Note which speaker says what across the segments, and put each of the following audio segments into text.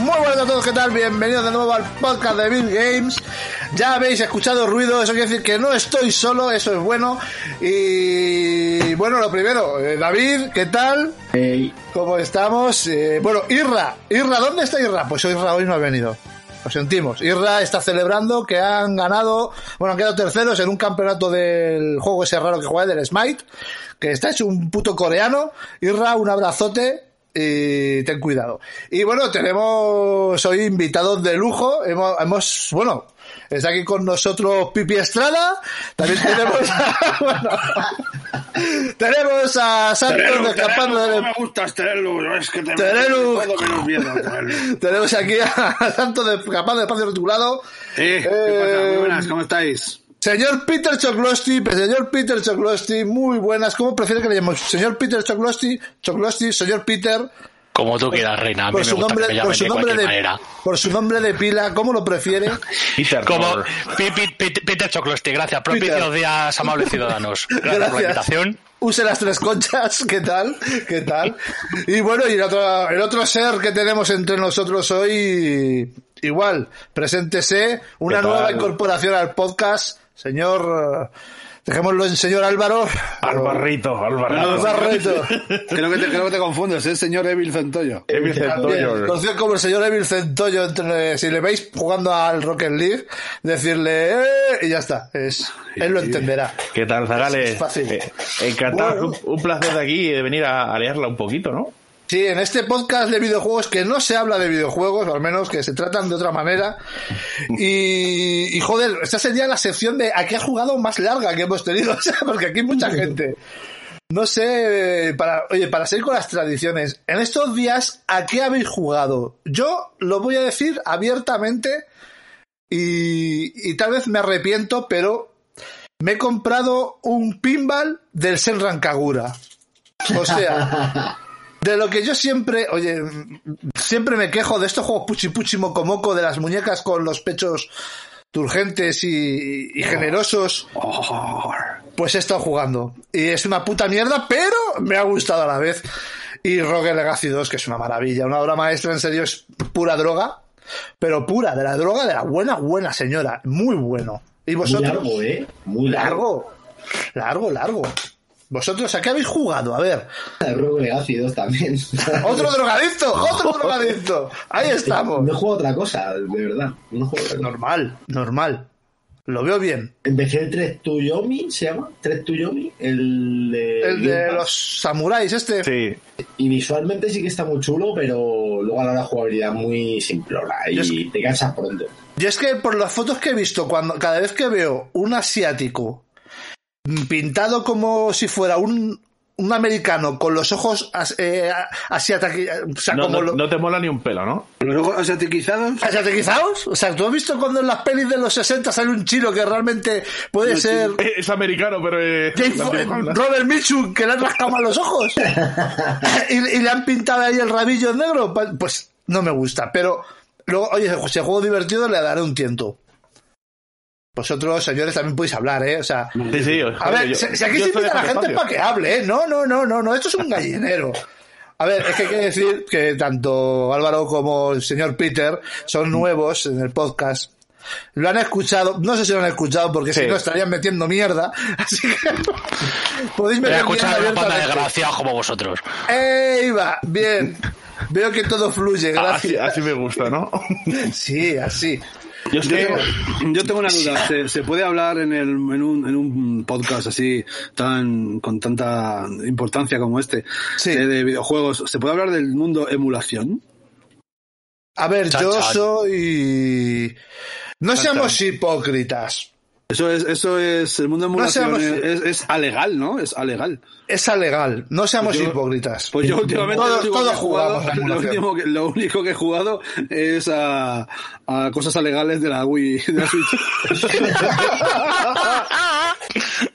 Speaker 1: Muy buenas a todos, ¿qué tal? Bienvenidos de nuevo al podcast de Bill Games. Ya habéis escuchado ruido, eso quiere decir que no estoy solo, eso es bueno. Y bueno, lo primero, eh, David, ¿qué tal?
Speaker 2: Ey,
Speaker 1: ¿Cómo estamos? Eh, bueno, Irra, Irra, ¿dónde está Irra? Pues Irra hoy no ha venido. Lo sentimos. Irra está celebrando que han ganado, bueno, han quedado terceros en un campeonato del juego ese raro que juega, del Smite, que está hecho un puto coreano. Irra, un abrazote y ten cuidado. Y bueno, tenemos hoy invitados de lujo. Hemos, hemos- bueno, está aquí con nosotros Pipi Estrada. También tenemos a, bueno, tenemos a Santos
Speaker 3: Terelu, Terelu,
Speaker 1: escapando
Speaker 3: no
Speaker 1: del
Speaker 3: me gustas, Terelu, es que te
Speaker 1: Terelu.
Speaker 3: metes todo menos miedo, Terelu.
Speaker 1: Tenemos aquí a Santo de Capaz de Espacio Reticulado.
Speaker 3: Eh, ¿qué pasa? Muy buenas, ¿cómo estáis?
Speaker 1: Señor Peter Choclosti, señor Peter Choclosti, muy buenas. ¿Cómo prefiere que le llamemos? Señor Peter Choclosti, Choclosti, señor Peter,
Speaker 4: Como tú quieras, reina. A mí
Speaker 1: por
Speaker 4: me
Speaker 1: su
Speaker 4: gusta
Speaker 1: nombre,
Speaker 4: que me
Speaker 1: por
Speaker 4: llamen
Speaker 1: su
Speaker 4: de
Speaker 1: nombre
Speaker 4: cualquier
Speaker 1: de,
Speaker 4: manera.
Speaker 1: por su nombre de pila, ¿cómo lo prefiere?
Speaker 2: Peter
Speaker 4: Como
Speaker 2: Moore.
Speaker 4: Pi- Pi- Pi- Peter Choclosti, gracias. Propicios días, amables ciudadanos. Gracias, por la invitación.
Speaker 1: Use las tres conchas, ¿qué tal? ¿Qué tal? Y bueno, y el otro, el otro ser que tenemos entre nosotros hoy, igual, preséntese, una
Speaker 2: ¿Qué tal?
Speaker 1: nueva incorporación al podcast, señor, eh, dejémoslo en señor Álvaro.
Speaker 2: Albarrito,
Speaker 1: Álvaro
Speaker 2: Albarrito.
Speaker 1: Barreto.
Speaker 3: Creo que te, creo que te confundes, es señor Evil Centollo.
Speaker 2: Emil
Speaker 1: Bien,
Speaker 2: Centollo.
Speaker 1: Conocido como el señor Evil Centollo, entre- si le veis jugando al Rocket League, decirle, "Eh", y ya está, es, él lo entenderá.
Speaker 2: ¿Qué tal,
Speaker 1: Es
Speaker 2: Zagales?
Speaker 1: fácil.
Speaker 2: Eh, encantado,
Speaker 1: Bueno.
Speaker 2: un, un placer de aquí y de venir a aliarla un poquito, ¿no?
Speaker 1: Sí, en este podcast de videojuegos que no se habla de videojuegos, o al menos que se tratan de otra manera. Y, y, joder, esta sería la sección de a qué ha jugado más larga que hemos tenido, o sea, porque aquí hay mucha gente. No sé, para, oye, para seguir con las tradiciones, en estos días, ¿a qué habéis jugado? Yo lo voy a decir abiertamente y, y tal vez me arrepiento, pero me he comprado un pinball del Senran Kagura. O sea, de lo que yo siempre, oye, mm, siempre me quejo de estos juegos puchi puchi moco moco, de las muñecas con los pechos turgentes y, y generosos. Pues he estado jugando. Y es una puta mierda, pero me ha gustado a la vez. Y Rogue Legacy 2, que es una maravilla, una obra maestra, en serio, es pura droga. Pero pura, de la droga de la buena, buena señora. Muy bueno. ¿Y
Speaker 5: Muy
Speaker 1: vosotros?
Speaker 5: largo, ¿eh? Muy largo.
Speaker 1: largo. Largo, largo. ¿Vosotros a qué habéis jugado? A ver.
Speaker 5: El Rogue Legacy 2 también.
Speaker 1: ¡Otro drogadicto! ¡Otro drogadicto! Ahí
Speaker 5: No he
Speaker 1: estamos.
Speaker 5: jugado otra cosa, de verdad. No he jugado otra cosa.
Speaker 1: Normal, normal. Lo veo bien.
Speaker 5: Empecé el 3 to Yomi, ¿se llama? 3 to Yomi, el de...
Speaker 1: El de los samuráis, este.
Speaker 2: Sí.
Speaker 5: Y visualmente sí que está muy chulo, pero luego a la hora de jugabilidad muy simplona y
Speaker 1: Yo es-
Speaker 5: te cansas pronto.
Speaker 1: Yo es que por las fotos que he visto, cuando cada vez que veo un asiático mm, pintado como si fuera un, un americano con los ojos as- eh, a- asiataqui- o sea,
Speaker 2: No,
Speaker 1: como
Speaker 2: no-
Speaker 1: lo-
Speaker 2: no te mola ni un pelo, ¿no?
Speaker 3: ¿Los ojos asiatiquizados?
Speaker 1: asiatiquizados. O sea, ¿tú has visto cuando en las pelis de los 60 sale un chino que realmente puede ser
Speaker 2: Eh, Es americano, pero... eh,
Speaker 1: Jane Fo-
Speaker 2: también habla.
Speaker 1: Robert Mitchum, que le han rascado mal los ojos y, y le han pintado ahí el rabillo en negro, pa- pues no me gusta. Pero luego, oye, si el juego divertido le daré un tiento. Vosotros, señores, también podéis hablar, ¿eh? O sea,
Speaker 2: Sí, sí.
Speaker 1: a ver, si, si aquí se invita a la gente es para que hable, ¿eh? No, no, no, no, no, esto es un gallinero. A ver, es que hay que decir que tanto Álvaro como el señor Peter son nuevos en el podcast. Lo han escuchado, no sé si lo han escuchado porque si
Speaker 2: Sí.
Speaker 1: no estarían metiendo mierda, así que podéis
Speaker 4: Voy a
Speaker 1: meter
Speaker 4: escuchar a
Speaker 1: mierda
Speaker 4: una panda
Speaker 1: abiertamente.
Speaker 4: desgraciados como vosotros.
Speaker 1: ¡Ey, va! Bien. Veo que todo fluye,
Speaker 2: Así,
Speaker 1: gracias.
Speaker 2: así me gusta, ¿no?
Speaker 1: Sí, así.
Speaker 2: Yo
Speaker 3: Yo tengo, yo tengo una duda, ¿se, se puede hablar en, el, en, un, en un podcast así, tan con tanta importancia como este,
Speaker 1: Sí.
Speaker 3: de, de videojuegos, ¿se puede hablar del mundo emulación?
Speaker 1: A ver,
Speaker 4: Chan,
Speaker 1: yo
Speaker 4: chan.
Speaker 1: soy... No seamos hipócritas.
Speaker 3: Eso es, eso es, el mundo de emulación
Speaker 1: seamos-
Speaker 3: es, es alegal, ¿no? Es alegal.
Speaker 1: Es alegal, no seamos
Speaker 3: Yo-
Speaker 1: hipócritas.
Speaker 3: Pues yo últimamente
Speaker 1: Todos-
Speaker 3: lo, único
Speaker 1: todos
Speaker 3: que he jugado-
Speaker 1: Eh, jugamos a
Speaker 3: lo,
Speaker 1: emulación.
Speaker 3: último que- lo único que he jugado es a, a cosas alegales de la Wii. de la Switch.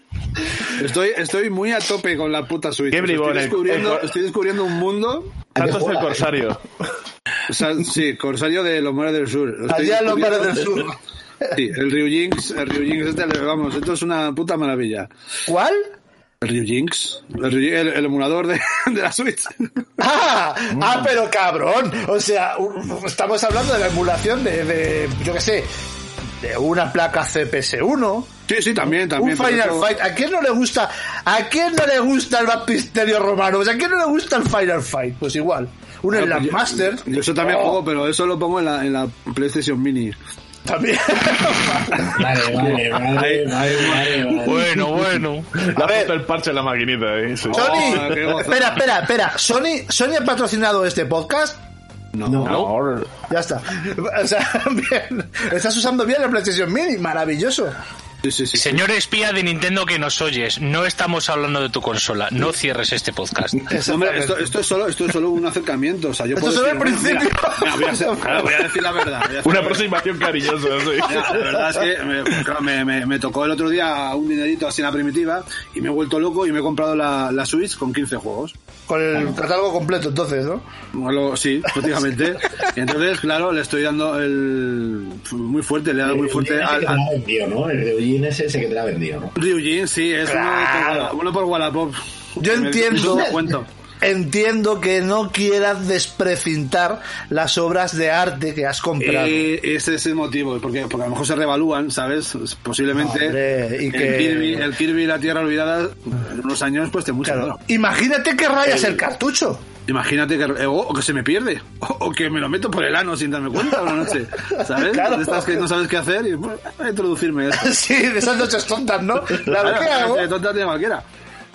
Speaker 3: estoy, estoy muy a tope con la puta Switch.
Speaker 2: Qué
Speaker 3: estoy,
Speaker 2: bribón, eh. el-
Speaker 3: descubriendo,
Speaker 2: el-
Speaker 3: estoy descubriendo un mundo.
Speaker 5: Hay que
Speaker 2: Santos el
Speaker 5: jugar, ¿eh?
Speaker 2: Corsario.
Speaker 3: o sea, sí, Corsario de los mares del sur. Estoy
Speaker 1: Allá en los mares del
Speaker 3: descubriendo-
Speaker 1: sur.
Speaker 3: Sí, el Ryujinx, el Ryujinx este, le- vamos, esto es una puta maravilla.
Speaker 1: ¿Cuál?
Speaker 3: El Ryujinx. El, Ryu- el- el emulador de, de la Switch.
Speaker 1: ¡Ah!
Speaker 3: Mm.
Speaker 1: ¡Ah, pero cabrón! O sea, un- estamos hablando de la emulación de, de, yo qué sé, de una placa CPS-1,
Speaker 3: Sí, sí, también, también.
Speaker 1: un
Speaker 3: pero
Speaker 1: Final
Speaker 3: eso-
Speaker 1: Fight. ¿A quién no le gusta? ¿A quién no le gusta el Baptisterio Romano? O sea, ¿a quién no le gusta el Final Fight? Pues igual. Un
Speaker 3: Bueno,
Speaker 1: Slap
Speaker 3: pues yo-
Speaker 1: Master
Speaker 3: Yo eso también
Speaker 1: Oh,
Speaker 3: juego, pero eso lo pongo en la, en la PlayStation Mini.
Speaker 1: también.
Speaker 5: Vale, vale, vale, vale, vale, vale.
Speaker 4: Bueno, bueno.
Speaker 2: Le
Speaker 1: ver.
Speaker 2: ha puesto el parche en la maquinita, eh. Sí.
Speaker 1: Sony,
Speaker 3: Oh, qué gozo.
Speaker 1: espera, espera, espera. Sony, Sony ha patrocinado este podcast.
Speaker 3: No.
Speaker 5: No.
Speaker 2: Ahora-
Speaker 1: Ya está. O sea, bien. Estás usando bien la PlayStation Mini. Maravilloso.
Speaker 3: Sí, sí, sí.
Speaker 4: Señor espía de Nintendo que nos oyes, no estamos hablando de tu consola. No cierres este podcast.
Speaker 3: Hombre, esto, esto es solo, esto es solo un acercamiento. O sea, yo
Speaker 1: Esto
Speaker 3: puedo
Speaker 1: solo el
Speaker 3: decir, "Bueno, mira,
Speaker 1: principio".
Speaker 3: mira, voy, a ser- claro, voy a decir la verdad. voy a decir
Speaker 2: Una
Speaker 3: la verdad.
Speaker 2: aproximación cariñosa, sí.
Speaker 3: Ya, La verdad es que me, claro, me, me- me tocó el otro día un dinerito así en la primitiva y me he vuelto loco y me he comprado la, la Switch con 15 juegos.
Speaker 1: Con el catálogo completo, entonces, ¿no?
Speaker 3: Bueno, sí, prácticamente. Entonces, claro, le estoy dando el. Muy fuerte, le he dado muy
Speaker 5: El
Speaker 3: fuerte
Speaker 5: de Eugene ese
Speaker 3: al.
Speaker 5: que te
Speaker 3: al
Speaker 5: la vendió, ¿no? El de Eugene es ese que te la vendió, ¿no?
Speaker 3: Ryujin, sí, es uno por Walla- uno, por Wallapop.
Speaker 1: Yo
Speaker 3: Me-
Speaker 1: entiendo.
Speaker 3: me cuento.
Speaker 1: Entiendo que no quieras desprecintar las obras de arte que has comprado.
Speaker 3: Eh, ese es el motivo, porque, porque a lo mejor se revalúan, ¿sabes? Pues Posiblemente
Speaker 1: Hombre, y
Speaker 3: el,
Speaker 1: que-
Speaker 3: Kirby, el Kirby y la Tierra Olvidada en unos años pues te mucho.
Speaker 1: Claro.
Speaker 3: ¿no? Eh,
Speaker 1: Imagínate que rayas el cartucho.
Speaker 3: Imagínate que, eh, o, o que se me pierde, o, o que me lo meto por el ano sin darme cuenta una noche, ¿sabes?
Speaker 1: Claro.
Speaker 3: De estas que no sabes qué hacer y bueno, voy a introducirme eso.
Speaker 1: Sí, de esas noches tontas, ¿no? La
Speaker 3: Claro,
Speaker 1: ¿qué hago?
Speaker 3: de tonta tiene cualquiera.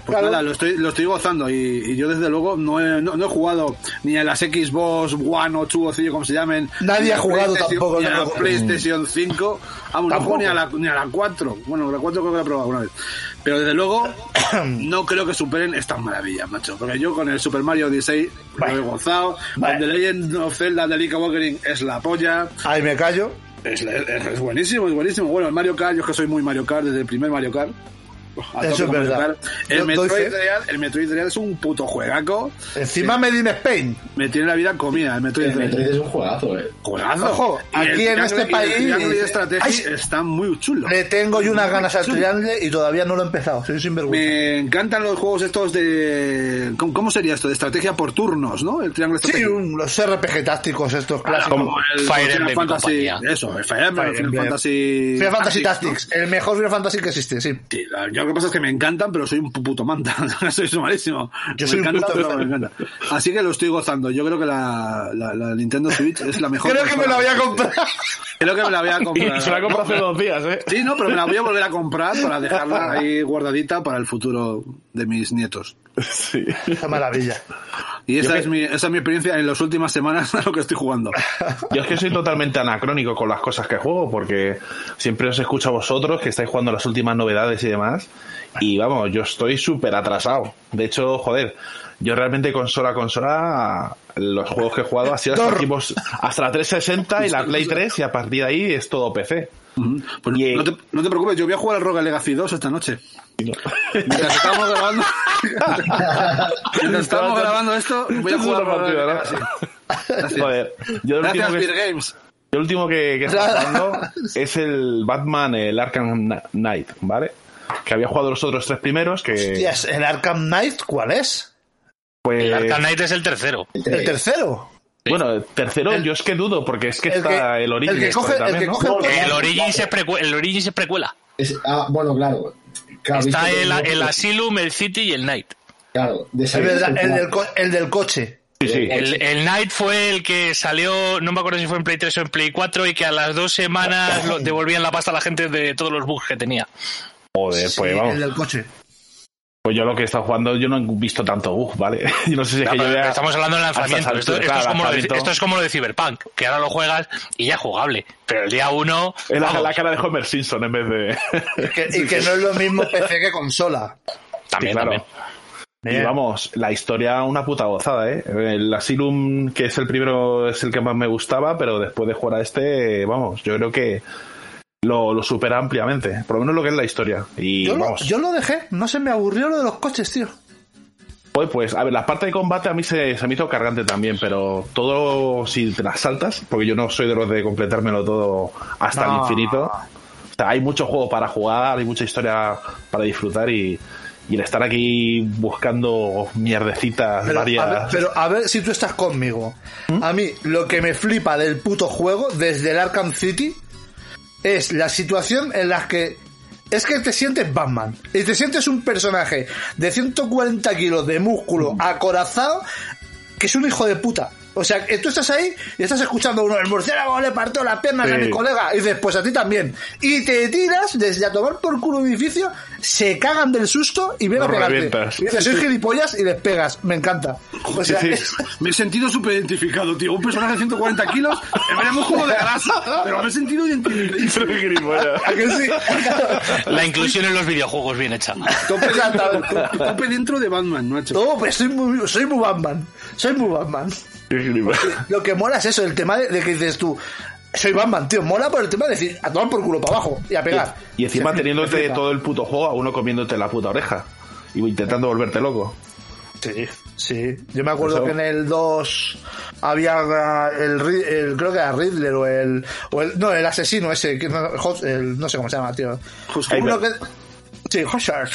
Speaker 3: Pues
Speaker 1: Claro.
Speaker 3: nada, lo estoy, lo estoy gozando y, y yo desde luego no he, no, no he jugado ni a las Xbox One o 2 o 3 como se llamen.
Speaker 1: Nadie
Speaker 3: ni
Speaker 1: ha
Speaker 3: a
Speaker 1: jugado
Speaker 3: PlayStation-
Speaker 1: tampoco,
Speaker 3: Ni a la
Speaker 1: tampoco.
Speaker 3: PlayStation 5. Vamos, no juego ni a, la, ni a la 4. Bueno, la 4 creo que la he probado alguna vez. Pero desde luego no creo que superen estas maravillas, macho. Porque yo con el Super Mario 16 lo he gozado. Con The Legend of Zelda de Link Awakening es la polla.
Speaker 1: Ahí me callo.
Speaker 3: Es, es- es buenísimo, es buenísimo. Bueno, el Mario Kart, yo es que soy muy Mario Kart desde el primer Mario Kart.
Speaker 1: Eso
Speaker 3: A tope
Speaker 1: es
Speaker 3: con Mario
Speaker 1: verdad.
Speaker 3: Kart. El,
Speaker 1: Yo doy
Speaker 3: Metroid
Speaker 1: fe. Eh.
Speaker 3: Dread, el Metroid Dread es un puto juegaco.
Speaker 1: Encima me Medina Spain.
Speaker 3: Me tiene la vida comida, el Metroid
Speaker 5: El
Speaker 3: Dread.
Speaker 5: Metroid es un juegazo, ¿eh?
Speaker 3: Juegazo.
Speaker 1: Ojo,
Speaker 3: Y el
Speaker 1: aquí en
Speaker 3: triángulo-
Speaker 1: este
Speaker 3: y el
Speaker 1: país-
Speaker 3: triángulo y
Speaker 1: Ay,
Speaker 3: la estrategia están muy chulos.
Speaker 1: Le tengo yo unas ganas al triangle y todavía no lo he empezado. Soy un sinvergüenza.
Speaker 3: Me encantan los juegos estos de. ¿Cómo, cómo sería esto? De estrategia por turnos, ¿no? El triángulo
Speaker 1: Sí,
Speaker 3: estratégico.
Speaker 1: un- los RPG tácticos
Speaker 3: Ah,
Speaker 1: estos clásicos.
Speaker 3: Como el
Speaker 4: Fire
Speaker 3: Final
Speaker 4: Emblem y
Speaker 3: Fantasy.
Speaker 4: compañía.
Speaker 3: Eso, el Fire Emblem,
Speaker 1: Fire
Speaker 3: el Final
Speaker 1: Emblem.
Speaker 3: Fantasy.
Speaker 1: Final
Speaker 2: Ah,
Speaker 1: Fantasy
Speaker 3: ¿no?
Speaker 1: Tactics, el mejor Final Fantasy que existe, sí.
Speaker 3: Sí, la- yo lo que pasa es que me encantan, pero soy un puto manta. soy malísimo.
Speaker 1: Yo
Speaker 3: me
Speaker 1: soy un
Speaker 3: encanta,
Speaker 1: puto
Speaker 3: pero me encanta. Así que lo estoy gozando. Yo creo que la, la- la Nintendo Switch es la mejor.
Speaker 1: Creo que me lo voy a
Speaker 3: consola.
Speaker 1: comprar.
Speaker 3: Creo que me la voy a comprar.
Speaker 2: Y se la compró hace dos días, eh.
Speaker 3: Sí, no, pero me la voy a volver a comprar para dejarla ahí guardadita para el futuro de mis nietos.
Speaker 2: Sí.
Speaker 1: Qué maravilla.
Speaker 3: Y esa es, mi, esa es mi experiencia en las últimas semanas a lo que estoy jugando.
Speaker 2: Yo es que soy totalmente anacrónico con las cosas que juego, porque siempre os escucho a vosotros que estáis jugando las últimas novedades y demás. Y vamos, yo estoy súper atrasado. De hecho, joder, yo realmente consola a consola, los juegos que he jugado ha sido hasta,
Speaker 1: Tor.
Speaker 2: equipos- hasta la 360 y la Play 3, y a partir de ahí es todo PC.
Speaker 3: Pues
Speaker 2: Y-
Speaker 3: no, te, no te preocupes, yo voy a jugar al Rogue Legacy 2 esta noche. Mientras estamos grabando. mientras estamos grabando esto, voy a jugar al Rogue
Speaker 2: Partida, ¿no?
Speaker 3: Legacy. Gracias.
Speaker 2: Joder, yo el último
Speaker 3: Gracias,
Speaker 2: que-
Speaker 3: Beer Games.
Speaker 2: El último que, que está jugando es el Batman, el Arkham Kn- Knight, ¿vale? Que había jugado los otros tres primeros, que
Speaker 1: Hostias, ¿el Arkham Knight cuál es?
Speaker 2: pues,
Speaker 4: El Eh, Arkham Knight es el tercero.
Speaker 1: El tercero.
Speaker 2: bueno, el tercero yo es que dudo, porque es que está el origen
Speaker 1: el que coge, el que coge el
Speaker 4: El Origins es precue- el Origins es precuela.
Speaker 5: Es- ah, bueno, claro. Claro,
Speaker 4: Está
Speaker 5: Ah, viste que-
Speaker 4: el, el Asylum, el City y el Knight.
Speaker 5: Claro, de
Speaker 1: Es
Speaker 5: salir
Speaker 1: verdad,
Speaker 5: del
Speaker 1: el
Speaker 5: plan.
Speaker 1: del, co- el del coche.
Speaker 2: Sí, sí.
Speaker 4: El, el Knight fue el que salió, no me acuerdo si fue en Play 3 o en Play 4, y que a las dos semanas lo- devolvían la pasta a la gente de todos los bugs que tenía.
Speaker 2: Joder, pues
Speaker 1: Sí,
Speaker 2: vamos.
Speaker 1: el del coche.
Speaker 2: Pues yo lo que he estado jugando, yo no he visto tanto bug, ¿vale? Yo no sé si es
Speaker 4: Ah,
Speaker 2: que yo
Speaker 4: pero
Speaker 2: ya-
Speaker 4: Estamos hablando del
Speaker 2: hasta
Speaker 4: lanzamiento.
Speaker 2: salto,
Speaker 4: Esto, esto
Speaker 2: claro,
Speaker 4: es como lo de,
Speaker 2: lanzamiento.
Speaker 4: esto es como lo de Cyberpunk, que ahora lo juegas y ya es jugable. Pero el día uno.
Speaker 2: Es la,
Speaker 4: vamos,
Speaker 2: la cara de Homer Simpson en vez de...
Speaker 1: Y que, y que no es lo mismo PC que consola.
Speaker 4: también,
Speaker 2: claro.
Speaker 4: también.
Speaker 2: Y vamos, la historia una puta gozada, ¿eh? El Asylum, que es el primero, es el que más me gustaba, pero después de jugar a este, vamos, yo creo que lo, lo supera ampliamente. Por lo menos lo que es la historia. Y
Speaker 1: Yo lo,
Speaker 2: vamos,
Speaker 1: yo lo dejé, no se me aburrió lo de los coches, tío.
Speaker 2: pues, pues, a ver, la parte de combate a mí se, se me hizo cargante también, pero todo si te las saltas, porque yo no soy de los de completármelo todo hasta el
Speaker 1: No.
Speaker 2: infinito. O sea, hay mucho juego para jugar, hay mucha historia para disfrutar y, Y el estar aquí buscando mierdecitas
Speaker 1: Pero,
Speaker 2: varias. ¿Mm?
Speaker 1: a ver, pero a ver si tú estás conmigo. A mí lo que me flipa del puto juego desde el Arkham City es la situación en la que es que te sientes Batman y te sientes un personaje de 140 kilos de
Speaker 2: Mm.
Speaker 1: músculo acorazado que es un hijo de puta. O sea, que tú estás ahí y estás escuchando a uno, el murciélago le partió las piernas a
Speaker 2: Sí.
Speaker 1: mi colega y dices, pues a ti también. Y te tiras desde a tomar por culo un edificio, se cagan del susto y vienen
Speaker 2: Lo
Speaker 1: a pegarte.
Speaker 2: revientas.
Speaker 1: Y dices, soy gilipollas y les pegas. Me encanta. O sea,
Speaker 2: Sí, sí.
Speaker 1: es-
Speaker 3: Me he sentido súper identificado, tío. Un personaje de 140 kilos, en vez de músculo de grasa, pero me he sentido identificado.
Speaker 2: Pero qué gilipollas.
Speaker 1: ¿a que sí?
Speaker 4: La inclusión en los videojuegos bien hecha.
Speaker 3: Tope dentro,
Speaker 1: Exactamente.
Speaker 3: tope dentro de Batman, macho.
Speaker 1: No, pues soy muy, soy muy Batman. Soy muy Batman.
Speaker 2: Qué gilipollas.
Speaker 1: Lo que mola es eso, el tema de, de que dices tú, soy Batman, tío. Mola por el tema de decir, a tomar por culo para abajo y a pegar.
Speaker 2: Y
Speaker 1: Sí,
Speaker 2: encima
Speaker 1: me
Speaker 2: teniéndote
Speaker 1: flipa.
Speaker 2: todo el puto juego a uno comiéndote la puta oreja. Y intentando volverte loco.
Speaker 1: Sí, sí. Yo me acuerdo
Speaker 2: Eso.
Speaker 1: que en el 2 había ah, el, Ri- el- creo que era Riddler o el, o el no, el asesino ese, que no, Hobbs- el- no sé cómo se llama, tío.
Speaker 2: Husker.
Speaker 1: Uno que Sí, Hoshard.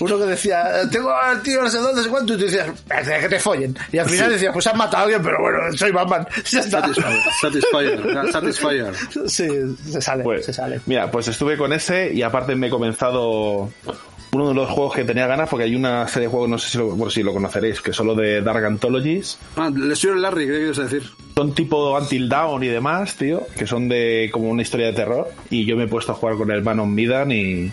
Speaker 1: Uno que decía, tengo al tío no sé dónde, no sé cuánto, y tú decías, "Eh, que te follen. Y al final decías, pues has matado a alguien, pero bueno, soy Batman. Ya está.
Speaker 3: Satisfyer, Satisfyer.
Speaker 1: Sí, se sale,
Speaker 2: Pues,
Speaker 1: se sale.
Speaker 2: Mira, pues estuve con ese y aparte me he comenzado uno de los juegos que tenía ganas porque hay una serie de juegos, no sé si lo, por si lo conoceréis, que son los de Dark Anthologies.
Speaker 3: Ah, le soy el Larry, ¿qué quieres decir?
Speaker 2: Son tipo Until Dawn y demás, tío, que son de como una historia de terror. Y yo me he puesto a jugar con el Man on Midan y,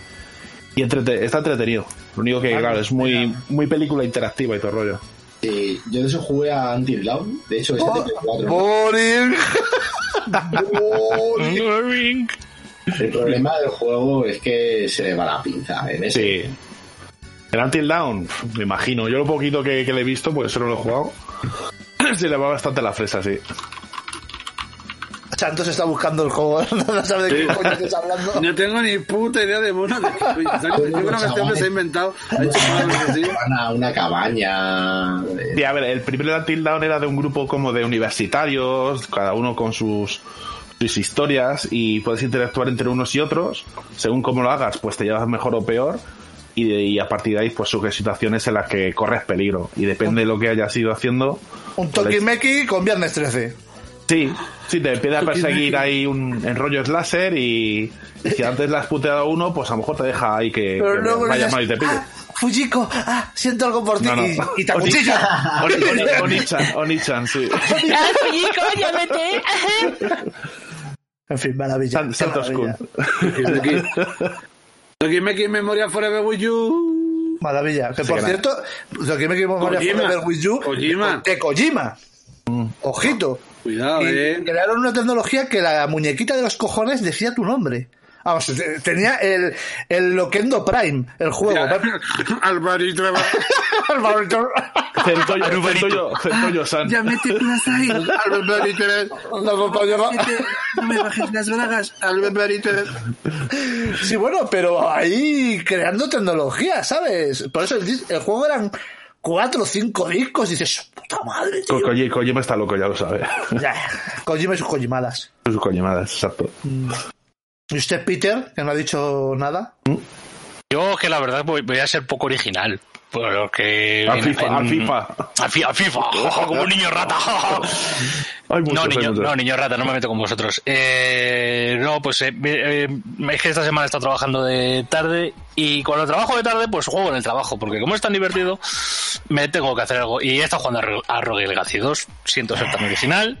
Speaker 2: y entrete- está entretenido. Lo único
Speaker 1: Ah,
Speaker 2: que, claro, es muy, muy película interactiva y todo el rollo.
Speaker 5: Eh, yo de eso jugué a Until Dawn. De hecho, ese
Speaker 1: Oh,
Speaker 5: es de 4.
Speaker 1: boring.
Speaker 5: El problema del juego es que se le va la pinza. En ese.
Speaker 2: Sí. El Until Dawn, pf, me imagino. Yo lo poquito que, que le he visto, pues eso no lo he jugado. Se le va bastante la fresa, sí.
Speaker 1: Santos está buscando el juego, no sabe de qué coño estás hablando.
Speaker 3: No tengo ni puta idea de mono. De... Yo creo que este hombre se ha inventado. Ha hecho palabras así.
Speaker 5: Van a una cabaña. eh,
Speaker 2: Sí, a ver, el primer Until Dawn era de un grupo como de universitarios, cada uno con sus, sus historias y puedes interactuar entre unos y otros. Según cómo lo hagas, pues te llevas mejor o peor. Y, de- y a partir de ahí, pues surgen situaciones en las que corres peligro. Y depende de lo que hayas ido haciendo. pues,
Speaker 1: Un Tokimeki con Viernes 13.
Speaker 2: Sí, sí, te empieza a perseguir ahí un enrollo láser y, y si antes la has puteado a uno, pues a lo mejor te deja ahí que,
Speaker 1: Pero
Speaker 2: que
Speaker 1: luego le
Speaker 2: vaya
Speaker 1: dices,
Speaker 2: mal y te pille.
Speaker 1: "Ah, Fujiko, ah, siento algo por ti.
Speaker 2: No, no.
Speaker 1: Y, y te acuchilla.
Speaker 2: Oni- Oni- Oni-chan, Oni-chan, sí.
Speaker 6: ¡Ah, Fujiko, llámate!
Speaker 1: en fin, maravilla.
Speaker 2: San-
Speaker 1: qué
Speaker 2: Santos Kun.
Speaker 1: maravilla.
Speaker 3: Tokimeki in Memoria Forever with You.
Speaker 1: Maravilla. Que por
Speaker 2: que
Speaker 1: cierto, Tokimeki Memoria
Speaker 3: Kojima.
Speaker 1: Forever With You
Speaker 3: Kojima.
Speaker 1: de Kojima.
Speaker 2: Mm.
Speaker 1: Ojito.
Speaker 3: Cuidado,
Speaker 1: Y
Speaker 3: eh.
Speaker 1: crearon una tecnología que la muñequita de los cojones decía tu nombre. Vamos, te- tenía el, el Loquendo Prime, el juego.
Speaker 3: Alvarito.
Speaker 1: Alvarito.
Speaker 2: Centollo,
Speaker 4: Anubarito.
Speaker 2: Centollo, Centollo San.
Speaker 3: Ya mete unas ahí. Alvarito. No me bajes las bragas. Alvarito.
Speaker 1: Sí, bueno, pero ahí creando tecnología, ¿sabes? Por eso el, dis- el juego eran cuatro o cinco discos y dices, puta madre, tío.
Speaker 2: Ko- Koji- Kojima está loco, ya lo sabe.
Speaker 1: Ya, Kojima y sus Kojimadas.
Speaker 2: Sus cojimadas, exacto.
Speaker 1: ¿Y usted, Peter, que no ha dicho nada?
Speaker 4: Yo que la verdad voy, voy a ser poco original. Por lo que...
Speaker 2: A FIFA, a
Speaker 4: en-
Speaker 2: FIFA.
Speaker 4: A, fi- a FIFA, jaja, como un niño rata. jaja.
Speaker 2: Hay muchos,
Speaker 4: No,
Speaker 2: hay
Speaker 4: niño,
Speaker 2: muchos.
Speaker 4: no, niño rata, no me meto con vosotros. Eh, no, pues eh, eh, es que esta semana he estado trabajando de tarde y cuando trabajo de tarde, pues juego en el trabajo, porque como es tan divertido, me tengo que hacer algo. Y he estado jugando a, Ro- a Rogue Legacy 2, siento ser tan original.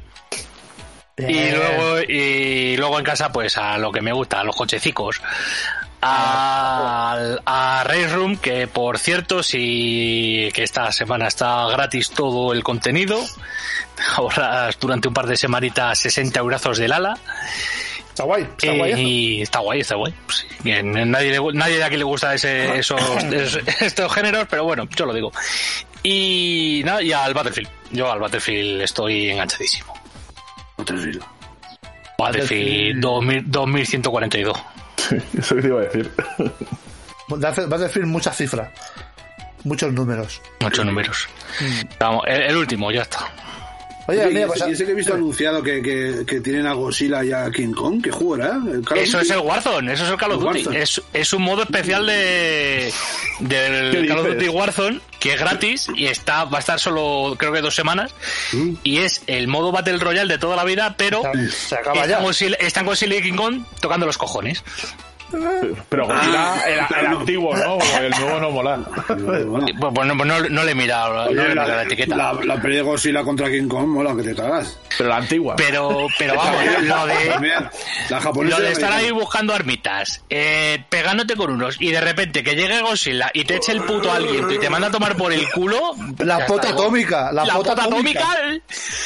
Speaker 4: Y
Speaker 1: Eh,
Speaker 4: luego, y luego en casa, pues a lo que me gusta, a los cochecicos. Al- A, Race Room, que por cierto, si que esta semana está gratis todo el contenido. Ahorras durante un par de semanitas 60 eurazos del ala. Eh,
Speaker 1: Está guay, está guay. eso.
Speaker 4: y está guay, está guay. Pues sí, bien, nadie, le gu- nadie de aquí le gusta
Speaker 1: Ah.
Speaker 4: ese, esos, es- estos géneros, pero bueno, yo lo digo. Y, nada, y al Battlefield. Yo al Battlefield estoy enganchadísimo.
Speaker 3: Battlefield.
Speaker 4: Battlefield 2000 2142.
Speaker 2: Eso te iba a decir.
Speaker 1: Vas a- vas a decir muchas cifras, muchos números. Mm.
Speaker 4: Muchos números. Vamos, el, el último, ya está.
Speaker 1: Oye,
Speaker 3: Oye,
Speaker 1: mira,
Speaker 3: y
Speaker 1: pues,
Speaker 3: ese, y ese que he visto anunciado que, que, que tienen a Godzilla y a King Kong, que ¿eh? jugará.
Speaker 4: Eso es el Warzone, eso es el Call of
Speaker 3: El
Speaker 4: Duty.
Speaker 3: Warzone.
Speaker 4: Es, es un modo especial de
Speaker 2: ¿Qué
Speaker 4: del Call of
Speaker 2: dices?
Speaker 4: Duty Warzone que es gratis y está va a estar solo creo que dos semanas y es el modo Battle Royale de toda la vida, pero
Speaker 1: Se- se acaba ya.
Speaker 4: están Godzilla- están Godzilla y King Kong tocando los cojones.
Speaker 2: Pero Godzilla, el, el
Speaker 3: claro.
Speaker 2: antiguo, ¿no? Porque El nuevo no mola.
Speaker 4: Y, Pues, pues no, pues no- no le he mirado, no le he mirado la, etiqueta.
Speaker 3: La, la pelea de Godzilla contra King Kong, mola que te cagas.
Speaker 2: Pero la antigua.
Speaker 4: Pero, pero vamos, lo de,
Speaker 3: También, la japonesa.
Speaker 4: lo de
Speaker 3: y la
Speaker 4: estar ahí
Speaker 3: americana.
Speaker 4: buscando armitas, eh, pegándote con unos y de repente que llegue Godzilla y te eche el puto aliento y te manda a tomar por el culo.
Speaker 1: La
Speaker 4: ya
Speaker 1: pota
Speaker 4: está, bueno.
Speaker 1: atómica, la, pota, atómica.
Speaker 4: ¿eh?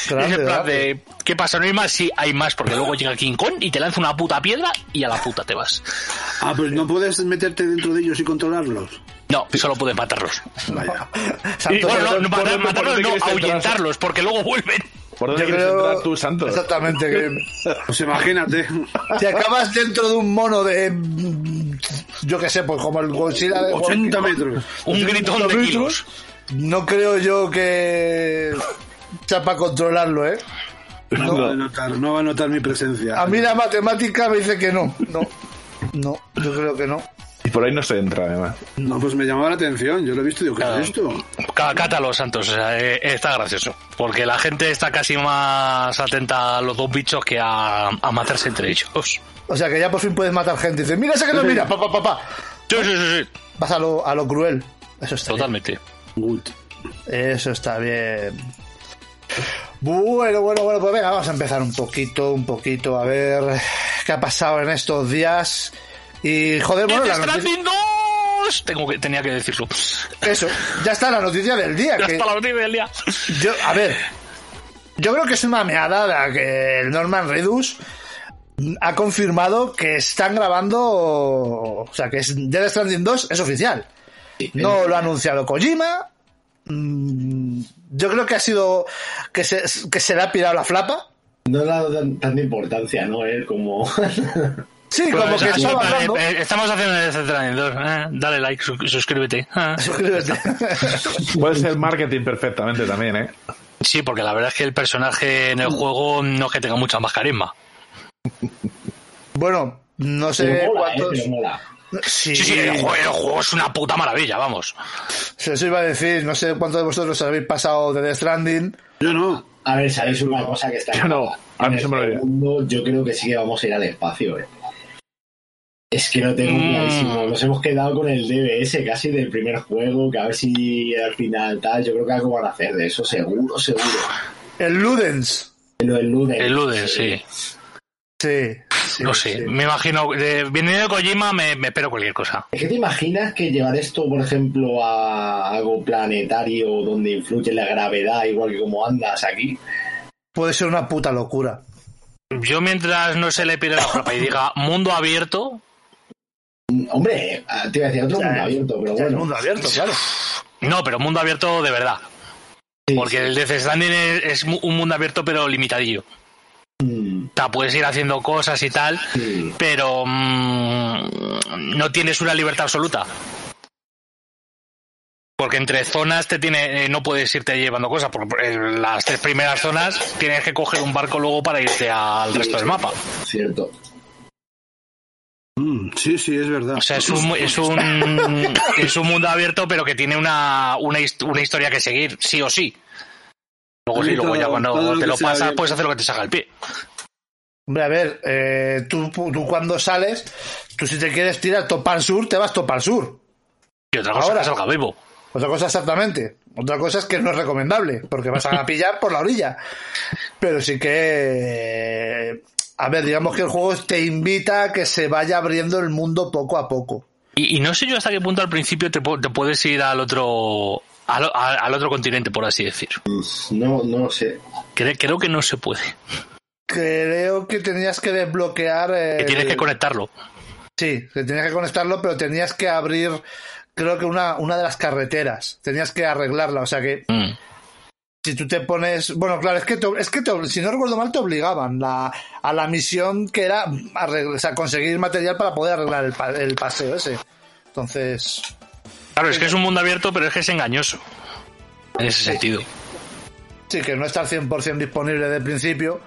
Speaker 1: Grande,
Speaker 4: es el plan
Speaker 1: grande.
Speaker 4: de ¿qué pasa? ¿No hay más? Sí, hay más, porque luego llega King Kong y te lanza una puta piedra y a la puta te vas.
Speaker 3: Ah, pues no puedes meterte dentro de ellos y controlarlos.
Speaker 4: No, solo puedes matarlos.
Speaker 3: Vaya.
Speaker 1: Santo,
Speaker 2: Entonces,
Speaker 4: bueno, no,
Speaker 2: ¿por dónde-
Speaker 4: no, matar-
Speaker 2: por
Speaker 4: matarlos,
Speaker 2: dónde
Speaker 4: no,
Speaker 2: quieres entrar?
Speaker 4: ahuyentarlos, porque luego vuelven.
Speaker 2: ¿Por
Speaker 1: yo
Speaker 2: dónde quieres
Speaker 1: creo-
Speaker 2: entrar tú, Santos?
Speaker 1: Exactamente, que
Speaker 3: Pues imagínate.
Speaker 1: Si acabas dentro de un mono de. mm, Yo qué sé, pues como el Godzilla de.
Speaker 3: 80 metros.
Speaker 4: Un gritón de kilos.
Speaker 1: No creo yo que. sea para controlarlo, ¿eh?
Speaker 3: No, Va a notar, no va a notar mi presencia.
Speaker 1: A mí la matemática me dice que no. No. No, yo creo que no.
Speaker 2: Y por ahí no se entra, además.
Speaker 3: No, pues me llamaba la atención. Yo lo he visto y digo, ¿qué
Speaker 4: Claro.
Speaker 3: es esto?
Speaker 4: Cá- Cátalo, Santos, o sea, eh, está gracioso. Porque la gente está casi más atenta a los dos bichos que a, a matarse entre ellos. Sí,
Speaker 1: O sea que ya por fin puedes matar gente. Dices, mira ese que no mira, papá, papá.
Speaker 4: sí, sí, sí.
Speaker 1: Vas a lo, a lo cruel. Eso está bien.
Speaker 4: Totalmente.
Speaker 3: Good.
Speaker 1: Eso está bien. Bueno, bueno, bueno, pues venga, vamos a empezar un poquito, un poquito, a ver qué ha pasado en estos días. Y joder, bueno, la
Speaker 4: ¡Death
Speaker 1: noticia-
Speaker 4: Stranding 2! Tengo que, tenía que decirlo.
Speaker 1: Eso, ya está la noticia del día.
Speaker 4: Ya
Speaker 1: que
Speaker 4: está la noticia del día.
Speaker 1: yo, a ver, yo creo que es una meada la que el Norman Redus ha confirmado que están grabando, o sea, que es Death Stranding 2 es oficial. No lo ha anunciado Kojima. Mm, Yo creo que ha sido que se, que se le ha pirado la flapa.
Speaker 5: No le ha dado tan- tanta importancia, ¿no? Él como.
Speaker 1: Sí,
Speaker 5: Pues
Speaker 4: Bueno,
Speaker 1: como
Speaker 4: eso-
Speaker 1: que
Speaker 4: eso
Speaker 1: estaba
Speaker 4: es plan de-
Speaker 1: hablando.
Speaker 4: Pues eh, estamos haciendo el entrenador. dale like, su- suscríbete. Ah.
Speaker 2: Puede ser marketing perfectamente también, ¿eh?
Speaker 4: Sí, porque la verdad es que el personaje en el juego no es que tenga mucha más carisma.
Speaker 1: bueno, no sé
Speaker 5: pero mola, eh,
Speaker 1: cuántos.
Speaker 5: pero mola.
Speaker 1: Sí,
Speaker 4: Sí, sí, el juego, el juego es una puta maravilla, vamos.
Speaker 1: se os iba a decir, no sé cuántos de vosotros habéis pasado de Death Stranding.
Speaker 3: Yo no.
Speaker 5: A ver, sabéis una cosa que está.
Speaker 2: Yo no, a mí
Speaker 5: En
Speaker 2: se me
Speaker 5: este
Speaker 2: olvida.
Speaker 5: mundo, Yo creo que sí que vamos a ir al espacio, eh. Es que lo tengo
Speaker 4: Mm.
Speaker 5: clarísimo. Nos hemos quedado con el DBS casi del primer juego, que a ver si al final tal. Yo creo que algo van a hacer de eso, seguro, seguro.
Speaker 1: El Ludens.
Speaker 5: Lo del Luden.
Speaker 4: El Luden, sí.
Speaker 1: Sí. sí,
Speaker 4: No sé,
Speaker 1: sí.
Speaker 4: me imagino. De, viniendo de Kojima, me, me espero cualquier cosa.
Speaker 5: ¿Es que te imaginas que llevar esto, por ejemplo, a algo planetario donde influye la gravedad, igual que como andas aquí?
Speaker 1: Puede ser una puta locura.
Speaker 4: Yo, mientras no se le pide la ropa y diga mundo abierto,
Speaker 5: Mm, Hombre, ah, te iba a decir otro mundo abierto, pero
Speaker 1: El
Speaker 5: bueno.
Speaker 1: mundo abierto, claro.
Speaker 4: no, pero mundo abierto de verdad.
Speaker 5: Sí,
Speaker 4: Porque el Death Stranding es, es mu- un mundo abierto, pero limitadillo. O
Speaker 5: Mm,
Speaker 4: sea, puedes ir haciendo cosas y tal,
Speaker 5: sí.
Speaker 4: pero mm, no tienes una libertad absoluta. Porque entre zonas te tiene, eh, no puedes irte llevando cosas, porque en las tres primeras zonas tienes que coger un barco luego para irte al resto del mapa.
Speaker 5: Cierto.
Speaker 3: Mm, sí, sí, es verdad.
Speaker 4: O sea, es un, es un, es un mundo abierto, pero que tiene una, una, his- una historia que seguir, sí o sí. Luego
Speaker 3: A mí
Speaker 4: sí, luego
Speaker 3: todo-
Speaker 4: ya
Speaker 3: todo
Speaker 4: cuando
Speaker 3: lo
Speaker 4: te
Speaker 3: que
Speaker 4: lo
Speaker 3: sea
Speaker 4: pasas
Speaker 3: bien.
Speaker 4: puedes hacer lo que te salga el pie.
Speaker 1: Hombre, a ver, eh, tú, tú cuando sales, tú si te quieres tirar topar sur, te vas topar sur.
Speaker 4: Y otra cosa
Speaker 1: Ahora.
Speaker 4: es que salga vivo.
Speaker 1: Otra cosa exactamente. Otra cosa es que no es recomendable, porque vas a pillar por la orilla. Pero sí que... eh, A ver, digamos que el juego te invita a que se vaya abriendo el mundo poco a poco.
Speaker 4: Y, y no sé yo hasta qué punto al principio te, pu- te puedes ir al otro al, al- al otro continente, por así decir.
Speaker 5: No, no lo sé.
Speaker 4: Cre- creo que no se puede.
Speaker 1: Creo que tenías que desbloquear... eh,
Speaker 4: Que tienes que conectarlo.
Speaker 1: Sí, que tenías que conectarlo, pero tenías que abrir, creo que una, una de las carreteras. Tenías que arreglarla, o sea que
Speaker 4: Mm.
Speaker 1: si tú te pones... Bueno, claro, es que, te- es que te- si no recuerdo mal te obligaban la- a la misión que era arregl- o sea, conseguir material para poder arreglar el, pa- el paseo ese. Entonces...
Speaker 4: Claro, es que es un mundo abierto, pero es que es engañoso. En ese sentido.
Speaker 1: Sí, que no está al 100% disponible de principio,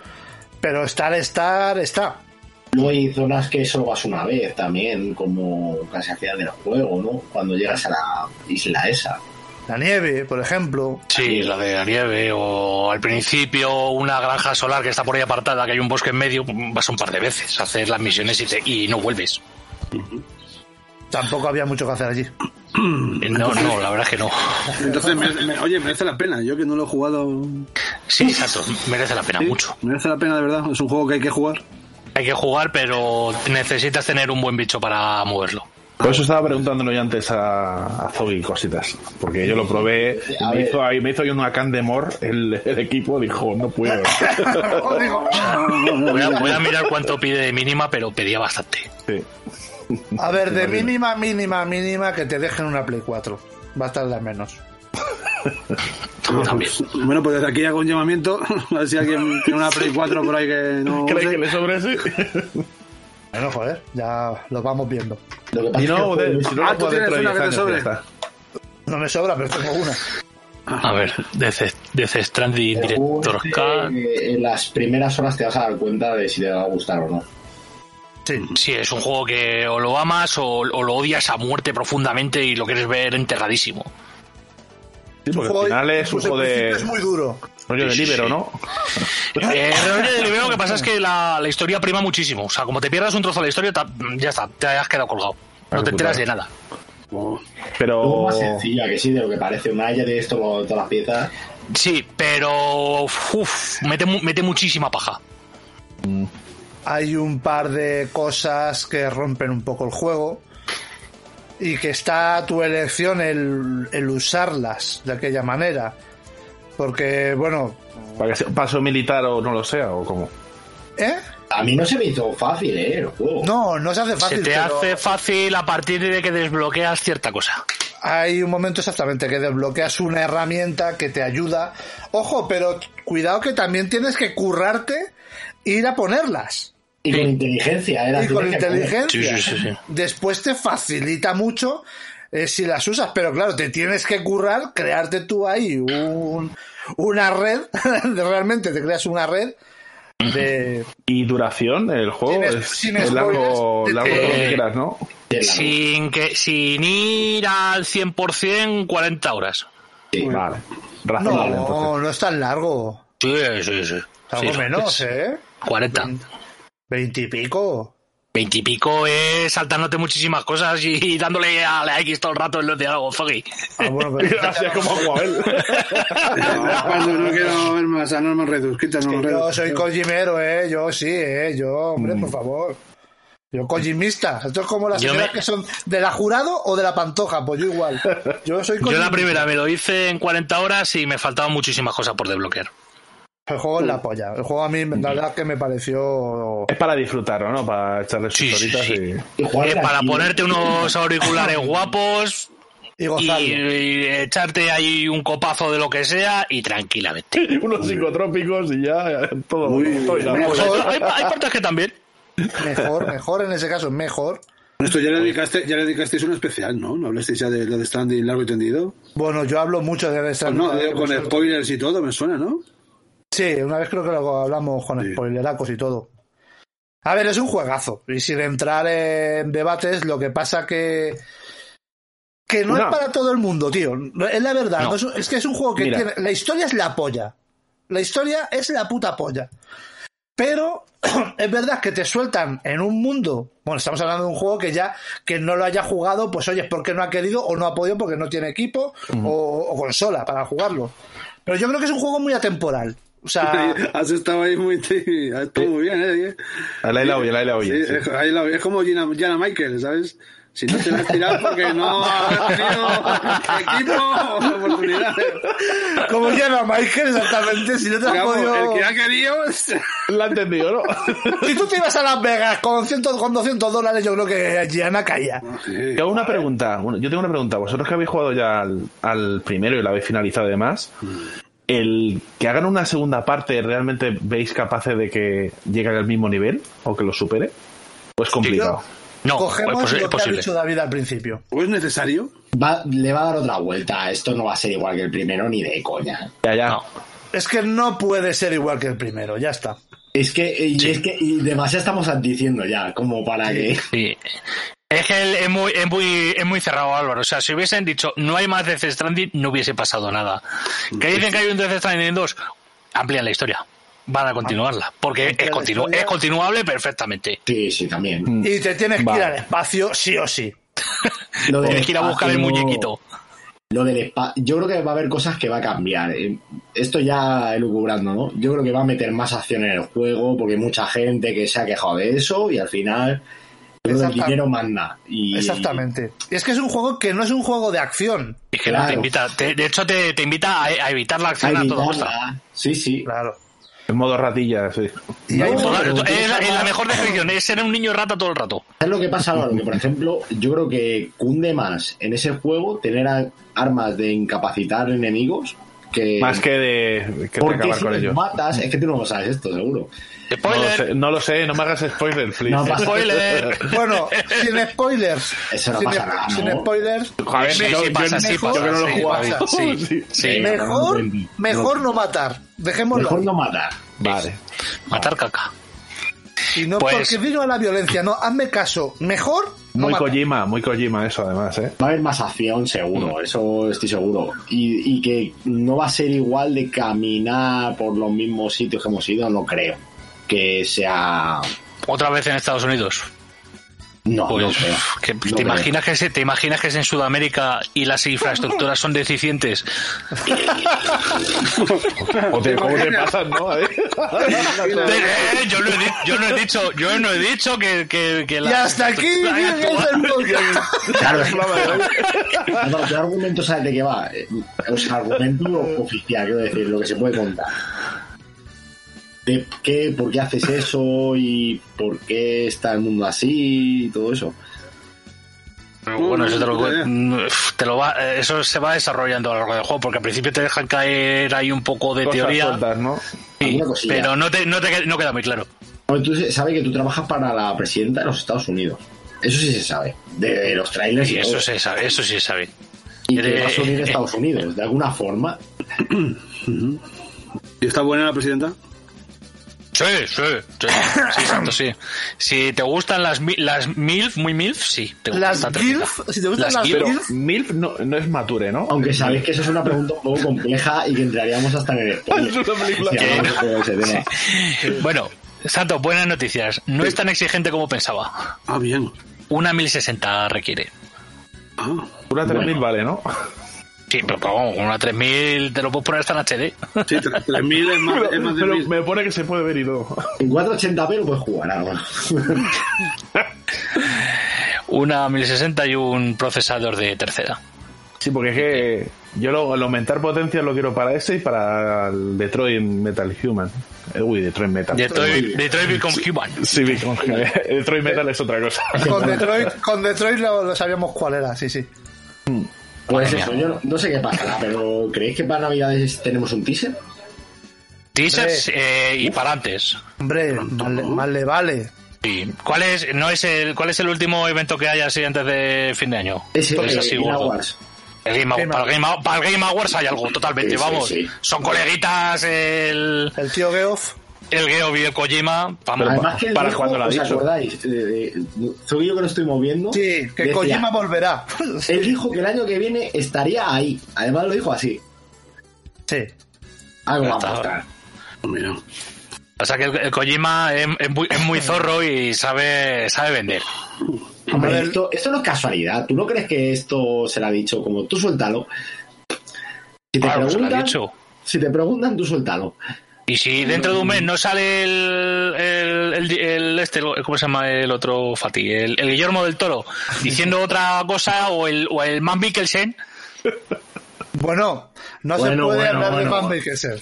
Speaker 1: pero estar, estar, está.
Speaker 5: Luego hay zonas que solo vas una vez también, como casi al final del juego, ¿no? Cuando llegas a la isla esa.
Speaker 1: La nieve, por ejemplo.
Speaker 4: Sí, la de la nieve, o al principio una granja solar que está por ahí apartada, que hay un bosque en medio, vas un par de veces a hacer las misiones y, te- y no vuelves.
Speaker 1: Tampoco había mucho que hacer allí.
Speaker 4: No, no, la verdad es que no.
Speaker 3: Entonces, merece- me- oye, merece la pena. Yo que no lo he jugado.
Speaker 4: Sí, exacto, merece la pena
Speaker 3: ¿sí?
Speaker 4: mucho.
Speaker 3: Merece la pena, de verdad. Es un juego que hay que jugar.
Speaker 4: Hay que jugar, pero necesitas tener un buen bicho para moverlo.
Speaker 2: Por eso estaba preguntándolo yo antes a, a Zogi cositas. Porque yo lo probé, y
Speaker 5: A
Speaker 2: me
Speaker 5: ver.
Speaker 2: hizo, ahí- me hizo ahí una can de mor el, el equipo, dijo, no puedo.
Speaker 4: Voy a, voy a mirar cuánto pide de mínima, pero pedía bastante.
Speaker 2: Sí.
Speaker 1: A ver, de
Speaker 2: Imagino.
Speaker 1: mínima, mínima, mínima, que te dejen una Play 4. Va a estar la menos.
Speaker 4: También.
Speaker 3: Bueno, pues desde aquí hago un llamamiento. A ver si alguien tiene una Play 4 por ahí que no.
Speaker 2: ¿Cree
Speaker 3: use.
Speaker 2: que le sobre ese?
Speaker 1: Bueno, joder, ya lo vamos viendo.
Speaker 5: Lo que pasa
Speaker 2: Y
Speaker 5: es que el
Speaker 2: no,
Speaker 5: juego
Speaker 2: de-
Speaker 5: es-
Speaker 2: si no
Speaker 3: Ah,
Speaker 2: lo
Speaker 3: tú
Speaker 2: juegas
Speaker 3: tienes
Speaker 2: dentro de
Speaker 3: una
Speaker 2: 10
Speaker 3: que te
Speaker 2: años,
Speaker 3: sobre.
Speaker 2: ya está.
Speaker 1: No me sobra, pero tengo una.
Speaker 4: A ver, Death, Death Stranding,
Speaker 5: el juego
Speaker 4: Director
Speaker 5: este,
Speaker 4: Cut.
Speaker 5: eh, en las primeras horas te vas a dar cuenta de si te va a gustar o no.
Speaker 1: Sí.
Speaker 4: Sí, es un juego que o lo amas o, o lo odias a muerte profundamente y lo quieres ver enterradísimo.
Speaker 2: Sí, porque al final es un
Speaker 1: pues el
Speaker 2: juego de
Speaker 1: principio Es muy duro.
Speaker 2: rollo de
Speaker 4: Sí, sí,
Speaker 2: libero,
Speaker 4: sí.
Speaker 2: ¿no?
Speaker 4: Eh, realmente, lo primero que pasa es que la, la historia prima muchísimo. O sea, como te pierdas un trozo de la historia, ta- ya está, te has quedado colgado.
Speaker 2: Ah,
Speaker 4: No
Speaker 2: qué
Speaker 4: te enteras
Speaker 2: putada.
Speaker 4: de nada.
Speaker 5: Luego
Speaker 4: Oh.
Speaker 2: Pero
Speaker 5: más sencilla que sí, de lo que parece una haya de esto, lo- todas las piezas.
Speaker 4: Sí, pero uf, mete, mu- mete muchísima paja.
Speaker 1: Hay un par de cosas que rompen un poco el juego y que está a tu elección el, el usarlas de aquella manera. Porque, bueno,
Speaker 2: para que sea un paso militar o no lo sea, o como.
Speaker 1: ¿eh?
Speaker 5: A mí no se me hizo fácil, ¿eh? El juego.
Speaker 1: No, no se hace fácil.
Speaker 4: Se te
Speaker 1: pero
Speaker 4: hace fácil a partir de que desbloqueas cierta cosa.
Speaker 1: Hay un momento exactamente que desbloqueas una herramienta que te ayuda. Ojo, pero cuidado que también tienes que currarte e ir a ponerlas.
Speaker 5: Y con inteligencia, era
Speaker 1: y con inteligencia.
Speaker 4: Sí, sí, sí, sí.
Speaker 1: Después te facilita mucho eh, si las usas, pero claro, te tienes que currar, crearte tú ahí un, una red, de- realmente te creas una red de...
Speaker 2: Y duración, el juego
Speaker 1: Sin
Speaker 2: es,
Speaker 1: es- sin
Speaker 2: es largo,
Speaker 1: spoilers,
Speaker 2: largo como
Speaker 4: eh,
Speaker 2: quieras, ¿no?
Speaker 4: Sin, que, sin ir al 100%, 40 horas.
Speaker 2: Vale. Razonable, entonces.
Speaker 1: No, no es tan largo.
Speaker 4: Sí, sí, sí.
Speaker 1: es Algo
Speaker 4: Sí,
Speaker 1: menos,
Speaker 4: sí.
Speaker 1: ¿eh?
Speaker 4: 40.
Speaker 1: Veintipico.
Speaker 4: 20 y pico es saltándote muchísimas cosas y dándole a la X todo el rato en los diálogos, Foggy.
Speaker 1: Ah, bueno, pero-
Speaker 2: Así es como juega él.
Speaker 3: Ah, Cuando no quiero ver más a Norman Redus, quita
Speaker 1: Que
Speaker 3: Norman
Speaker 1: yo
Speaker 3: Redus.
Speaker 1: soy Kojimero, eh, yo sí, eh, yo, hombre,
Speaker 2: Mm.
Speaker 1: por favor. Yo Kojimista. Esto es como las
Speaker 4: Yo
Speaker 1: señoras
Speaker 4: me-
Speaker 1: que son de la jurado o de la pantoja, pues yo igual. Yo soy
Speaker 4: Yo la
Speaker 1: Kojimista.
Speaker 4: primera me lo hice en 40 horas y me faltaban muchísimas cosas por desbloquear.
Speaker 1: El juego es la polla. El juego a mí, la verdad, que me pareció.
Speaker 2: Es para disfrutar, ¿no? Para echarle sus
Speaker 4: Sí, sí,
Speaker 2: horitas
Speaker 4: sí.
Speaker 2: y.
Speaker 5: Y jugar
Speaker 4: Eh,
Speaker 5: era
Speaker 4: para
Speaker 5: así,
Speaker 4: ponerte unos auriculares guapos
Speaker 1: Y
Speaker 4: y, eh,
Speaker 1: gozarlo.
Speaker 4: y echarte ahí un copazo de lo que sea y tranquilamente.
Speaker 2: unos psicotrópicos y ya todo. todo ya.
Speaker 4: Pues hay, hay- hay partes que también.
Speaker 1: Mejor, mejor en ese caso, mejor.
Speaker 3: Esto ya le, dedicaste, ya le dedicasteis un especial, ¿no? ¿No hablasteis ya de lo de Standing largo y tendido?
Speaker 1: Bueno, yo hablo mucho de esa.
Speaker 3: Pues no, digo, con spoilers y todo, me suena, ¿no?
Speaker 1: Sí, una vez creo que lo hablamos con spoileracos y todo. A ver, es un juegazo. Y sin entrar en debates, lo que pasa que. Que no,
Speaker 2: No.
Speaker 1: es para todo el mundo, tío. No, Es la verdad.
Speaker 4: No.
Speaker 1: no es, un- es que es un juego que
Speaker 2: Mira.
Speaker 1: tiene. La historia es la polla. La historia es la puta polla. Pero es verdad que te sueltan en un mundo. Bueno, estamos hablando de un juego que ya que no lo haya jugado, pues oye, es porque no ha querido o no ha podido porque no tiene equipo o, o consola para jugarlo. Pero yo creo que es un juego muy atemporal. O sea,
Speaker 3: Has estado ahí muy, has estado muy bien, ¿eh?
Speaker 2: El Ayla oye, el Ayla
Speaker 3: Sí,
Speaker 2: oye. sí.
Speaker 3: es, ahí la- es como Gina, Jana Michael, ¿sabes? Si no te la has tirado porque no has tenido equipo o oportunidades.
Speaker 1: como ya no, Michael, exactamente, si no te has
Speaker 3: Digamos,
Speaker 1: podido.
Speaker 3: El que ha querido. es-
Speaker 2: La ha entendido, ¿no?
Speaker 1: Si tú te ibas a Las Vegas con, 100 con 200 dólares, yo creo que Gianna caía.
Speaker 2: Te hago una pregunta. bueno, Yo tengo una pregunta. Vosotros que habéis jugado ya al, al primero y lo habéis finalizado además, el que hagan una segunda parte, ¿realmente veis capaces de que llegue al mismo nivel o que lo supere? Pues complicado.
Speaker 4: No,
Speaker 1: Cogemos
Speaker 4: pues, es
Speaker 1: lo que ha
Speaker 4: posible.
Speaker 1: dicho David al principio.
Speaker 3: ¿O es necesario?
Speaker 5: va- le va a dar otra vuelta. Esto no va a ser igual que el primero ni de coña.
Speaker 2: Ya, ya.
Speaker 4: No.
Speaker 1: Es que no puede ser igual que el primero, ya está.
Speaker 5: Es que, eh, y es que, y demás ya estamos diciendo ya, como para que.
Speaker 4: Sí. Es que él es muy, es, muy, es muy cerrado, Álvaro. O sea, si hubiesen dicho no hay más Death Stranding, no hubiese pasado nada. Que dicen que hay un Death Stranding 2, amplían la historia. Van a continuarla. Porque es, continu- es continuable perfectamente.
Speaker 5: Sí, sí,
Speaker 4: Mm.
Speaker 5: también.
Speaker 1: Y te tienes que
Speaker 2: Vale.
Speaker 1: ir al espacio sí o sí.
Speaker 5: Lo del
Speaker 4: Tienes que ir a buscar el
Speaker 5: espacio-
Speaker 4: muñequito.
Speaker 5: Lo del spa, yo creo que va a haber cosas que va a cambiar. Eh, Esto ya elucubrando, ¿no? Yo creo que va a meter más acción en el juego porque hay mucha gente que se ha quejado de eso y al final yo creo que el
Speaker 1: Exacta-
Speaker 5: dinero manda. Y,
Speaker 1: Exactamente. Y es que es un juego que no es un juego de acción.
Speaker 4: Y que
Speaker 5: Claro.
Speaker 4: no te invita, te- de hecho te, te invita a, a evitar la
Speaker 5: Hay
Speaker 4: acción a toda costa.
Speaker 5: Sí, sí.
Speaker 1: Claro.
Speaker 2: En modo ratilla, sí.
Speaker 1: Y hay-
Speaker 5: No.
Speaker 4: Total,
Speaker 5: pero tú
Speaker 4: es, la-
Speaker 5: sabes-
Speaker 4: es la mejor descripción, es ser un niño rata todo el rato.
Speaker 5: ¿Sabes lo que pasa ahora? Que, por ejemplo, yo creo que cunde más en ese juego tener a- armas de incapacitar enemigos que...
Speaker 2: Más que de, que de
Speaker 5: Eh, porque
Speaker 2: acabar
Speaker 5: si
Speaker 2: con
Speaker 5: los
Speaker 2: ellos.
Speaker 5: matas, es que tú no lo sabes esto, seguro.
Speaker 2: No lo,
Speaker 4: Spoiler,
Speaker 2: sé, no lo sé, no me hagas spoiler, please.
Speaker 5: No pasa-
Speaker 4: spoiler.
Speaker 1: Bueno, sin spoilers.
Speaker 5: Eso no
Speaker 1: sin,
Speaker 5: pasa nada,
Speaker 1: sin
Speaker 5: ¿no?
Speaker 1: spoilers.
Speaker 2: Joder,
Speaker 4: Sí,
Speaker 2: yo-
Speaker 4: sí,
Speaker 2: yo-
Speaker 4: pasa, sí,
Speaker 2: yo
Speaker 1: pasa,
Speaker 2: que no lo he
Speaker 1: sí,
Speaker 2: jugado.
Speaker 1: pasa,
Speaker 4: sí. Sí.
Speaker 5: Venga, no
Speaker 1: Mejor,
Speaker 5: cuente.
Speaker 1: mejor no matar. Dejémoslo.
Speaker 5: Mejor
Speaker 1: ahí.
Speaker 5: no matar.
Speaker 2: Vale.
Speaker 4: Matar caca.
Speaker 1: Y no
Speaker 4: Pues-
Speaker 1: porque vino a la violencia, no, hazme caso. Mejor no
Speaker 2: Muy
Speaker 1: matar.
Speaker 2: Kojima, muy Kojima eso además, ¿eh?
Speaker 5: Va a haber más acción,
Speaker 4: Mm.
Speaker 5: seguro, eso estoy seguro. Y, y que no va a ser igual de caminar por los mismos sitios que hemos ido, no creo. Que sea.
Speaker 4: Otra vez en Estados Unidos.
Speaker 5: No, no
Speaker 4: Pues,
Speaker 5: creo.
Speaker 4: que-
Speaker 5: No
Speaker 4: ¿te,
Speaker 5: creo.
Speaker 4: imaginas que se, ¿Te imaginas que es en Sudamérica y las infraestructuras son deficientes?
Speaker 2: O te, ¿Cómo te pasas, no? A ver.
Speaker 4: Eh, eh, yo, no he, di- yo no he dicho, yo no he dicho que, que, que
Speaker 1: Y hasta aquí
Speaker 4: infraestructura
Speaker 1: llega el
Speaker 4: actual-
Speaker 1: podcast.
Speaker 5: Claro, Álvaro, ¿qué argumento sabes de qué va? Eh, O sea, argumento oficial, quiero decir, lo que se puede contar. ¿De qué? ¿Por qué haces eso? ¿Y por qué está el mundo así? Y todo eso.
Speaker 4: Pero bueno, eso te
Speaker 3: No, no,
Speaker 4: lo, Mm, te lo va, eh, eso se va desarrollando a lo largo del juego, porque al principio te dejan caer ahí un poco de
Speaker 2: Cosas
Speaker 4: teoría,
Speaker 2: sueltas, ¿no?
Speaker 4: sí,
Speaker 5: Alguna cosilla.
Speaker 4: pero no, te, no, te, queda- no queda muy claro.
Speaker 5: Bueno, tú sabes que tú trabajas para la presidenta de los Estados Unidos. Eso sí se sabe. De, de los trailers
Speaker 4: Y
Speaker 5: y,
Speaker 4: eso
Speaker 5: todo.
Speaker 4: se sabe, eso sí se sabe.
Speaker 5: Y que va a
Speaker 4: Eh,
Speaker 5: subir
Speaker 4: eh,
Speaker 5: Estados Unidos, de alguna forma.
Speaker 3: ¿Y está buena la presidenta?
Speaker 4: Sí, sí, sí, sí, exacto, sí. Si te gustan las, mi- las MILF, muy MILF, sí. te
Speaker 1: Las
Speaker 4: gustan
Speaker 1: GILF, si te gustan
Speaker 4: Las
Speaker 1: las
Speaker 4: GILF.
Speaker 2: Pero
Speaker 1: GILF,
Speaker 2: MILF no, no es mature, ¿no?
Speaker 5: Aunque sabéis que eso es una pregunta un poco compleja y que entraríamos hasta en el spoiler.
Speaker 2: Es una película.
Speaker 5: Sí, hablamos un poco de ese tema.
Speaker 4: Bueno, Santo, buenas noticias. No es tan exigente como pensaba.
Speaker 3: Ah, bien.
Speaker 4: Una 1060 requiere.
Speaker 3: Ah.
Speaker 2: Una 3000 vale, ¿no?
Speaker 4: Sí, pero vamos, con una 3000 te lo puedes poner hasta en HD.
Speaker 3: Sí, tre- 3000 es más, es
Speaker 2: Pero,
Speaker 3: más de
Speaker 2: pero
Speaker 3: 1000.
Speaker 2: me pone que se puede ver y todo.
Speaker 5: En 480p lo puedes jugar ah, ahora.
Speaker 4: Una 1060 y un procesador de tercera.
Speaker 2: Sí, porque es que yo lo, el aumentar potencia lo quiero para ese y para el Detroit Metal Human. Eh, Uy, Detroit Metal.
Speaker 4: Detroit, Detroit Become Human.
Speaker 2: Sí, vi con- Detroit Metal es otra cosa.
Speaker 1: con Detroit, con Detroit lo, lo sabíamos cuál era, sí, sí.
Speaker 5: Pues
Speaker 4: Madre
Speaker 5: eso,
Speaker 4: mía.
Speaker 5: yo no, no sé qué pasa, pero ¿creéis que para Navidades tenemos un teaser?
Speaker 4: Teasers eh, y para antes.
Speaker 1: Hombre, más le, más le vale.
Speaker 4: Sí. ¿Cuál es, no es el, ¿Cuál es el último evento que hay así antes de fin de año?
Speaker 5: Ese eh,
Speaker 4: Pues
Speaker 5: el
Speaker 4: así,
Speaker 5: Game
Speaker 4: gordo.
Speaker 5: Awards.
Speaker 4: El Game Aw-
Speaker 1: Game
Speaker 4: para, el Game, Aw- para el Game Awards hay algo totalmente,
Speaker 5: Sí, sí,
Speaker 4: vamos.
Speaker 5: sí.
Speaker 4: Son coleguitas el,
Speaker 1: El tío Geoff.
Speaker 4: el Geo y el Kojima. Vamos,
Speaker 5: Además que el
Speaker 2: para
Speaker 5: viejo,
Speaker 2: cuando la
Speaker 5: ¿os
Speaker 2: aviso.
Speaker 5: acordáis? Eh, eh, soy yo que lo estoy moviendo.
Speaker 1: Sí, que
Speaker 5: Decía,
Speaker 1: Kojima volverá.
Speaker 5: Él dijo que el año que viene estaría ahí. Además lo dijo así.
Speaker 1: Sí.
Speaker 5: Algo
Speaker 4: Ya
Speaker 5: va a
Speaker 4: está.
Speaker 5: mostrar.
Speaker 3: Mira.
Speaker 4: O sea que el, el Kojima es, es muy, es muy zorro y sabe, sabe vender.
Speaker 5: Hombre,
Speaker 1: Hombre,
Speaker 5: esto, esto no es casualidad. ¿Tú no crees que esto se lo ha dicho como tú suéltalo? Si te,
Speaker 4: Claro, Ah, pues se lo ha
Speaker 5: preguntan,
Speaker 4: dicho.
Speaker 5: si te preguntan, tú suéltalo.
Speaker 4: Y si dentro de un mes no sale el, el, el- el este, el- ¿cómo se llama el otro Fati? El, el Guillermo del Toro diciendo otra cosa o el, o el Man Mikkelsen,
Speaker 1: Bueno, no se
Speaker 5: Bueno,
Speaker 1: puede
Speaker 5: bueno,
Speaker 1: hablar de
Speaker 5: bueno,
Speaker 1: Van
Speaker 5: bueno.
Speaker 1: Mikkelsen.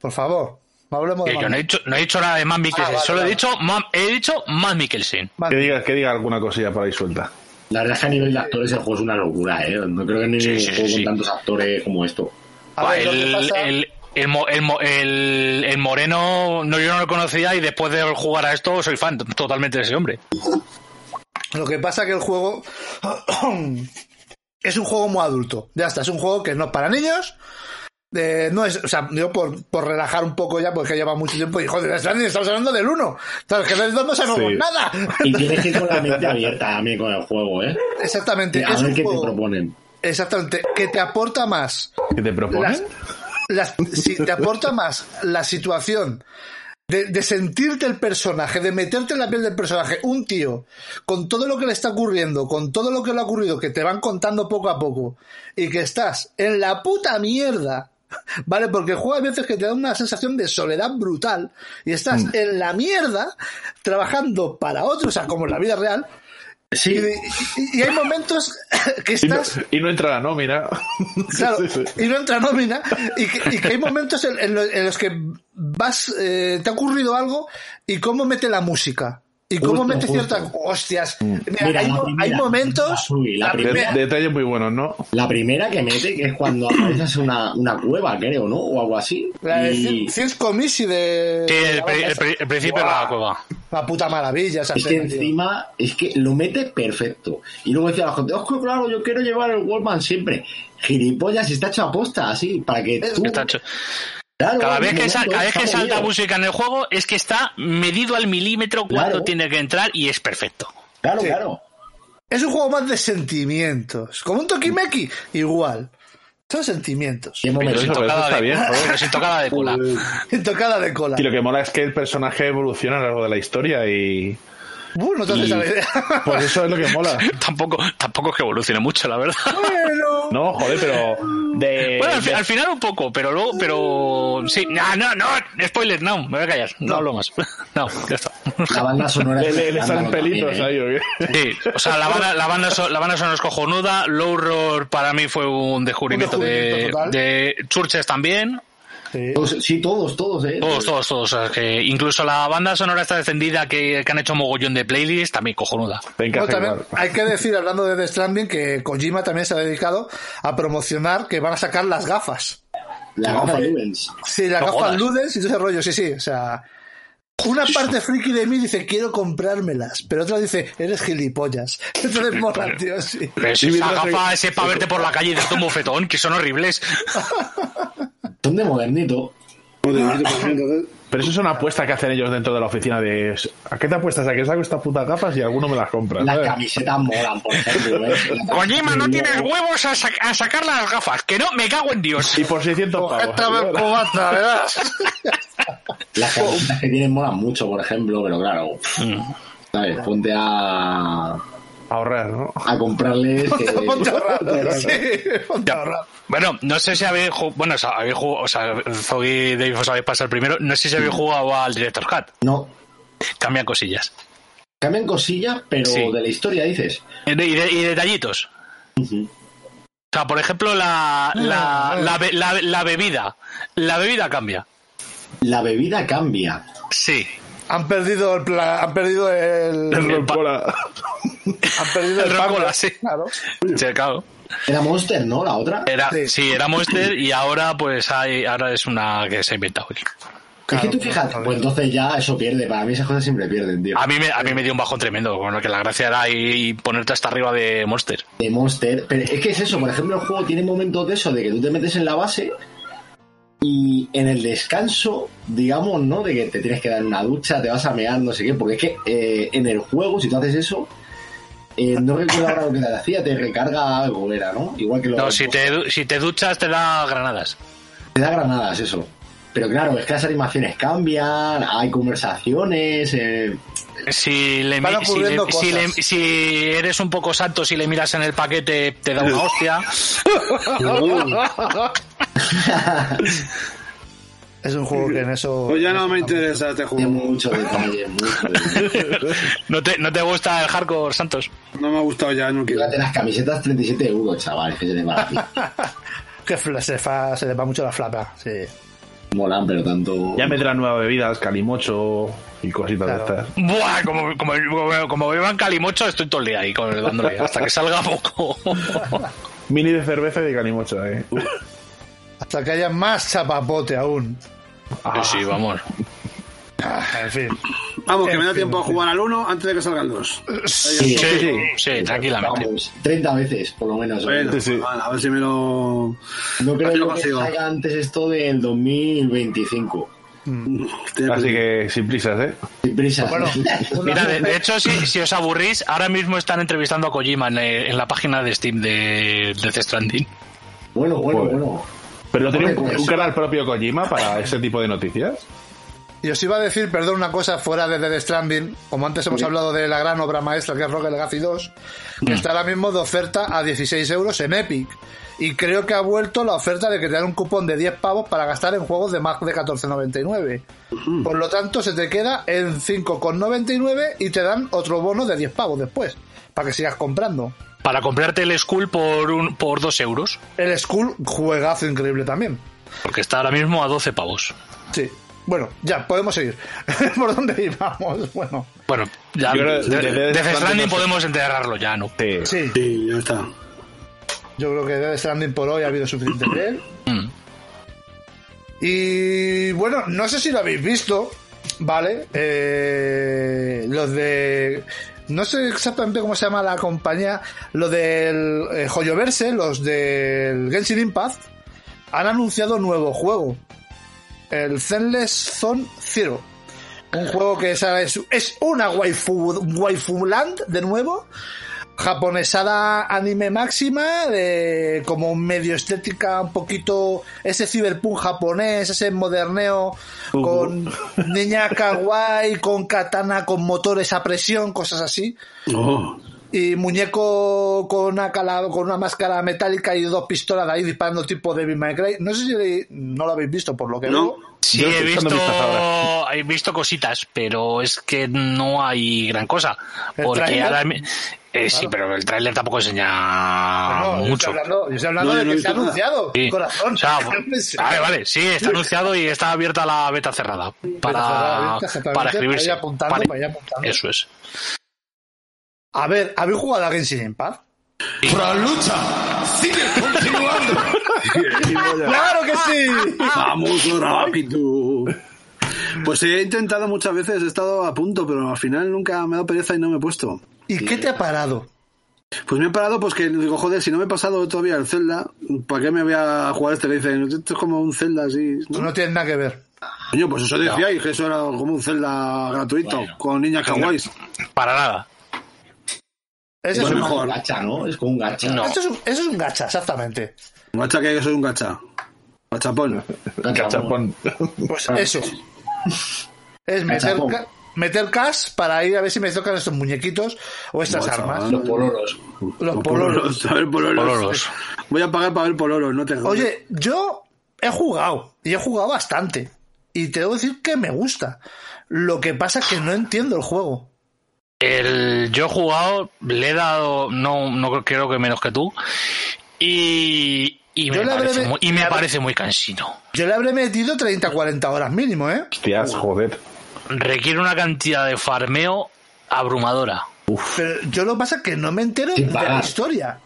Speaker 1: Por favor, no hablemos de
Speaker 4: que yo
Speaker 1: Van
Speaker 4: no he dicho, no he dicho nada de Man Mikkelsen,
Speaker 1: Ah, vale,
Speaker 4: solo
Speaker 1: vale.
Speaker 4: he dicho Man, he dicho Man Mikkelsen.
Speaker 2: Que
Speaker 1: Mikkelsen.
Speaker 2: diga, que diga alguna cosilla por ahí suelta.
Speaker 5: La verdad es que a nivel de actores el juego es una locura, ¿eh? No creo que ni
Speaker 4: Sí,
Speaker 5: ningún
Speaker 4: sí,
Speaker 5: juego
Speaker 4: sí.
Speaker 5: con tantos actores como esto.
Speaker 1: A ver, lo que
Speaker 4: el,
Speaker 1: pasa-
Speaker 4: el, el, mo- el mo- el- el moreno no yo no lo conocía y después de jugar a esto soy fan totalmente de ese hombre.
Speaker 1: Eh, Lo que pasa que el juego es un juego muy adulto. Ya está, es un juego que no es para niños eh, no es, o sea, yo por, por relajar un poco ya, porque lleva mucho tiempo, y joder, Stranding estamos hablando del 1. Sabes que del 2 no sabemos
Speaker 2: Sí.
Speaker 1: nada.
Speaker 5: Y tienes que ir con la mente abierta también con el juego, ¿eh?
Speaker 1: Exactamente.
Speaker 5: A
Speaker 1: Este es
Speaker 5: ver
Speaker 1: un
Speaker 5: qué te
Speaker 1: juego-
Speaker 5: proponen.
Speaker 1: Exactamente. Que te aporta más.
Speaker 2: ¿Qué te propones?
Speaker 1: Las, si te aporta más la situación de, de sentirte el personaje, de meterte en la piel del personaje, un tío, con todo lo que le está ocurriendo, con todo lo que le ha ocurrido, que te van contando poco a poco, y que estás en la puta mierda, ¿vale? Porque el juego hay veces que te da una sensación de soledad brutal, y estás
Speaker 2: Mm.
Speaker 1: en la mierda trabajando para otros, o sea, como en la vida real, y,
Speaker 5: Sí,
Speaker 1: y- y hay momentos que
Speaker 2: Y no,
Speaker 1: estás
Speaker 2: y no entra la nómina.
Speaker 1: Claro,
Speaker 2: Sí, sí, sí.
Speaker 1: y no entra nómina, y que, y que hay momentos en, en lo- en los que vas, eh, te ha ocurrido algo, y cómo mete la música. Y cómo
Speaker 5: Justo,
Speaker 1: mete
Speaker 5: justo.
Speaker 1: ciertas. Hostias. Mira,
Speaker 5: Mira,
Speaker 1: hay,
Speaker 5: la
Speaker 1: mo-
Speaker 5: primera,
Speaker 1: hay momentos.
Speaker 5: la- uy, la
Speaker 1: la
Speaker 5: primera.
Speaker 1: primera-
Speaker 2: De- detalles muy buenos, ¿no?
Speaker 5: la primera que mete, que es cuando apareces en una, una cueva, creo, ¿no? O algo así.
Speaker 1: la de
Speaker 5: Y-
Speaker 1: Cien- Cien Comisi de.
Speaker 4: Sí,
Speaker 1: de
Speaker 4: el,
Speaker 1: la
Speaker 4: pri-
Speaker 1: banda
Speaker 4: el
Speaker 1: esa.
Speaker 4: pri- el principio
Speaker 1: Guau,
Speaker 4: era la cueva.
Speaker 1: Una puta maravilla esa
Speaker 5: Es que
Speaker 1: escena, tío.
Speaker 5: encima, es que lo mete perfecto. Y luego decía la gente, "Oh, claro, yo quiero llevar el Wallman siempre. Gilipollas, está hecho aposta, así, para que
Speaker 1: Uh,
Speaker 5: tú...
Speaker 4: Está hecho-
Speaker 5: Claro,
Speaker 4: Cada vez
Speaker 5: en
Speaker 4: que,
Speaker 5: un
Speaker 4: sal-
Speaker 5: momento
Speaker 4: cada vez
Speaker 5: está
Speaker 4: que salta
Speaker 5: medido.
Speaker 4: música en el juego es que está medido al milímetro cuando
Speaker 5: Claro.
Speaker 4: tiene que entrar y es perfecto.
Speaker 5: Claro,
Speaker 1: Sí.
Speaker 5: claro.
Speaker 1: Es un juego más de sentimientos. Como un Tokimeki, igual. Son sentimientos.
Speaker 5: Qué
Speaker 4: Pero
Speaker 5: momento.
Speaker 4: sin
Speaker 2: eso
Speaker 4: tocada
Speaker 2: está
Speaker 4: de-
Speaker 2: bien, joder.
Speaker 4: pero sin tocada de cola.
Speaker 1: Uh. Tocada de cola.
Speaker 2: Y lo que mola es que el personaje evoluciona a lo largo de la historia y.
Speaker 1: Uh, no te haces
Speaker 2: y-
Speaker 1: a la idea.
Speaker 2: Pues eso es lo que mola.
Speaker 4: tampoco, tampoco es que evolucione mucho, la verdad.
Speaker 1: Bueno.
Speaker 2: No, joder, pero. De,
Speaker 4: Bueno, al, fi-
Speaker 2: de-
Speaker 4: al final un poco, pero luego, pero sí, no, no, no, spoiler, no, me voy a callar, no, hablo más. No, ya está.
Speaker 5: La banda sonora...
Speaker 2: le, le- le
Speaker 5: está
Speaker 2: salen
Speaker 5: andando
Speaker 2: pelitos
Speaker 5: también, ¿eh?
Speaker 2: ahí, ¿o qué?
Speaker 4: Sí, o sea, la banda, la banda, so- la banda sonora es cojonuda, Low Roar para mí fue un descubrimiento,
Speaker 1: Un descubrimiento total.
Speaker 4: de, de Churches también,
Speaker 1: Sí.
Speaker 5: Todos- sí, todos, todos, ¿eh?
Speaker 4: todos, todos, todos, o sea, que incluso la banda sonora está descendida que, que han hecho mogollón de playlists, también cojonuda.
Speaker 2: Te
Speaker 1: Bueno,
Speaker 2: encaja
Speaker 1: también
Speaker 2: igual.
Speaker 1: hay que decir, hablando de The Stranding, que Kojima también se ha dedicado a promocionar que van a sacar las gafas.
Speaker 5: La gafa de Lubens.
Speaker 1: Sí, las
Speaker 4: No
Speaker 1: gafas
Speaker 4: jodas.
Speaker 1: Ludens y todo ese rollo, sí, sí. O sea, una parte friki de mí dice, quiero comprármelas, pero otra dice, eres gilipollas. Entonces mola, tío, sí.
Speaker 4: Pero
Speaker 2: Y
Speaker 4: si esa
Speaker 2: mientras-
Speaker 4: gafa ese para verte por la calle y darte un bofetón, que son horribles.
Speaker 5: Son de modernito.
Speaker 2: Pero eso es una apuesta que hacen ellos dentro de la oficina de ¿a qué te apuestas? ¿A que saco estas putas gafas y alguno me las compra?
Speaker 5: Las
Speaker 2: ¿sabes?
Speaker 5: camisetas molan, por ejemplo, ¿eh? La-
Speaker 4: Pues Kojima, no tienes huevos a, sac- a sacar las gafas, que no, me cago en Dios.
Speaker 2: Y por 600 pavos.
Speaker 1: Esta vez cubata, ¿verdad?
Speaker 5: Las camisetas que tienen molan mucho, por ejemplo, pero claro...
Speaker 4: Mm.
Speaker 5: ¿Sabes? Ponte a...
Speaker 2: Ahorrar, ¿no?
Speaker 5: a comprarles... eh,
Speaker 1: Ponte a ahorrar, sí, ponte a
Speaker 4: Ya.
Speaker 1: ahorrar.
Speaker 4: Bueno, no sé si habéis jugado. Bueno, o sea, habéis jugado. O sea, Zogi Dave os habéis pasado el primero. No sé si habéis jugado al Director Cat.
Speaker 5: No,
Speaker 4: Cambian cosillas.
Speaker 5: Cambian cosillas, pero
Speaker 4: Sí.
Speaker 5: de la historia dices.
Speaker 4: Y, Eh, de- y de- y detallitos. O sea, por ejemplo, la, la, la, be- la- la bebida. La bebida cambia.
Speaker 5: La bebida cambia.
Speaker 4: Sí.
Speaker 1: Han perdido el pla- han perdido el,
Speaker 2: El
Speaker 4: pa-
Speaker 2: Roncola.
Speaker 1: han perdido
Speaker 4: el
Speaker 1: pan,
Speaker 4: Roncola,
Speaker 1: ¿no?
Speaker 4: sí.
Speaker 1: Claro.
Speaker 4: Sí, claro.
Speaker 5: Era Monster, ¿no? La otra.
Speaker 4: Era,
Speaker 1: Sí.
Speaker 4: sí. era Monster y ahora pues hay, ahora es una que se ha inventado. él.
Speaker 5: es que tú fíjate, pues entonces ya eso pierde. Para mí esas cosas siempre pierden, tío.
Speaker 4: A mí me, a mí me dio un bajón tremendo, con lo que la gracia era y ponerte hasta arriba de Monster.
Speaker 5: De Monster. Pero es que es eso, por ejemplo, el juego tiene momentos de eso, de que tú te metes en la base y en el descanso, digamos, ¿no? De que te tienes que dar una ducha, te vas a mear, no sé qué. Porque es que eh, en el juego, si tú haces eso. eh, no recuerdo ahora lo que te hacía, te recarga algo, era, ¿no? Igual que lo
Speaker 4: No, si te, du- si te duchas te da granadas.
Speaker 5: Te da granadas eso. Pero claro, es que las animaciones cambian, hay conversaciones. eh,
Speaker 4: Si, le,
Speaker 1: Van
Speaker 4: mi- si, le-
Speaker 1: ocurriendo
Speaker 4: si le-
Speaker 1: cosas.
Speaker 4: si eres un poco santo, si le miras en el paquete, te da una hostia.
Speaker 1: Es un juego que en eso.
Speaker 3: Pues ya no me interesa este
Speaker 5: Tiene
Speaker 3: juego.
Speaker 5: mucho detalle, mucho detalle.
Speaker 4: ¿No te, ¿No te gusta el hardcore, Santos?
Speaker 3: No me ha gustado ya, no quiero.
Speaker 5: Fíjate, las camisetas 37 euros, chaval, que se le va a
Speaker 1: Que fla- se, fa- se le va mucho la flapa, sí.
Speaker 5: Molan, pero tanto.
Speaker 2: Ya meterán nuevas bebidas, calimocho y cositas de
Speaker 1: Claro.
Speaker 2: estas.
Speaker 4: Buah, como, como, como, como beban calimocho, estoy todo el día ahí con- dándole hasta que salga poco.
Speaker 2: Mini de cerveza y de calimocho, ¿eh?
Speaker 1: Hasta que haya más chapapote aún.
Speaker 4: Yo sí, vamos.
Speaker 1: En fin.
Speaker 3: Vamos, que me da tiempo a jugar al 1 antes de que salga el 2.
Speaker 5: Sí,
Speaker 4: Sí, sí, tranquilamente.
Speaker 5: vamos, 30 veces por lo menos.
Speaker 3: Bueno,
Speaker 2: Sí, sí.
Speaker 3: bueno, a ver si me lo.
Speaker 5: no
Speaker 3: a ver
Speaker 5: creo
Speaker 3: si lo
Speaker 5: yo que
Speaker 3: consigo.
Speaker 5: salga antes esto del 2025.
Speaker 3: Tiene
Speaker 2: Así que sin prisas, ¿eh?
Speaker 5: Sin prisa.
Speaker 1: Bueno, una-
Speaker 4: Mira, de, de hecho, si, si os aburrís, ahora mismo están entrevistando a Kojima en, eh, en la página de Steam de, de Death Stranding.
Speaker 5: bueno, bueno,
Speaker 2: Joder.
Speaker 5: bueno.
Speaker 2: Pero no tiene
Speaker 5: Hombre,
Speaker 2: un,
Speaker 5: pues-
Speaker 2: un canal propio Kojima para ese tipo de noticias.
Speaker 1: Y os iba a decir, perdón, una cosa fuera de Dead Stranding, como antes hemos hablado de la gran obra maestra que es Rocket Legacy 2, que está ahora mismo de oferta a 16 euros en Epic. Y creo que ha vuelto la oferta de que te dan un cupón de 10 pavos para gastar en juegos de más de 14,99. Por lo tanto, se te queda en 5,99 y te dan otro bono de 10 pavos después, para que sigas comprando.
Speaker 4: Para comprarte el Skull por, un, por 2 euros,
Speaker 1: El Skull, juegazo increíble también.
Speaker 4: porque está ahora mismo a 12 pavos.
Speaker 1: Sí. Bueno, ya, podemos seguir. ¿Por dónde íbamos? Bueno,
Speaker 4: Bueno, ya.
Speaker 2: Yo creo-
Speaker 4: de-
Speaker 2: de- de-
Speaker 4: de
Speaker 2: de-
Speaker 4: Death Stranding
Speaker 2: no sé.
Speaker 4: podemos enterrarlo ya, ¿no?
Speaker 2: Sí.
Speaker 1: sí.
Speaker 3: Sí, ya está.
Speaker 1: Yo creo que Death Stranding por hoy ha habido suficiente de él.
Speaker 4: Mm.
Speaker 1: Y bueno, no sé si lo habéis visto, ¿vale? Eh, los de. No sé exactamente cómo se llama la compañía. Lo del eh, Joyoverse, los del Genshin Impact, han anunciado nuevo juego. El Zenless Zone Zero. Un juego que es, es, es una waifu, waifu land de nuevo japonesada anime máxima, de como medio estética, un poquito ese cyberpunk japonés, ese moderneo con niña kawaii, con katana, con motores a presión, cosas así.
Speaker 3: Oh,
Speaker 1: Y muñeco con una, cala- con una máscara metálica y dos pistolas de ahí disparando tipo Devil May Cry. No sé si le- no lo habéis visto por lo que veo.
Speaker 3: no.
Speaker 4: Sí,
Speaker 2: Yo
Speaker 4: he
Speaker 2: estoy echando vistas
Speaker 4: visto,
Speaker 2: ahora.
Speaker 4: he visto cositas, pero es que no hay gran cosa.
Speaker 1: ¿El
Speaker 4: Porque
Speaker 1: tráiler?
Speaker 4: ahora. mi- eh, Sí, pero el tráiler tampoco enseña
Speaker 1: No, yo
Speaker 4: Ah, mucho.
Speaker 1: estoy hablando, yo estoy hablando
Speaker 3: No, yo
Speaker 1: de
Speaker 3: no he
Speaker 1: que se ha
Speaker 3: visto nada.
Speaker 1: anunciado,
Speaker 4: Sí.
Speaker 1: corazón.
Speaker 4: O sea, vale, vale, sí, está anunciado y está abierta la beta cerrada para,
Speaker 1: cerrada, exactamente,
Speaker 4: para escribirse.
Speaker 1: para ir apuntando, para ir apuntando.
Speaker 4: Eso es.
Speaker 1: A ver, ¿habéis jugado a Genshin Impact? ¡Claro que sí!
Speaker 3: Vamos, rápido. Pues he intentado muchas veces, he estado a punto, pero al final nunca me ha dado pereza y no me he puesto.
Speaker 1: ¿Y qué te ha parado?
Speaker 3: Pues me he parado, pues que digo, joder, si no me he pasado todavía el Zelda, ¿para qué me voy a jugar este? Le dicen, esto es como un Zelda así.
Speaker 1: Tú
Speaker 3: ¿no?
Speaker 1: no tienes nada que ver.
Speaker 3: Coño, pues eso decía y que eso era como un Zelda gratuito, con niñas kawaiis.
Speaker 4: Para nada.
Speaker 1: Ese
Speaker 5: es
Speaker 1: es un-
Speaker 5: como
Speaker 3: mejor.
Speaker 5: un gacha, ¿no? Es como un gacha.
Speaker 4: No.
Speaker 1: Eso es, un, eso es un gacha, exactamente.
Speaker 3: Un gacha que soy un gacha. Gachapón.
Speaker 5: Gacha,
Speaker 2: Cachapón.
Speaker 1: Pues eso. Es meter,
Speaker 5: Gachapón.
Speaker 1: ca- meter cash para ir a ver si me tocan estos muñequitos o estas
Speaker 3: Buah,
Speaker 1: armas.
Speaker 3: chaval.
Speaker 5: Los poloros.
Speaker 1: Los pololos.
Speaker 3: A ver, pololos.
Speaker 4: Pololos.
Speaker 3: Voy a pagar para ver pololos, no te jodas.
Speaker 1: Oye, yo he jugado y he jugado bastante. Y te debo decir que me gusta. Lo que pasa es que no entiendo el juego.
Speaker 4: El, yo he jugado, le he dado, no, no creo que menos que tú, y, y me,
Speaker 1: Yo le habré
Speaker 4: parece
Speaker 1: de-
Speaker 4: muy, y me
Speaker 1: le habré-
Speaker 4: parece muy cansino.
Speaker 1: Yo le habré metido 30-40 horas mínimo, ¿eh?
Speaker 2: Hostias, joder.
Speaker 4: Requiere una cantidad de farmeo abrumadora.
Speaker 1: Pero yo lo que pasa es que no me entero
Speaker 5: Sin
Speaker 1: de
Speaker 5: pagar.
Speaker 1: la historia.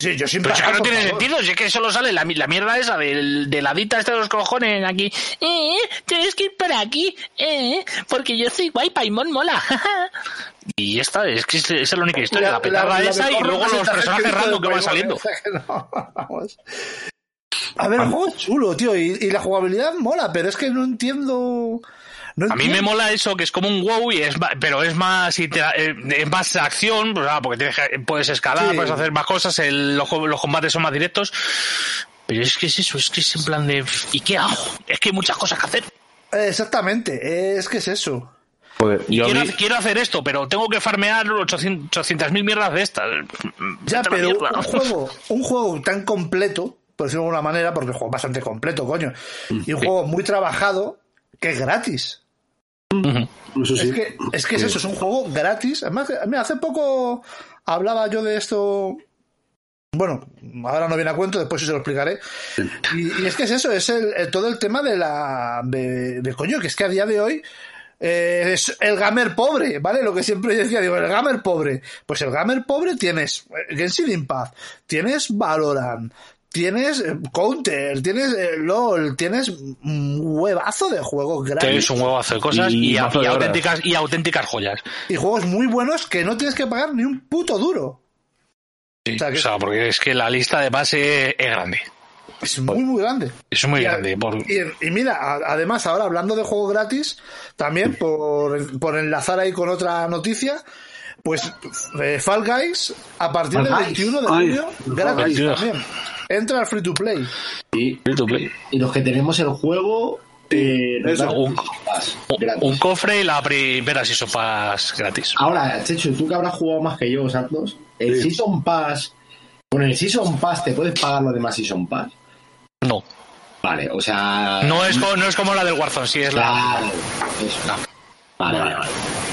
Speaker 1: Sí, yo siempre.
Speaker 4: Pero es que no tiene sentido, si es que solo sale la, mi- la mierda esa del, de la dita esta de los cojones aquí. Eh, tienes que ir para aquí, eh, porque yo soy guay, Paimon mola. y esta es que es, es la única historia, la, petarda esa y
Speaker 1: mejor
Speaker 4: luego los
Speaker 1: representación
Speaker 4: personajes
Speaker 1: he visto
Speaker 4: random
Speaker 1: de
Speaker 4: que van
Speaker 1: Pokémon,
Speaker 4: saliendo.
Speaker 1: o sea que no, vamos. A ver, el juego es chulo, tío, y, y la jugabilidad mola, pero es que no entiendo. no
Speaker 4: A mí me
Speaker 1: entiendo.
Speaker 4: mola eso, que es como un WoW, y es ma- pero es más intera- eh, es más acción, o sea, porque tienes que- puedes escalar,
Speaker 1: Sí.
Speaker 4: puedes hacer más cosas, el- los, co- los combates son más directos. Pero es que es eso, es que es en plan de... ¿Y qué hago? Es que hay muchas cosas que hacer.
Speaker 1: Eh, Exactamente, es que es eso.
Speaker 2: Joder, yo a
Speaker 4: Quiero,
Speaker 2: mí-
Speaker 4: hacer- quiero hacer esto, pero tengo que farmear 800 800.000 mierdas de estas.
Speaker 1: Ya,
Speaker 4: Vete a la
Speaker 1: pero
Speaker 4: mierda.
Speaker 1: un juego, un juego tan completo, por decirlo de alguna manera, porque el juego es bastante completo, coño, y un juego muy trabajado, que es gratis.
Speaker 3: Eso sí.
Speaker 1: Es que, es que es eso, es un juego gratis. Además, que- mira, hace poco hablaba yo de esto. Bueno, ahora no viene a cuento, después sí se lo explicaré. Y, y es que es eso, es el, el- todo el tema de la. De, de coño, que es que a día de hoy. eh, es el gamer pobre, ¿vale? Lo que siempre yo decía, digo, el gamer pobre. Pues el gamer pobre tienes eh, Genshin Impact, tienes Valorant, tienes eh, Counter, tienes eh, LOL, tienes un huevazo de juegos
Speaker 4: Tienes
Speaker 1: gratis
Speaker 4: un huevo a hacer cosas y,
Speaker 2: Y
Speaker 4: y
Speaker 2: mazo de horas.
Speaker 4: auténticas, y auténticas joyas.
Speaker 1: y juegos muy buenos que no tienes que pagar ni un puto duro.
Speaker 4: Sí,
Speaker 1: O sea, que-
Speaker 4: o sea, porque es que la lista de base es grande.
Speaker 1: Es muy, muy grande.
Speaker 4: Es muy
Speaker 1: Y a-
Speaker 4: grande. por-
Speaker 1: Y, y mira, a- además, ahora hablando de juegos gratis, también por, por enlazar ahí con otra noticia, pues eh, Fall Guys, a partir del
Speaker 5: Fall Guys.
Speaker 1: 21 de
Speaker 3: Ay,
Speaker 1: julio,
Speaker 3: Fall
Speaker 1: gratis
Speaker 4: Guys.
Speaker 1: también. Entra al free to play.
Speaker 5: Y, y los que tenemos el juego, eh, nos
Speaker 3: eso.
Speaker 5: dan
Speaker 4: Un-
Speaker 5: pass
Speaker 4: un,
Speaker 5: gratis.
Speaker 4: un cofre y la primera si sopas gratis.
Speaker 5: Ahora, Checho, tú que habrás jugado más que yo, Santos, el
Speaker 3: Sí.
Speaker 5: Season Pass, con el Season Pass te puedes pagar los demás Season Pass.
Speaker 4: No.
Speaker 5: Vale, o sea.
Speaker 4: No es, co- no es como la del Warzone, sí es la,
Speaker 5: Claro, eso. Vale, vale, vale.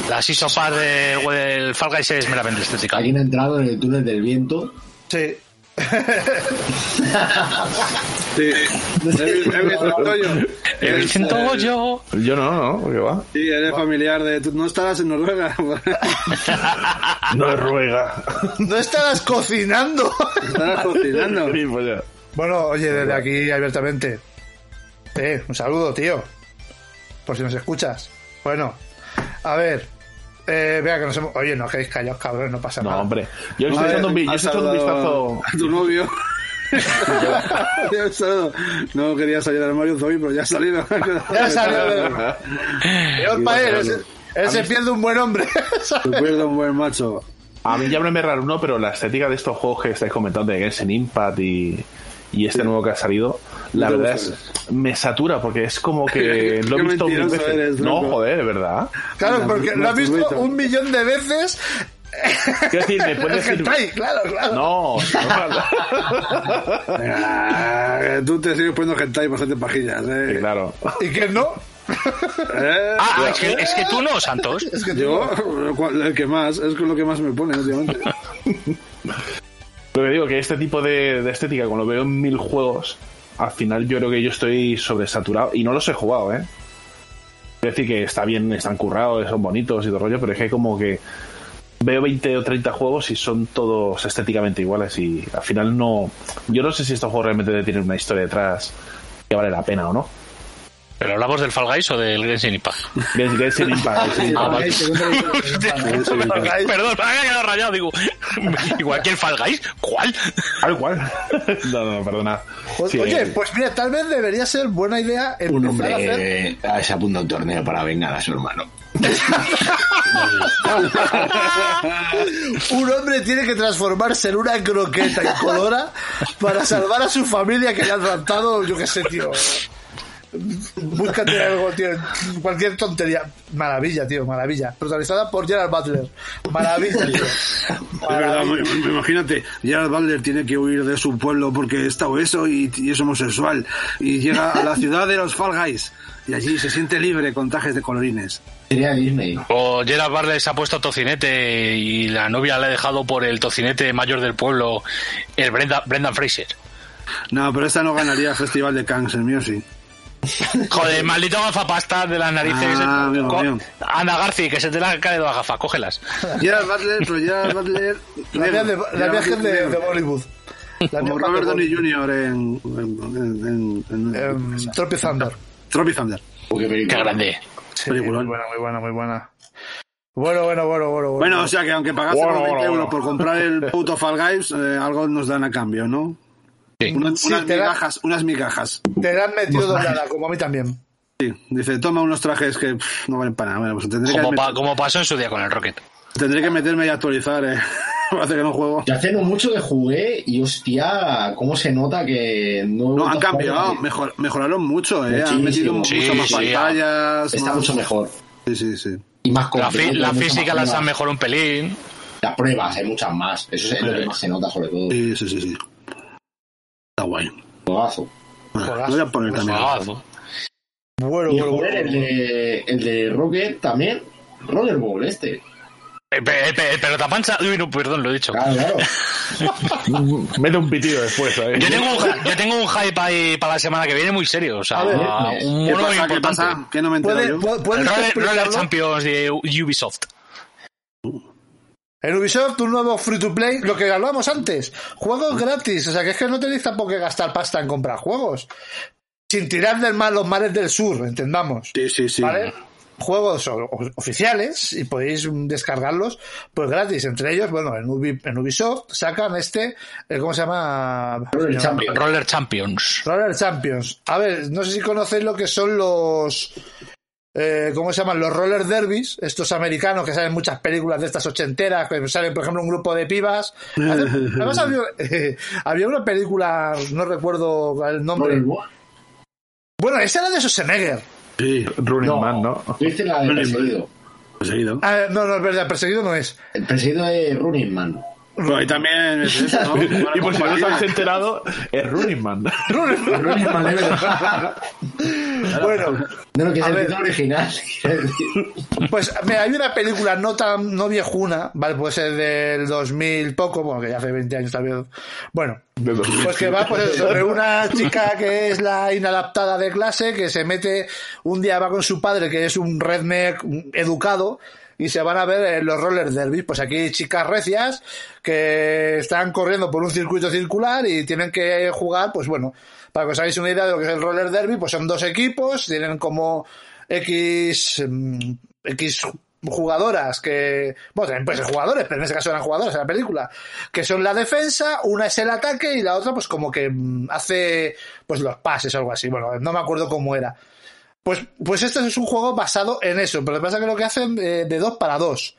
Speaker 4: la Season Pass del, del Fall Guys es meramente estética.
Speaker 5: Alguien ha entrado en el túnel del viento.
Speaker 1: Sí.
Speaker 3: Sí. He- he visto el rollo.
Speaker 4: El Vicente Goyo.
Speaker 2: Yo no, no, porque va.
Speaker 3: eh, Sí, eres familiar de. tú no estarás en Noruega. Ah.
Speaker 2: No es ruega.
Speaker 1: No estarás cocinando.
Speaker 3: estarás cocinando.
Speaker 2: Sí, pues ya.
Speaker 1: bueno, oye, desde aquí abiertamente. Eh, un saludo, tío. Por si nos escuchas. Bueno, a ver. Eh, vea que nos hemos... Oye, no queréis callados, cabrón, no pasa
Speaker 2: No,
Speaker 1: nada.
Speaker 2: hombre. Yo estoy
Speaker 3: Madre,
Speaker 2: echando un, vi- yo
Speaker 3: has
Speaker 2: estoy echando un
Speaker 3: saludado
Speaker 2: vistazo.
Speaker 3: A tu novio. Un saludo. No quería salir del armario hoy, pero ya ha salido.
Speaker 1: Ya salió. Peor para él, ese- él se pierde un buen hombre.
Speaker 3: Te pierdo un buen macho.
Speaker 2: A mí ya me raro uno, pero la estética de estos juegos que estáis comentando, de Genshin Impact y, y este nuevo que ha salido, la
Speaker 3: No te
Speaker 2: verdad
Speaker 3: gusta.
Speaker 2: es me satura porque es como que lo he
Speaker 3: Qué
Speaker 2: visto mil
Speaker 3: mentiroso
Speaker 2: veces.
Speaker 3: eres,
Speaker 2: no,
Speaker 3: loco.
Speaker 2: joder, es verdad.
Speaker 1: claro, porque lo has visto
Speaker 3: Masturbito.
Speaker 1: un millón de veces.
Speaker 2: Quiero decir, me puedes
Speaker 1: El
Speaker 2: decir.
Speaker 1: hentai, claro, claro.
Speaker 2: No,
Speaker 3: Ah, que tú te sigues poniendo hentai y bastante pajillas,
Speaker 2: Sí,
Speaker 3: eh.
Speaker 2: claro.
Speaker 1: ¿Y que no?
Speaker 3: Eh,
Speaker 4: Ah, ah, es que, es que tú no, Santos.
Speaker 1: Es que
Speaker 3: Yo, el que más, es con lo que más me pone, obviamente.
Speaker 2: Lo que digo que este tipo de, de estética, cuando lo veo en mil juegos, al final yo creo que yo estoy sobresaturado y no los he jugado, ¿eh? Es decir, que está bien, están currados, son bonitos y todo el rollo, pero es que como que veo 20 o 30 juegos y son todos estéticamente iguales y al final no... Yo no sé si estos juegos realmente tienen una historia detrás que vale la pena o no.
Speaker 4: Pero hablamos del Fall Guys o del Genshin Impact.
Speaker 2: Genshin- Genshin Impact,
Speaker 5: Ah,
Speaker 2: Genshin Impact.
Speaker 4: vale.
Speaker 1: Fall Guys.
Speaker 4: Perdón, me había quedado rayado, digo. Igual que el Fall Guys, ¿cuál?
Speaker 2: Tal cual. no, no, perdona. Sí,
Speaker 1: Oye,
Speaker 2: eh,
Speaker 1: pues mira, tal vez debería ser buena idea
Speaker 5: Un
Speaker 1: empezar a hacer.
Speaker 5: hombre eh, se apunta a un torneo para vengar a su hermano.
Speaker 1: Un hombre tiene que transformarse en una croqueta incolora para salvar a su familia que le han raptado, yo qué sé, tío. Búscate algo, tío. Cualquier tontería. Maravilla, tío, maravilla. Protagonizada por Gerard Butler. Maravilla, tío.
Speaker 3: Es verdad,
Speaker 1: Maravilla.
Speaker 3: me- me- imagínate, Gerard Butler tiene que huir de su pueblo porque está obeso y, y es homosexual y llega a la ciudad de los Fall Guys y allí se siente libre con trajes de colorines.
Speaker 5: Sería Disney.
Speaker 4: O Gerard Barles se ha puesto tocinete y la novia le ha dejado por el tocinete mayor del pueblo, el Brenda, Brendan Fraser.
Speaker 3: No, pero esta no ganaría el Festival de Cannes, el mío sí.
Speaker 4: Joder, maldito gafapasta de las narices.
Speaker 3: Ah, amigo
Speaker 4: Co-
Speaker 3: mío.
Speaker 4: Ana Garci, que se te la cae de las gafas, cógelas.
Speaker 3: Gerard Butler, pero Gerard Butler...
Speaker 1: La,
Speaker 3: pues negro.
Speaker 1: via- de, la
Speaker 3: Gerard
Speaker 1: viaje
Speaker 3: Butler
Speaker 1: de,
Speaker 3: negro.
Speaker 1: de Bollywood. La
Speaker 3: Como
Speaker 1: viaje
Speaker 3: Robert
Speaker 1: de
Speaker 3: Downey
Speaker 1: Bollywood.
Speaker 3: Jr. en... en, en, en, en
Speaker 1: Em, Tropic Thunder.
Speaker 3: Tropic Thunder.
Speaker 5: Porque
Speaker 4: Qué
Speaker 5: película.
Speaker 4: grande.
Speaker 1: Sí, muy
Speaker 3: Peliculón.
Speaker 1: buena, muy buena, muy buena. Bueno, bueno, bueno, bueno.
Speaker 3: Bueno, o sea que aunque pagásemos
Speaker 2: Bueno,
Speaker 3: 20
Speaker 2: bueno,
Speaker 3: euros
Speaker 2: bueno.
Speaker 3: por comprar el puto Fall Guys, eh, algo nos dan a cambio, ¿no?
Speaker 4: Sí.
Speaker 3: Unas,
Speaker 1: Sí,
Speaker 3: unas
Speaker 1: te dan-
Speaker 3: migajas, unas migajas.
Speaker 1: Te la han metido doblada, como a mí también.
Speaker 3: Sí, dice, toma unos trajes que pff, no valen para nada. Bueno, pues tendré que,
Speaker 4: Como,
Speaker 3: met-
Speaker 4: pa- como pasó en su día con el Rocket.
Speaker 3: tendré que meterme y actualizar, eh. Parece que no juego.
Speaker 5: Yo hace no mucho que jugué y hostia, cómo se nota que no.
Speaker 3: No, han
Speaker 5: no-
Speaker 3: cambiado, mejor- mejoraron mucho, eh. Han
Speaker 5: Muchísimo.
Speaker 3: metido
Speaker 5: Sí,
Speaker 3: mucho más
Speaker 4: sí,
Speaker 3: pantallas.
Speaker 5: Está
Speaker 3: más-
Speaker 5: mucho mejor.
Speaker 3: Sí, sí, sí.
Speaker 5: Y más
Speaker 4: La,
Speaker 5: completo,
Speaker 4: fi- la
Speaker 5: mucho más
Speaker 4: física las
Speaker 5: pruebas.
Speaker 4: han mejorado un pelín.
Speaker 5: Las pruebas, hay muchas más. Eso es lo que más se nota, sobre todo.
Speaker 3: Sí, sí, sí, sí. Está guay.
Speaker 5: Juegazo.
Speaker 3: Lo voy a poner también.
Speaker 4: Juegazo.
Speaker 1: Bueno,
Speaker 5: Y
Speaker 1: bueno,
Speaker 5: joder,
Speaker 1: bueno.
Speaker 5: el de, el de Rocket también. Rollerball, este.
Speaker 4: Eh, pe- eh, pe- eh, Pero tapancha. Uy, no, perdón, lo he dicho.
Speaker 5: Claro, claro.
Speaker 2: Mete un pitido después, ¿eh? ¿sabes?
Speaker 4: Yo tengo, un, hy- yo tengo un hype ahí para la semana que viene muy serio. O sea,
Speaker 1: A ver,
Speaker 4: un
Speaker 3: ¿Qué
Speaker 4: mono
Speaker 3: pasa? ¿Qué
Speaker 4: importante.
Speaker 3: pasa? ¿Qué no me entero
Speaker 1: ¿Puede-
Speaker 3: yo?
Speaker 1: pu-
Speaker 4: El
Speaker 1: ¿Puedes
Speaker 4: Roller, Roller
Speaker 1: explicarlo?
Speaker 4: Champions de Ubisoft.
Speaker 1: En Ubisoft, un nuevo free to play, lo que hablábamos antes, juegos gratis, o sea que es que no tenéis tampoco que gastar pasta en comprar juegos. Sin tirar del mar los mares del sur, entendamos.
Speaker 3: Sí, sí, sí.
Speaker 1: ¿vale? Juegos o- o- oficiales y podéis mm, descargarlos pues gratis. Entre ellos, bueno, en, Ubi- en Ubisoft sacan este, eh, ¿cómo se llama?
Speaker 5: El Champions.
Speaker 4: Roller Champions.
Speaker 1: Roller Champions. A ver, no sé si conocéis lo que son los. eh, ¿Cómo se llaman? Los roller derbies, estos americanos que salen en muchas películas de estas ochenteras, que salen, por ejemplo, un grupo de pibas. Hace- Además, había, había una película, no recuerdo el nombre.
Speaker 5: Rolling One.
Speaker 1: Bueno, esa era de Schwarzenegger.
Speaker 3: Sí,
Speaker 2: Running Man, ¿no?
Speaker 5: Tú dices la del
Speaker 3: Running Man.
Speaker 5: perseguido.
Speaker 3: seguido.
Speaker 1: Ah, no, no, es verdad, perseguido no es.
Speaker 5: El perseguido es Running Man.
Speaker 3: Bueno, y Pues también es eso, ¿no?
Speaker 2: Y por si no os habéis enterado, es Running Man.
Speaker 5: El Running Man es verdad.
Speaker 1: Bueno,
Speaker 5: No, no, que es
Speaker 1: A
Speaker 5: el
Speaker 1: ver.
Speaker 5: título original.
Speaker 1: Pues mira, hay una película no tan no viejuna, vale, puede ser del 2000 poco, bueno, que ya hace 20 años también. Bueno, pues que va pues eso, sobre una chica que es la inadaptada de clase, que se mete un día va con su padre que es un redneck un educado y se van a ver en los roller derby, pues aquí chicas recias que están corriendo por un circuito circular y tienen que jugar, pues bueno, para que os hagáis una idea de lo que es el roller derby, pues son dos equipos, tienen como X, mm, X jugadoras que, bueno, también pueden ser jugadores, pero en este caso eran jugadoras en la película, que son la defensa, una es el ataque y la otra pues como que mm, hace pues los pases o algo así, bueno, no me acuerdo cómo era. Pues, pues este es un juego basado en eso, pero lo que pasa es que lo que hacen eh, de dos para dos.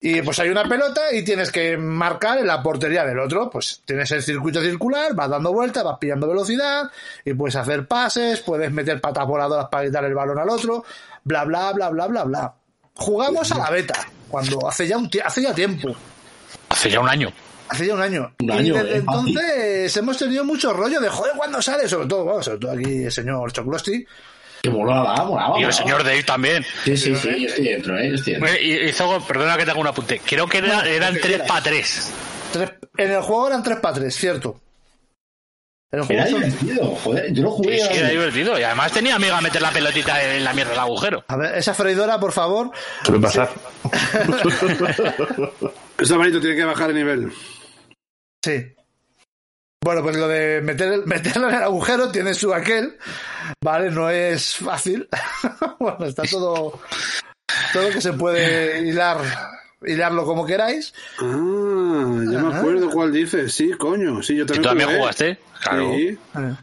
Speaker 1: Y pues hay una pelota y tienes que marcar en la portería del otro. Pues tienes el circuito circular, vas dando vueltas, vas pillando velocidad y puedes hacer pases, puedes meter patas voladoras para quitar el balón al otro, bla, bla, bla, bla, bla, bla. Jugamos a la beta, cuando hace ya, un tie- hace ya tiempo,
Speaker 4: Hace ya un año.
Speaker 1: hace ya un año.
Speaker 5: Un año,
Speaker 1: y desde
Speaker 5: eh, fácil.
Speaker 1: entonces hemos tenido mucho rollo de joder, ¿cuándo sale? Sobre todo, vamos, sobre todo aquí el señor Choclosti.
Speaker 5: que volaba, volaba.
Speaker 4: Y el
Speaker 3: Ah.
Speaker 5: volaba.
Speaker 4: señor Dave también.
Speaker 5: Sí, sí, sí, yo estoy dentro, ¿eh? Yo estoy dentro.
Speaker 4: Eh, y- Hizo, algo- perdona que te hago un apunte. Creo que era- eran 3 para 3.
Speaker 1: Tres- en el juego eran tres para tres, cierto. En el juego
Speaker 5: Era
Speaker 1: son-
Speaker 5: divertido, joder. Yo lo
Speaker 4: Sí,
Speaker 5: jugué.
Speaker 4: sí,
Speaker 5: a-
Speaker 4: era divertido. Y además tenía miedo a meter la pelotita en la mierda del agujero.
Speaker 1: A ver, esa freidora, por favor.
Speaker 2: Suele pasar.
Speaker 3: Ese amarito tiene que bajar de nivel.
Speaker 1: Sí. Bueno, pues lo de meter el- meterlo en el agujero tiene su aquel. Vale, no es fácil. bueno, está todo. Todo que se puede hilar. Hilarlo como queráis.
Speaker 3: Ah, ya me acuerdo cuál dices. Sí, coño. Sí, yo
Speaker 4: Y tú
Speaker 3: también
Speaker 4: también
Speaker 3: jugué.
Speaker 4: jugaste. Claro.
Speaker 3: Sí. Ah,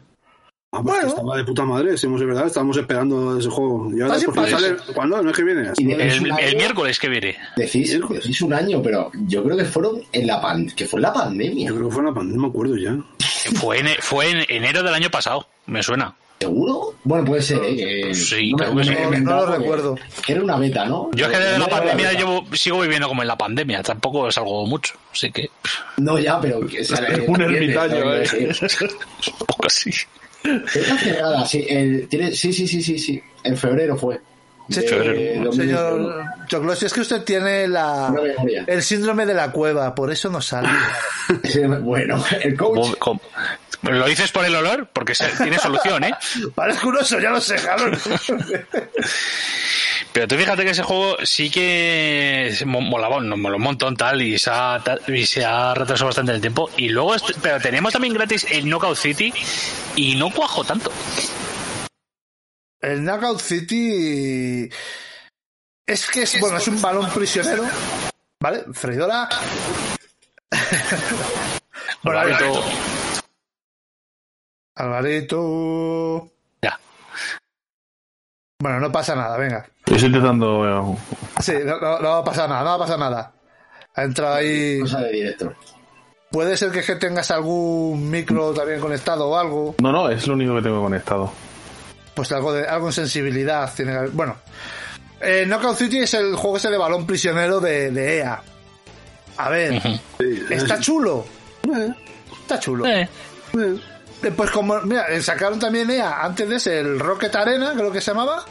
Speaker 3: pues
Speaker 1: Bueno.
Speaker 3: Estaba de puta madre, si hemos de verdad, estábamos esperando ese juego. Y ahora,
Speaker 1: Está sin
Speaker 3: por fin,
Speaker 1: parar.
Speaker 3: sale- ¿Cuándo? ¿No es que viene?
Speaker 5: y de- es un
Speaker 4: El,
Speaker 5: año-
Speaker 4: el miércoles que viene.
Speaker 5: Decís, decís un año, pero yo creo que fueron en la pan, que fue en la pandemia.
Speaker 3: Yo creo que fue en la pandemia, no me acuerdo ya.
Speaker 4: Fue en, fue en enero del año pasado. Me suena.
Speaker 5: ¿Seguro? Bueno, puede ser, ¿eh?
Speaker 4: Sí,
Speaker 5: me-
Speaker 4: creo que sí.
Speaker 5: me he
Speaker 1: No- no
Speaker 5: inventado
Speaker 1: lo
Speaker 5: porque
Speaker 1: recuerdo.
Speaker 5: Era una beta, ¿no?
Speaker 4: Yo es que desde
Speaker 5: No
Speaker 4: la
Speaker 5: era
Speaker 4: pandemia
Speaker 5: beta.
Speaker 4: llevo, sigo viviendo como en la pandemia. Tampoco salgo mucho. Así que, pues,
Speaker 5: No, ya, pero... Que, o
Speaker 1: Este
Speaker 5: sea, que-
Speaker 2: Un ermitaño,
Speaker 5: que-
Speaker 2: eh.
Speaker 5: que-
Speaker 4: un poco así.
Speaker 5: Está cerrada, sí. el- tiene- sí, sí, sí, sí, sí. En febrero fue.
Speaker 1: Sí,
Speaker 5: De
Speaker 1: señor-
Speaker 5: 2021.
Speaker 1: señor Choclosti, es que usted tiene la.
Speaker 5: Una memoria.
Speaker 1: El síndrome de la cueva, por eso no sale.
Speaker 5: Sí, Bueno, el coach...
Speaker 4: Como- como- ¿Lo dices por el olor? Porque se- tiene solución, ¿eh?
Speaker 1: Parezco un oso, ya lo sé, cabrón.
Speaker 4: Pero tú fíjate que ese juego sí que se mo- molaba, nos moló un montón tal y se ha, ta- y se ha retrasado bastante en el tiempo. Y luego, este- pero teníamos también gratis el Knockout City y no cuajo tanto.
Speaker 1: El Knockout City. Es que es, bueno, es un balón prisionero. ¿Vale? Freidora. Bueno,
Speaker 4: Vale,
Speaker 1: Alvarito.
Speaker 4: todo-
Speaker 1: Alvarito.
Speaker 4: Ya.
Speaker 1: Bueno, no pasa nada, venga.
Speaker 2: Estoy intentando. eh,
Speaker 1: Sí, no, no- no va a pasar nada, no va a pasar nada. Ha entrado ahí.
Speaker 5: Cosa de director.
Speaker 1: Puede ser que, es que tengas algún micro también conectado o algo.
Speaker 2: No, no, es lo único que tengo conectado.
Speaker 1: Pues algo de algo en sensibilidad tiene que haber. Bueno. Eh, Knockout City es el juego ese de balón prisionero de, de EA. A ver. Está chulo. Está chulo.
Speaker 4: Eh,
Speaker 1: Eh, Pues como, mira, eh, sacaron también ella antes de ese, el Rocket Arena, creo que se llamaba.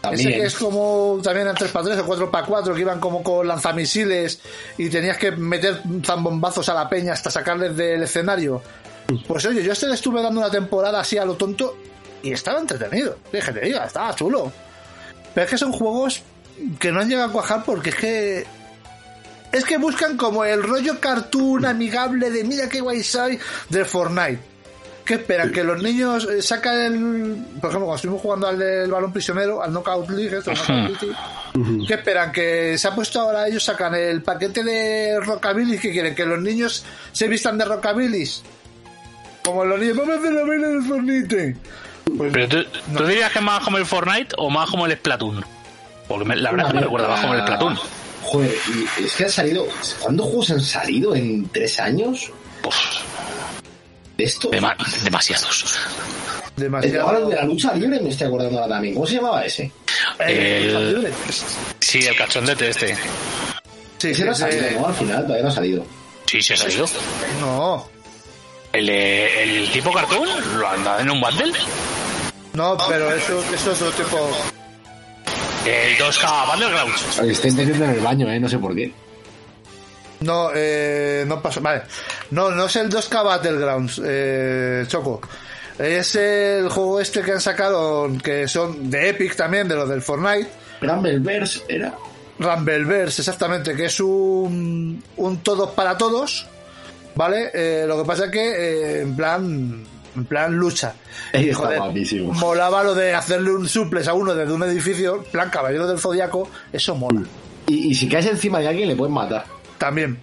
Speaker 5: También.
Speaker 1: Ese que es como también en 3x3 o 4x4, que iban como con lanzamisiles y tenías que meter zambombazos a la peña hasta sacarles del escenario. Pues oye, yo este le estuve dando una temporada así a lo tonto y estaba entretenido. Déjate, diga, estaba chulo. Pero es que son juegos que no han llegado a cuajar porque es que es que buscan como el rollo cartoon amigable de mira qué guay soy del Fortnite. ¿Qué esperan? ¿Que los niños eh, sacan el... Por ejemplo, cuando estuvimos jugando al del balón prisionero, al Knockout League, esto, Knockout City, ¿qué esperan? ¿Que se ha puesto ahora ellos sacan el paquete de rockabilis? ¿Qué quieren? ¿Que los niños se vistan de rockabilis? Como los niños, vamos a hacer la baila del
Speaker 5: Eh,
Speaker 1: Fortnite. Pues,
Speaker 4: Pero tú, ¿tú dirías que es más como el Fortnite o más como el Splatoon? Porque me- la verdad es que me recuerda más como el Splatoon.
Speaker 5: Joder, y es que han salido. ¿Cuántos juegos han salido en tres años
Speaker 4: Pues,
Speaker 5: de esto?
Speaker 4: dema- demasiados.
Speaker 5: El- Ahora el
Speaker 1: demasiado...
Speaker 5: de la lucha libre me estoy acordando ahora también. ¿Cómo se llamaba ese?
Speaker 1: Eh,
Speaker 4: El- Sí, el cachondete este.
Speaker 1: Sí,
Speaker 5: Ese
Speaker 1: sí,
Speaker 5: no ha
Speaker 1: sí.
Speaker 5: salido, ¿no? Al final todavía no ha salido.
Speaker 4: Sí, se ha salido.
Speaker 1: No,
Speaker 4: ¿El, eh, el tipo cartoon? ¿Lo anda en un bundle?
Speaker 1: no, pero eso, eso es otro tipo...
Speaker 4: El 2K Battlegrounds.
Speaker 5: Está entendiendo en el baño, ¿eh? No sé por qué.
Speaker 1: No, eh, no pasó. Vale. No, no es el 2K Battlegrounds, eh, Choco. Es el juego este que han sacado, que son de Epic también, de los del Fortnite.
Speaker 5: Rumbleverse era.
Speaker 1: Rumbleverse, exactamente, que es un, un todos para todos, ¿vale? Eh, lo que pasa es que, eh, en plan, en plan lucha.
Speaker 5: Ey,
Speaker 1: Y,
Speaker 5: está guapísimo.
Speaker 1: molaba lo de hacerle un suples a uno desde un edificio, en plan caballero del zodiaco, eso mola.
Speaker 5: Mm. Y, y si caes encima de alguien, le puedes matar.
Speaker 1: También.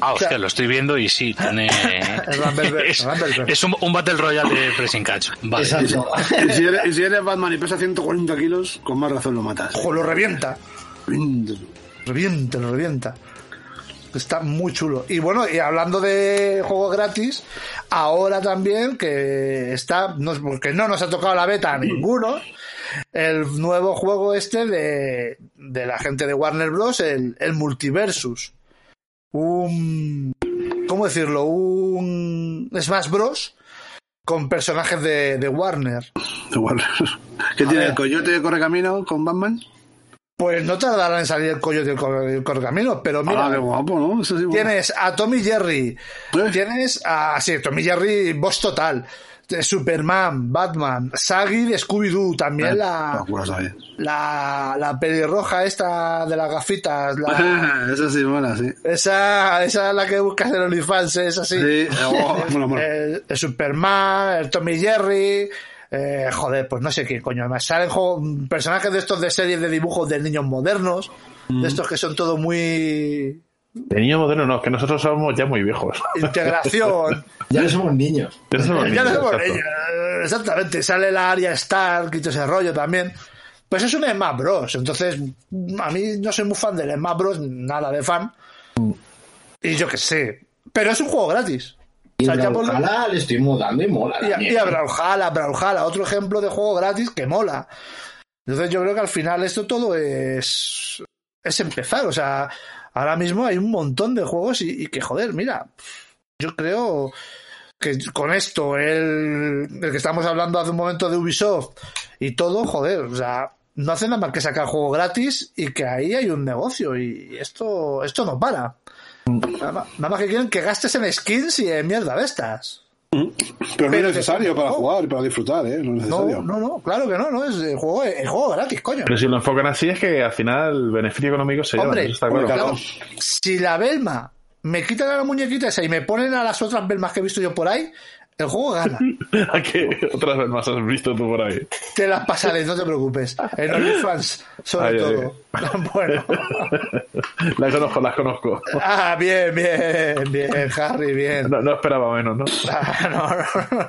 Speaker 4: Ah,
Speaker 1: sea-
Speaker 4: hostia, lo estoy viendo y sí, tiene.
Speaker 1: El Rumbleverse,
Speaker 4: es,
Speaker 1: Rumbleverse.
Speaker 4: es un, un Battle Royale de Pressing Catch. Vale.
Speaker 5: Exacto.
Speaker 3: Y si, eres, y si eres Batman y pesa 140 kilos, con más razón lo matas.
Speaker 1: Ojo, lo revienta. Revienta, lo revienta. Está muy chulo. Y bueno, y hablando de juegos gratis, ahora también que está, no, porque no nos ha tocado la beta a ninguno, el nuevo juego este de, de la gente de Warner Bros., el, el Multiversus. Un, ¿cómo decirlo? Un Smash Bros. con personajes de, de Warner.
Speaker 3: Igual. ¿Qué tiene
Speaker 1: ver.
Speaker 3: el coyote de correcamino con Batman?
Speaker 1: Pues no tardarán en salir el coyote y el cor- el correcamino, pero mira,
Speaker 3: Ah, qué guapo, ¿no? Eso sí, bueno.
Speaker 1: Tienes a Tommy Jerry.
Speaker 3: ¿Eh?
Speaker 1: Tienes a. Sí, Tommy Jerry, boss total. Eh, Superman, Batman, Sagi de Scooby-Doo.
Speaker 3: Ah,
Speaker 1: También
Speaker 3: Eh,
Speaker 1: la,
Speaker 3: Locura, ¿sabes?
Speaker 1: la. La pelirroja esta de las gafitas. la-
Speaker 3: Eso sí, mola, sí.
Speaker 1: esa, esa es la que buscas en OnlyFans, es así.
Speaker 3: Sí, oh, mola, mola.
Speaker 1: El, el Superman, el Tommy Jerry. eh, joder, pues no sé qué coño más. Salen jo- personajes de estos de series de dibujos de niños modernos.
Speaker 3: Mm.
Speaker 1: De estos que son todo muy.
Speaker 2: De niño moderno no, es que nosotros somos ya muy viejos.
Speaker 1: Integración.
Speaker 5: ya no somos niños.
Speaker 2: Ya somos
Speaker 1: Ya
Speaker 2: niños,
Speaker 1: lo vemos,
Speaker 2: exacto.
Speaker 1: eh, exactamente, sale la área Stark y todo ese rollo también. Pues es un Smash Bros. Entonces, a mí no soy muy fan del Smash Bros, nada de fan. Y yo qué sé. Pero es un juego gratis. O
Speaker 5: Y
Speaker 1: sea,
Speaker 5: el
Speaker 1: ya por-
Speaker 5: Brawlhalla le estuvimos dando y mola.
Speaker 1: y, a-
Speaker 5: también.
Speaker 1: y a Brawlhalla, Brawlhalla, otro ejemplo de juego gratis que mola. Entonces yo creo que al final esto todo es, es empezar. O sea, ahora mismo hay un montón de juegos y, y que joder, mira, yo creo que con esto, el, el que estamos hablando hace un momento de Ubisoft y todo, joder, o sea, no hacen nada más que sacar juego gratis y que ahí hay un negocio y esto, esto no para. Nada más, nada más que quieren que gastes en skins y en mierda de estas.
Speaker 3: Pero no es
Speaker 1: pero-
Speaker 3: necesario para
Speaker 1: no.
Speaker 3: jugar y para disfrutar, ¿eh? No es
Speaker 1: No,
Speaker 3: necesario.
Speaker 1: no, no, claro que no, no, es el juego, el juego gratis, coño.
Speaker 2: Pero si lo enfocan así es que al final el beneficio económico se lleva,
Speaker 1: Hombre,
Speaker 2: eso está
Speaker 1: hombre,
Speaker 2: claro.
Speaker 1: claro. Si la Belma me quitan a la muñequita esa y me ponen a las otras Belmas que he visto yo por ahí, el juego gana.
Speaker 2: ¿A qué otras vez más has visto tú por ahí?
Speaker 1: Te las pasaré, no te preocupes. En OnlyFans, sobre
Speaker 2: Ay, ay,
Speaker 1: todo. Bueno.
Speaker 2: las conozco, las conozco.
Speaker 1: Ah, bien, bien, bien, Harry, bien.
Speaker 2: No, no esperaba menos, ¿no?
Speaker 1: Ah, no, no, no.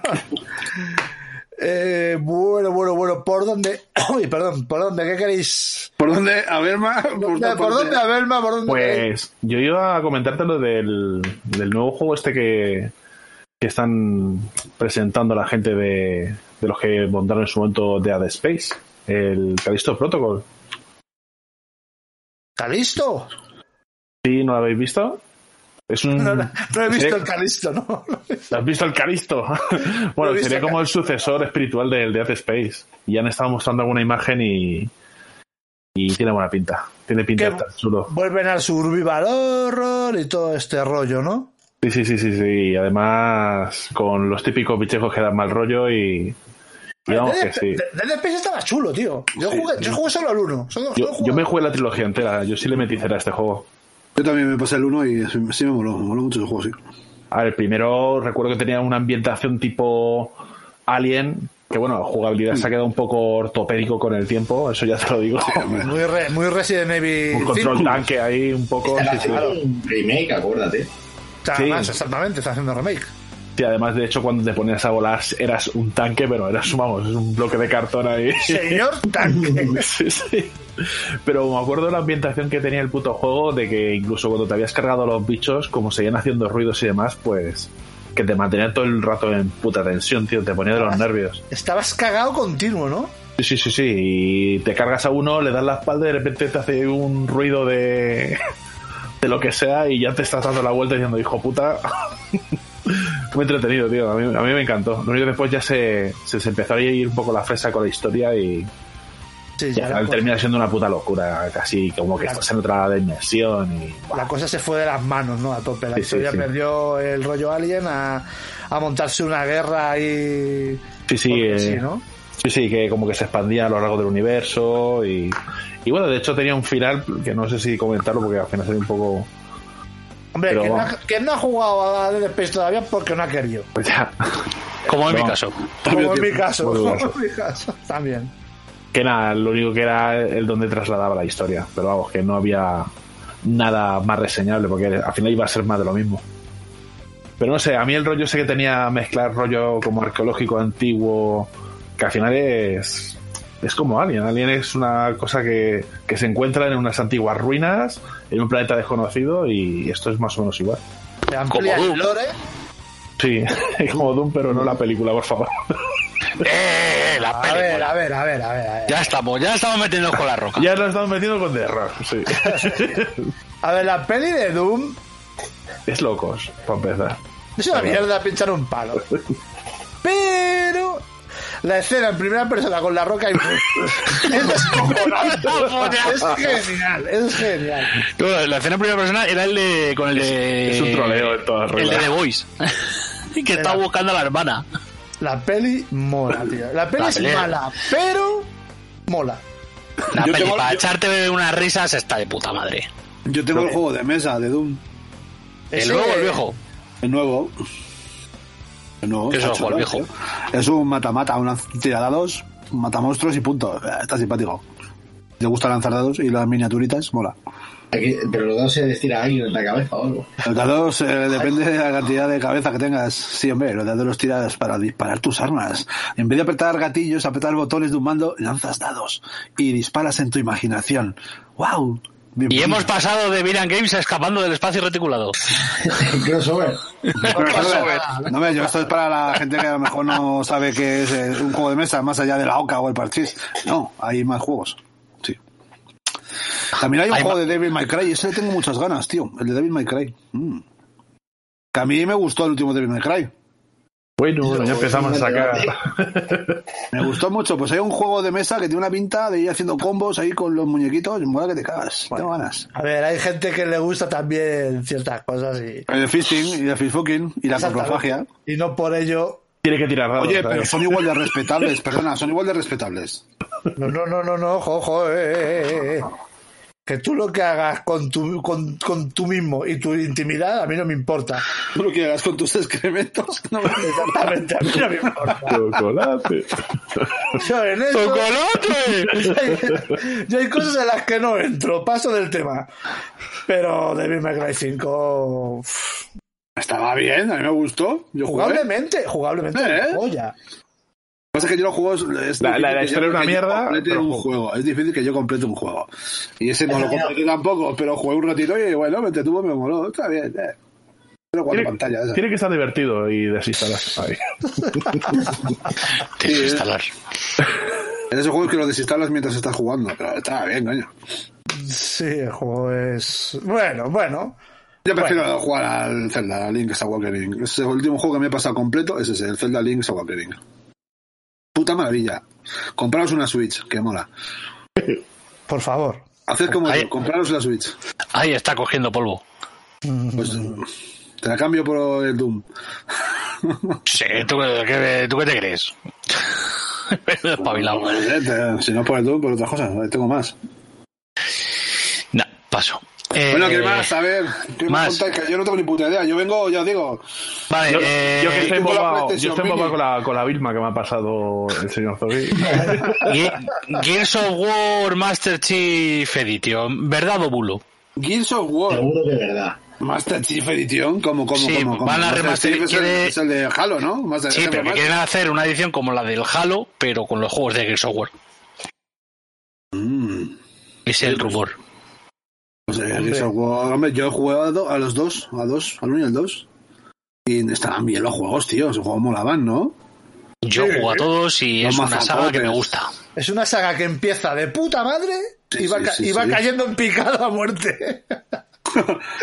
Speaker 1: Eh, bueno, bueno, bueno, ¿por dónde? Uy, perdón, ¿por dónde? ¿Qué queréis?
Speaker 3: ¿Por dónde? A ver, más.
Speaker 1: ¿Por dónde a Belma? ¿Por dónde? queréis?
Speaker 2: Pues yo iba a comentarte lo del, del nuevo juego este que, que están presentando la gente de, de los que montaron en su momento de Ad Space, el Callisto Protocol.
Speaker 1: ¿Calisto?
Speaker 2: ¿Sí? ¿No lo habéis visto? Es un...
Speaker 1: No, no, no he visto
Speaker 2: sería-
Speaker 1: el Calisto, no.
Speaker 2: ¿Has visto el Calisto?
Speaker 1: Lo he
Speaker 2: bueno,
Speaker 1: visto
Speaker 2: sería
Speaker 1: acá.
Speaker 2: como el sucesor espiritual del Dead Space. Y han estado mostrando alguna imagen y. Y tiene buena pinta. Tiene pinta
Speaker 1: Qué-
Speaker 2: de estar chulo.
Speaker 1: Vuelven al survival horror y todo este rollo, ¿no?
Speaker 2: Sí, sí, sí, sí, sí. Además, con los típicos bichejos que dan mal rollo y. y vamos
Speaker 1: Dead
Speaker 2: que sí.
Speaker 1: Space- Dead Space estaba chulo, tío. Yo,
Speaker 2: Sí,
Speaker 1: jugué,
Speaker 2: sí.
Speaker 1: yo jugué solo al uno. Solo-
Speaker 2: Yo,
Speaker 1: solo jugué-
Speaker 2: yo me jugué la trilogía entera. Yo sí le metí cera a este juego.
Speaker 3: Yo también me pasé el 1 y sí, sí me moló, me moló mucho ese juego, sí.
Speaker 2: A ver, primero recuerdo que tenía una ambientación tipo Alien, que bueno, jugabilidad se ha quedado un poco ortopédico con el tiempo, eso ya te lo digo.
Speaker 1: Muy, re- muy Resident Evil.
Speaker 2: un control
Speaker 1: cinco.
Speaker 2: tanque ahí un poco. sí, sí.
Speaker 5: un remake, acuérdate.
Speaker 1: O sea,
Speaker 2: Sí.
Speaker 1: además, exactamente, está haciendo remake.
Speaker 2: Y además, de hecho, cuando te ponías a volar eras un tanque, pero eras, vamos, un bloque de cartón ahí.
Speaker 1: Señor tanque.
Speaker 2: Sí, sí. Pero me acuerdo la ambientación que tenía el puto juego, de que incluso cuando te habías cargado los bichos, como seguían haciendo ruidos y demás, pues que te mantenían todo el rato en puta tensión, tío, te ponía de los nervios.
Speaker 1: Estabas cagado continuo, ¿no?
Speaker 2: Sí, sí, sí, sí, y te cargas a uno, le das la espalda y de repente te hace un ruido de, de lo que sea y ya te estás dando la vuelta diciendo, hijo puta. Muy entretenido, tío, a mí, a mí me encantó. Lo único que después ya se, se, se empezó a ir un poco la fresa con la historia y
Speaker 1: Sí,
Speaker 2: y
Speaker 1: ya
Speaker 2: al
Speaker 1: la,
Speaker 2: final
Speaker 1: co-
Speaker 2: termina siendo una puta locura, casi como que
Speaker 1: La-
Speaker 2: estás en otra dimensión y... buah,
Speaker 1: la cosa se fue de las manos, ¿no? A tope. La
Speaker 2: Sí, sí,
Speaker 1: historia
Speaker 2: sí.
Speaker 1: perdió el rollo Alien a, a montarse una guerra ahí.
Speaker 2: Sí, sí,
Speaker 1: porque
Speaker 2: eh,
Speaker 1: sí, ¿no?
Speaker 2: sí, sí, que como que se expandía a lo largo del universo y... Y bueno, de hecho tenía un final que no sé si comentarlo porque al final sería un poco...
Speaker 1: Hombre,
Speaker 2: pero
Speaker 1: que no, ha,
Speaker 2: vamos.
Speaker 1: que no ha jugado a Dead Space todavía porque no ha querido.
Speaker 2: Pues ya.
Speaker 4: Como en mi
Speaker 2: No.
Speaker 4: caso.
Speaker 1: Como en mi caso.
Speaker 2: Muy
Speaker 1: Como
Speaker 2: bien.
Speaker 1: en mi caso. También.
Speaker 2: Que nada, lo único que era el donde trasladaba la historia. Pero vamos, que no había nada más reseñable, porque al final iba a ser más de lo mismo. Pero no sé, a mí el rollo sé que tenía mezclar rollo como arqueológico antiguo, que al final es. Es como Alien. Alien es una cosa que, que se encuentra en unas antiguas ruinas, en un planeta desconocido, y esto es más o menos igual.
Speaker 1: Te amplía
Speaker 4: Como
Speaker 1: el
Speaker 4: Doom.
Speaker 1: lore.
Speaker 2: Sí, es como Doom, pero no la película, por favor.
Speaker 4: ¡Eh! La
Speaker 1: A ver,
Speaker 4: película.
Speaker 1: a ver, a ver, a ver. A ver,
Speaker 4: Ya estamos, ya estamos metiendo con la roca.
Speaker 2: Ya lo estamos metiendo con The Rock, sí.
Speaker 1: A ver, la peli de Doom
Speaker 2: es locos, para empezar.
Speaker 1: Es una mierda pinchar un palo. Pero la escena en primera persona con la roca y es descojonante. Es genial, es genial.
Speaker 4: No, la escena en primera persona era el de. Con el de
Speaker 2: Es un ¿eh? troleo en todas
Speaker 4: Eh, El de
Speaker 2: reglas.
Speaker 4: The Voice. que estaba buscando a la hermana.
Speaker 1: La peli mola, tío. La peli
Speaker 4: La
Speaker 1: es
Speaker 4: peli-
Speaker 1: mala, pero mola.
Speaker 4: La
Speaker 3: Yo
Speaker 4: peli,
Speaker 3: tengo-
Speaker 4: para
Speaker 3: yo-
Speaker 4: echarte unas risas está de puta madre.
Speaker 3: Yo tengo el juego de mesa de Doom,
Speaker 4: El
Speaker 1: Ese-
Speaker 4: nuevo, el viejo.
Speaker 3: el nuevo. El nuevo.
Speaker 4: ¿Qué es el
Speaker 3: está
Speaker 4: juego, el
Speaker 3: chulo,
Speaker 4: viejo?
Speaker 3: tío. Es un mata-mata, una tira dados, mata monstruos y punto. Eh, Está simpático. Te gusta lanzar dados y las miniaturitas, mola.
Speaker 5: Aquí- pero los dos se les tira a alguien en la cabeza o algo.
Speaker 3: Los dados eh, depende de la cantidad de cabeza que tengas. Sí, hombre, los dados los tiras para disparar tus armas. En vez de apretar gatillos, apretar botones de un mando, lanzas dados y disparas en tu imaginación. ¡Wow!
Speaker 4: Y
Speaker 3: Mm.
Speaker 4: hemos pasado de Viran Games a escapando del espacio reticulado.
Speaker 5: Crossover.
Speaker 4: ¿eh?
Speaker 3: No, hombre, yo esto es para la gente que a lo mejor no sabe que es eh, un juego de mesa, más allá de la OCA o el Parchís. No, hay más juegos. Sí. También hay un
Speaker 4: Hay
Speaker 3: juego de Devil May Cry, ese le tengo muchas ganas, tío. El de Devil May Cry. Mm. Que a mí me gustó el último Devil May Cry.
Speaker 2: Bueno, bueno, ya empezamos a sacar.
Speaker 3: Me gustó mucho. Pues hay un juego de mesa que tiene una pinta de ir haciendo combos ahí con los muñequitos. Mola que te cagas. Tengo ganas.
Speaker 1: A ver, hay gente que le gusta también ciertas cosas y
Speaker 3: El fisting y el fistfucking y la coprofagia.
Speaker 1: y no por ello
Speaker 2: Tiene que tirar ¿eh? dados.
Speaker 3: Oye,
Speaker 2: ¿sabes?
Speaker 3: pero son igual de respetables, perdona, son igual de respetables.
Speaker 1: No, no, no, no, no, ojo, ojo, eh, eh, eh, eh. Que tú lo que hagas con tu, con, con tú mismo y tu intimidad, a mí no me importa.
Speaker 3: Tú lo que hagas con tus excrementos. No me
Speaker 1: Exactamente, a mí no me importa.
Speaker 2: Chocolate.
Speaker 1: Yo en eso,
Speaker 4: ¡Chocolate!
Speaker 1: yo hay cosas en las que no entro, paso del tema. Pero Devil May Cry 5, uf,
Speaker 3: Estaba bien, a mí me gustó. Yo jugué. Lo que
Speaker 1: jugablemente, jugablemente,
Speaker 3: ¿Eh?
Speaker 1: una joya.
Speaker 3: pasa es que yo los juegos. es
Speaker 2: La- la- la
Speaker 3: difícil
Speaker 2: historia
Speaker 3: que
Speaker 2: es
Speaker 3: yo-
Speaker 2: una
Speaker 3: que yo
Speaker 2: mierda,
Speaker 3: complete
Speaker 2: pero
Speaker 3: un
Speaker 2: juego.
Speaker 3: juego. Es difícil que yo complete un juego. Y ese no lo completé tampoco, pero jugué un ratito y bueno, me entretuvo, me moló. Está bien, eh. Pero cuatro
Speaker 2: Tiene,
Speaker 3: pantallas. esas.
Speaker 2: tiene que estar divertido y desinstalar. Ahí.
Speaker 4: Tienes que instalar.
Speaker 3: En esos juegos que lo desinstalas mientras estás jugando, pero está bien, coño.
Speaker 1: Sí, el juego es. Bueno, bueno.
Speaker 3: Yo prefiero jugar al Zelda, al Link's Awakening. Ese es el último juego que me he pasado completo, es ese, el Zelda Link's Awakening. Puta maravilla. Compraros una Switch, que mola.
Speaker 1: Por favor.
Speaker 3: Haced como
Speaker 4: Ahí-
Speaker 3: yo, compraros la Switch.
Speaker 4: Ahí está cogiendo polvo.
Speaker 3: Pues te la cambio por el Doom.
Speaker 4: Sí, ¿tú qué, tú qué te crees? Espabilado.
Speaker 3: Eh, te- Si no por el Doom, por otras cosas, eh, tengo más.
Speaker 4: Nah, paso. Eh,
Speaker 3: Bueno, ¿qué más? A ver, ¿qué más,
Speaker 4: más.
Speaker 3: contáis? Que yo no tengo ni puta idea. Yo vengo, ya os digo.
Speaker 4: Vale,
Speaker 2: Yo,
Speaker 4: eh,
Speaker 2: yo que estoy
Speaker 3: tú con la
Speaker 2: embobado, yo
Speaker 3: PlayStation
Speaker 2: estoy embobado
Speaker 3: Mini.
Speaker 2: con la, con la Vilma que me ha pasado el señor Zombie.
Speaker 4: Ge- Gears of War Master Chief Edition, ¿verdad o bulo?
Speaker 3: Gears of War,
Speaker 5: Seguro que es verdad.
Speaker 3: Master Chief Edition, como, como,
Speaker 4: Sí,
Speaker 3: como. como.
Speaker 4: van a
Speaker 3: Master
Speaker 4: remaster-
Speaker 3: Chief es, el-
Speaker 4: quiere-
Speaker 3: es el de Halo, ¿no? Master
Speaker 4: Sí,
Speaker 3: es el
Speaker 4: pero que
Speaker 3: remaster.
Speaker 4: quieren hacer una edición como la del Halo, pero con los juegos de Gears of War.
Speaker 3: Mm.
Speaker 4: Es el rumor.
Speaker 3: O sea, Gears of War, hombre, yo he jugado a los dos, a dos, al uno y al dos. Y estaban bien los juegos, tío. Esos juegos molaban, ¿no?
Speaker 4: Yo juego a todos y
Speaker 3: Los
Speaker 4: es una saga que me
Speaker 3: mazapopes.
Speaker 4: gusta.
Speaker 1: Es una saga que empieza de puta madre
Speaker 3: Sí,
Speaker 1: y va,
Speaker 3: sí,
Speaker 1: ca-
Speaker 3: sí,
Speaker 1: y va
Speaker 3: sí. Ah,
Speaker 1: cayendo en picado a muerte.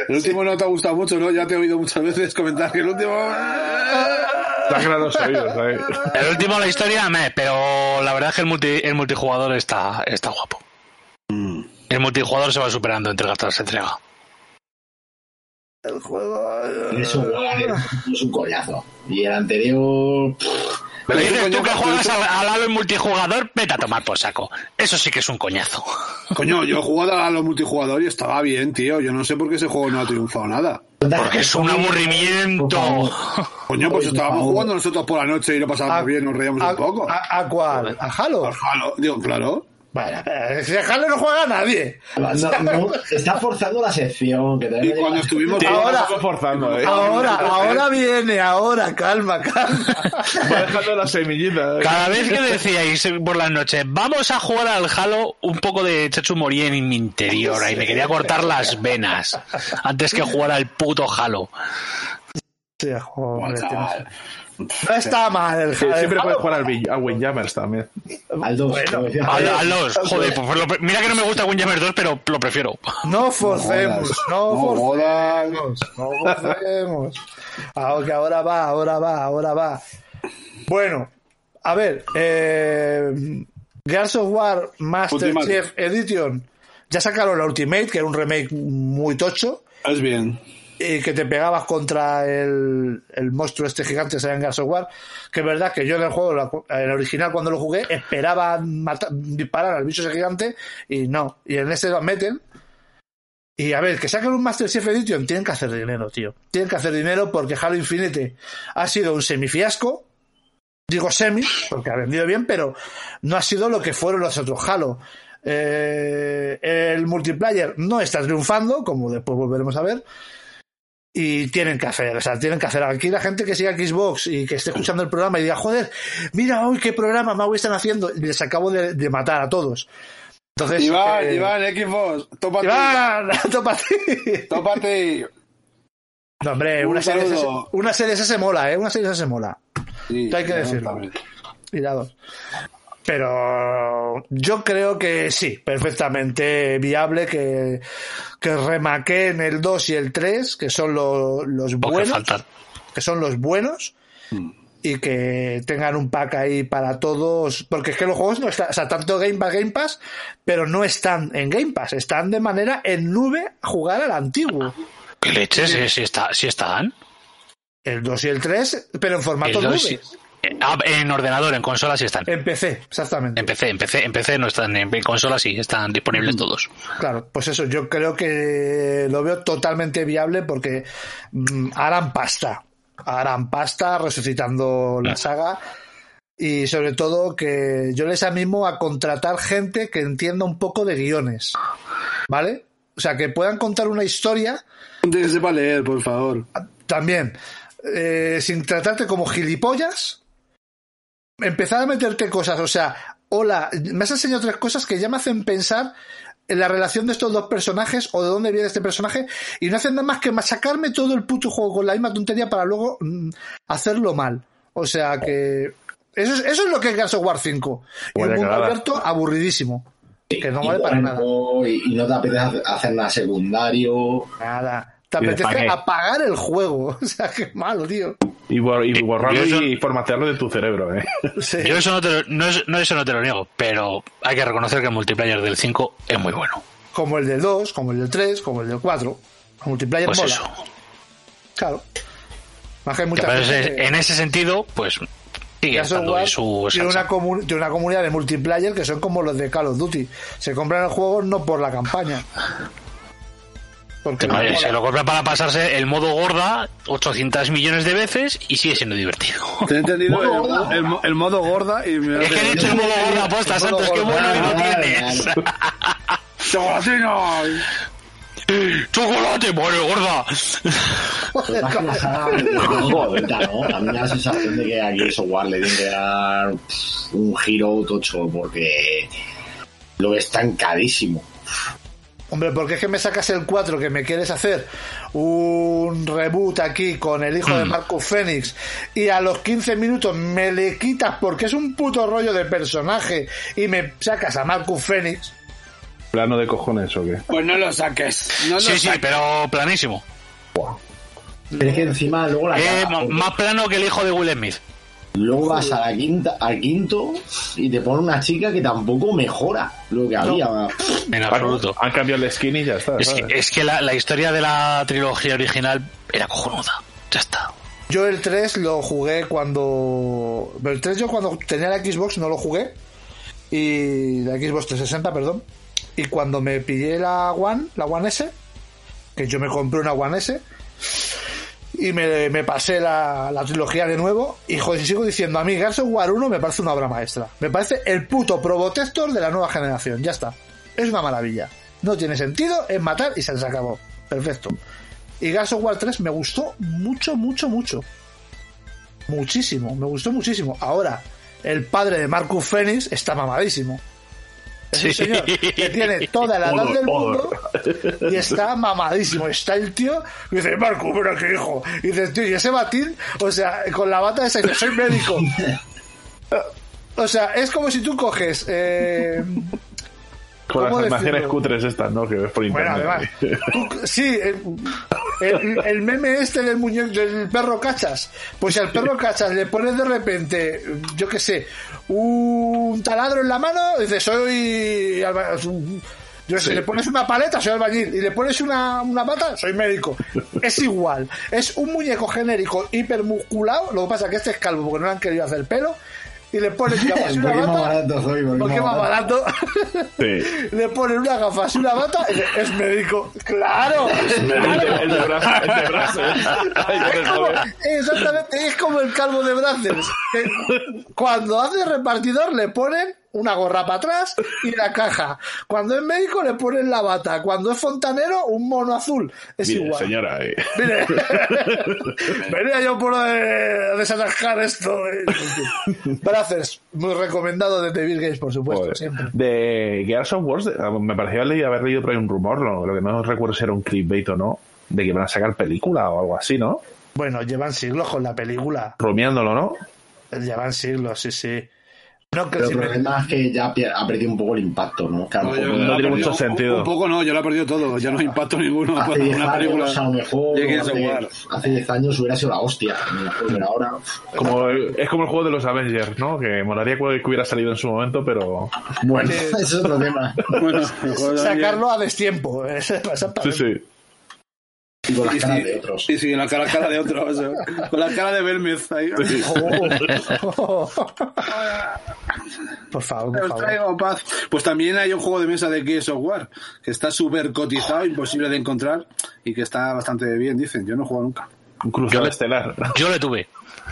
Speaker 3: El último no te ha gustado mucho, ¿no? Ya te he oído muchas veces comentar que el último.
Speaker 2: Está claro los oídos, ¿eh? ¿sabes?
Speaker 4: El último de la historia, meh, pero la verdad es que el, multi- el multijugador está, está guapo. El multijugador se va superando entrega tras entrega.
Speaker 1: El juego.
Speaker 5: Eso es un coñazo. Y el anterior. pff,
Speaker 4: Me
Speaker 3: es un
Speaker 4: dices tú que
Speaker 3: coñazo,
Speaker 4: juegas al, al Halo en multijugador, vete a tomar por saco. Eso sí que es un coñazo.
Speaker 3: Coño, yo he jugado a los multijugadores y estaba bien, tío. Yo no sé por qué ese juego no ha triunfado nada.
Speaker 4: Porque es un
Speaker 5: Por favor.
Speaker 4: aburrimiento.
Speaker 3: Coño, pues
Speaker 5: Oye,
Speaker 3: estábamos
Speaker 5: Paolo.
Speaker 3: jugando nosotros por la noche y lo pasábamos pues
Speaker 1: Ah,
Speaker 3: bien, nos reíamos
Speaker 1: a,
Speaker 3: un poco.
Speaker 1: ¿A, a cuál? ¿A Halo?
Speaker 3: Por Halo, digo, claro.
Speaker 1: Bueno, eh, si a Halo no juega nadie.
Speaker 5: No, no, está forzando la sección. Que
Speaker 3: Y
Speaker 5: tenemos
Speaker 3: cuando estuvimos
Speaker 1: Sí, Ahora-
Speaker 2: Estamos forzando, ¿eh?
Speaker 1: Ahora, ahora viene, ahora, calma, calma.
Speaker 2: Va dejando la semillita.
Speaker 1: ¿eh?
Speaker 4: Cada vez que decíais por las noches, vamos a jugar al Halo, un poco de Chechu moría en mi interior. Ahí me quería cortar las venas antes que jugar al puto Halo.
Speaker 1: Sí, joder, tío, no sé.
Speaker 3: Chaval.
Speaker 1: No está mal el
Speaker 2: Sí,
Speaker 1: Halo.
Speaker 2: siempre puedes jugar al Win- a Windjammers también.
Speaker 5: al 2. como decía,
Speaker 4: Al, al 2, joder, pues lo pre- mira que no me gusta Windjammer 2, pero lo prefiero.
Speaker 1: No forcemos, no
Speaker 3: No
Speaker 1: forcemos,
Speaker 3: jodas.
Speaker 1: no forcemos. Ahora, que ahora va, ahora va, ahora va. Bueno, a ver, eh, Gears of War Master
Speaker 3: Ultimate.
Speaker 1: Chief Edition. Ya sacaron la Ultimate, que era un remake muy tocho.
Speaker 3: Es bien.
Speaker 1: y que te pegabas contra el, el monstruo este gigante que en Gears of War, que es verdad que yo en el juego, la- en el original cuando lo jugué, esperaba mata- disparar al bicho ese gigante y no, y en este lo meten. Y a ver, que saquen un Master Chief Edition, tienen que hacer dinero, tío. Tienen que hacer dinero porque Halo Infinite ha sido un semifiasco. Digo semi, porque ha vendido bien, pero no ha sido lo que fueron los otros Halo. Eh, el multiplayer no está triunfando, como después volveremos a ver y tienen que hacer, o sea, tienen que hacer. Aquí la gente que siga Xbox y que esté escuchando el programa y diga, joder, mira hoy qué programa más hoy están haciendo, y les acabo de, de matar a todos. Entonces,
Speaker 3: Iván,
Speaker 1: eh,
Speaker 3: Iván, Xbox, tópate.
Speaker 1: Iván, topa ti.
Speaker 3: Tópate.
Speaker 1: No, hombre,
Speaker 3: Un
Speaker 1: una serie, esa,
Speaker 3: saludo.
Speaker 1: una serie esa se mola, ¿eh? Una serie esa se mola. Hay que decirlo. Cuidado. Pero yo creo que sí, perfectamente viable que, que remaqueen el 2 y el 3, que son lo- los
Speaker 4: Porque
Speaker 1: buenos.
Speaker 4: faltan.
Speaker 1: que son los buenos
Speaker 3: Mm.
Speaker 1: y que tengan un pack ahí para todos, porque es que los juegos no están, o sea, tanto Game Pass, Game Pass, pero no están en Game Pass, están de manera en nube a jugar al antiguo.
Speaker 4: ¿Qué leches? Si está, sí están.
Speaker 1: El 2 y el 3, pero en
Speaker 4: El
Speaker 1: formato
Speaker 4: dos
Speaker 1: nube.
Speaker 4: sí- eh, ah, en ordenador, en consola sí están.
Speaker 1: En PC, exactamente.
Speaker 4: En PC, en PC, en PC no están, en en consola sí están
Speaker 1: Mm.
Speaker 4: disponibles todos.
Speaker 1: Claro, pues eso, yo creo que lo veo totalmente viable porque mm, harán pasta. Harán pasta resucitando la saga. Y sobre todo que yo les animo a contratar gente que entienda un poco de guiones. ¿Vale? O sea, que puedan contar una historia
Speaker 3: Gente que sepa leer, por favor.
Speaker 1: también, eh, sin tratarte como gilipollas, empezar a meterte cosas. O sea, hola, me has enseñado tres cosas que ya me hacen pensar en la relación de estos dos personajes o de dónde viene este personaje y no hacen nada más que machacarme todo el puto juego con la misma tontería para luego mm, hacerlo mal. O sea que eso es, eso es lo que es Gears of War 5. Y un
Speaker 2: Vaya
Speaker 1: mundo
Speaker 2: cagada.
Speaker 1: abierto aburridísimo. Que no
Speaker 5: y
Speaker 1: vale para nada.
Speaker 5: cuando- Y, y no te apetece hacer nada secundario.
Speaker 1: Nada. Te
Speaker 2: Y le
Speaker 1: apetece
Speaker 2: pagué.
Speaker 1: apagar el juego. O sea, que malo, tío.
Speaker 2: Y, bor- y borrarlo
Speaker 4: Eh, yo eso-
Speaker 2: y formatearlo de tu cerebro, ¿eh?
Speaker 1: Sí.
Speaker 4: Yo eso no, te lo, no, es- no, eso no te lo niego, pero hay que reconocer que el multiplayer del 5 es muy bueno.
Speaker 1: como el del 2, como el del 3, como el del 4. El multiplayer
Speaker 4: Pues
Speaker 1: mola.
Speaker 4: eso.
Speaker 1: Claro. Más que hay mucha
Speaker 4: Pero
Speaker 1: gente
Speaker 4: ese-
Speaker 1: que-
Speaker 4: pues, en ese sentido, pues sigue
Speaker 1: que hace
Speaker 4: estando
Speaker 1: jugar,
Speaker 4: en su
Speaker 1: tiene,
Speaker 4: salsa.
Speaker 1: una comu- tiene una comunidad de multiplayer que son como los de Call of Duty. Se compran el juego no por la campaña. Porque no
Speaker 4: Vale,
Speaker 1: mola.
Speaker 4: eh, se lo compra para pasarse el modo gorda 800 millones de veces y sigue siendo divertido.
Speaker 3: Te he entendido
Speaker 5: Modo
Speaker 3: el-
Speaker 5: gorda.
Speaker 3: el, mo- el modo gorda y me
Speaker 4: Es que he dicho el modo gorda aposta,
Speaker 1: El modo
Speaker 4: Santos, qué
Speaker 1: gorda,
Speaker 4: bueno que lo
Speaker 5: vale,
Speaker 4: tienes.
Speaker 3: ¡Chocolatino!
Speaker 4: ¡Chocolate, bueno, gorda!
Speaker 5: Pero más que la saga, una gordita, pues, ¿no? A mí me da la sensación de que aquí el software le tiene que dar pff, un giro tocho porque lo ves tan carísimo.
Speaker 1: Hombre, porque es que me sacas el 4 que me quieres hacer un reboot aquí con el hijo
Speaker 4: Mm.
Speaker 1: de Marcus Phoenix y a los 15 minutos me le quitas porque es un puto rollo de personaje y me sacas a Marcus Phoenix.
Speaker 2: Plano de cojones o qué.
Speaker 3: Pues no lo saques. No lo
Speaker 4: Sí, sí,
Speaker 3: saques.
Speaker 4: pero planísimo.
Speaker 5: Pero es que encima luego la
Speaker 4: Mm. Eh,
Speaker 5: caga,
Speaker 4: ma-
Speaker 5: porque
Speaker 4: más plano que el hijo de Will Smith.
Speaker 5: luego vas a la quinta, al quinto y te pone una chica que tampoco mejora lo que había.
Speaker 4: En absoluto.
Speaker 2: Han cambiado el skin y ya está.
Speaker 4: Es que, eh,
Speaker 2: ¿sabes?
Speaker 4: es que la, la historia de la trilogía original era cojonuda. Ya está.
Speaker 1: Yo el 3 lo jugué cuando... El 3 yo cuando tenía la Xbox no lo jugué. Y la Xbox 360, perdón. Y cuando me pillé la One, la One S, que yo me compré una One S, y me, me pasé la, la trilogía de nuevo, y joder, si sigo diciendo, a mí Gears of War 1 me parece una obra maestra. Me parece el puto probotector de la nueva generación, ya está. Es una maravilla. No tiene sentido, es matar y se les acabó. Perfecto. Y Gears of War 3 me gustó mucho, mucho, mucho. Muchísimo, me gustó muchísimo. Ahora, el padre de Marcus Fenix está mamadísimo. Es un
Speaker 4: Sí.
Speaker 1: señor que tiene toda la edad del mundo y está mamadísimo. Está el tío y dice, Marcus, pero qué hijo. Y dice, tío, y ese batín, o sea, con la bata esa, dice, soy médico. O sea, es como si tú coges... eh,
Speaker 2: Con las
Speaker 1: ¿cómo
Speaker 2: animaciones
Speaker 1: decirlo?
Speaker 2: cutres estas, ¿no? Que ves por
Speaker 1: Bueno,
Speaker 2: internet. ¿eh?
Speaker 1: además. tú- sí, el, el- el meme este del muñeco del perro cachas. Pues si al perro cachas le pones de repente, yo qué sé, un taladro en la mano, dice, soy. alba- Yo qué sé, le pones una paleta, soy albañil. Y le pones una, una pata, soy médico. Es igual. Es un muñeco genérico hipermusculado. Lo que pasa es que este es calvo porque no le han querido hacer pelo. Y le pones digamos, una
Speaker 5: Porque más
Speaker 1: bata.
Speaker 5: barato soy, porque
Speaker 1: Porque
Speaker 5: más
Speaker 1: va
Speaker 5: barato.
Speaker 1: barato.
Speaker 2: Sí.
Speaker 1: Le ponen una gafas y una bata. y dice, Es médico. ¡Claro!
Speaker 2: El de, el de brazo, el de brazo. ¿eh? Ay, qué
Speaker 1: Es como,
Speaker 2: joder.
Speaker 1: exactamente, es como el calvo de brazos. Cuando hace repartidor le ponen una gorra para atrás y la caja. Cuando es médico le ponen la bata. Cuando es fontanero, un mono azul. Es
Speaker 2: Mire,
Speaker 1: igual.
Speaker 2: señora. eh.
Speaker 1: Mire. venía yo por eh, desatascar esto. eh. Brazos, muy recomendado desde Bill Gates, por supuesto,
Speaker 2: Joder.
Speaker 1: siempre.
Speaker 2: De Gears of War, de- ah, me pareció haber leído, haber leído por ahí un rumor, lo, lo que no recuerdo si era un clickbait o no, de que van a sacar película o algo así, ¿no?
Speaker 1: Bueno, llevan siglos con la película.
Speaker 2: Rumiándolo, ¿no?
Speaker 1: Llevan siglos, sí, sí. No, que
Speaker 5: Pero
Speaker 1: si
Speaker 5: el
Speaker 1: me-
Speaker 5: problema es que ya pier- ha perdido un poco el impacto, ¿no? Que a lo
Speaker 3: No, yo-
Speaker 5: mejor
Speaker 2: no
Speaker 3: yo
Speaker 2: tiene
Speaker 3: la
Speaker 2: mucho
Speaker 3: perdí- un-
Speaker 2: sentido.
Speaker 3: Un, poco no, yo lo he perdido todo. Ya no hay impacto ninguno.
Speaker 5: Hace
Speaker 3: cuando
Speaker 5: 10
Speaker 3: una película.
Speaker 5: años, a lo mejor,
Speaker 3: Llegué a
Speaker 5: hace-
Speaker 3: jugar.
Speaker 5: hace 10 años hubiera sido la hostia. Pero ahora,
Speaker 2: Como, es como el juego de los Avengers, ¿no? Que molaría que hubiera salido en su momento, pero.
Speaker 5: bueno, ese es otro tema.
Speaker 3: Bueno, mejor
Speaker 1: sacarlo a destiempo. eh, exactamente.
Speaker 2: Sí, sí.
Speaker 5: Y con las
Speaker 3: Y
Speaker 5: caras
Speaker 3: sí,
Speaker 5: de otros.
Speaker 3: y sí, la cara, cara de otro. o sea, con la cara de Belmez ahí.
Speaker 1: Oh. por favor, por
Speaker 3: Os
Speaker 1: favor.
Speaker 3: traigo paz. Pues también hay un juego de mesa de Gears of War que está súper cotizado, imposible de encontrar y que está bastante bien, dicen. Yo no he jugado nunca.
Speaker 2: Un cruzado estelar.
Speaker 4: Yo le tuve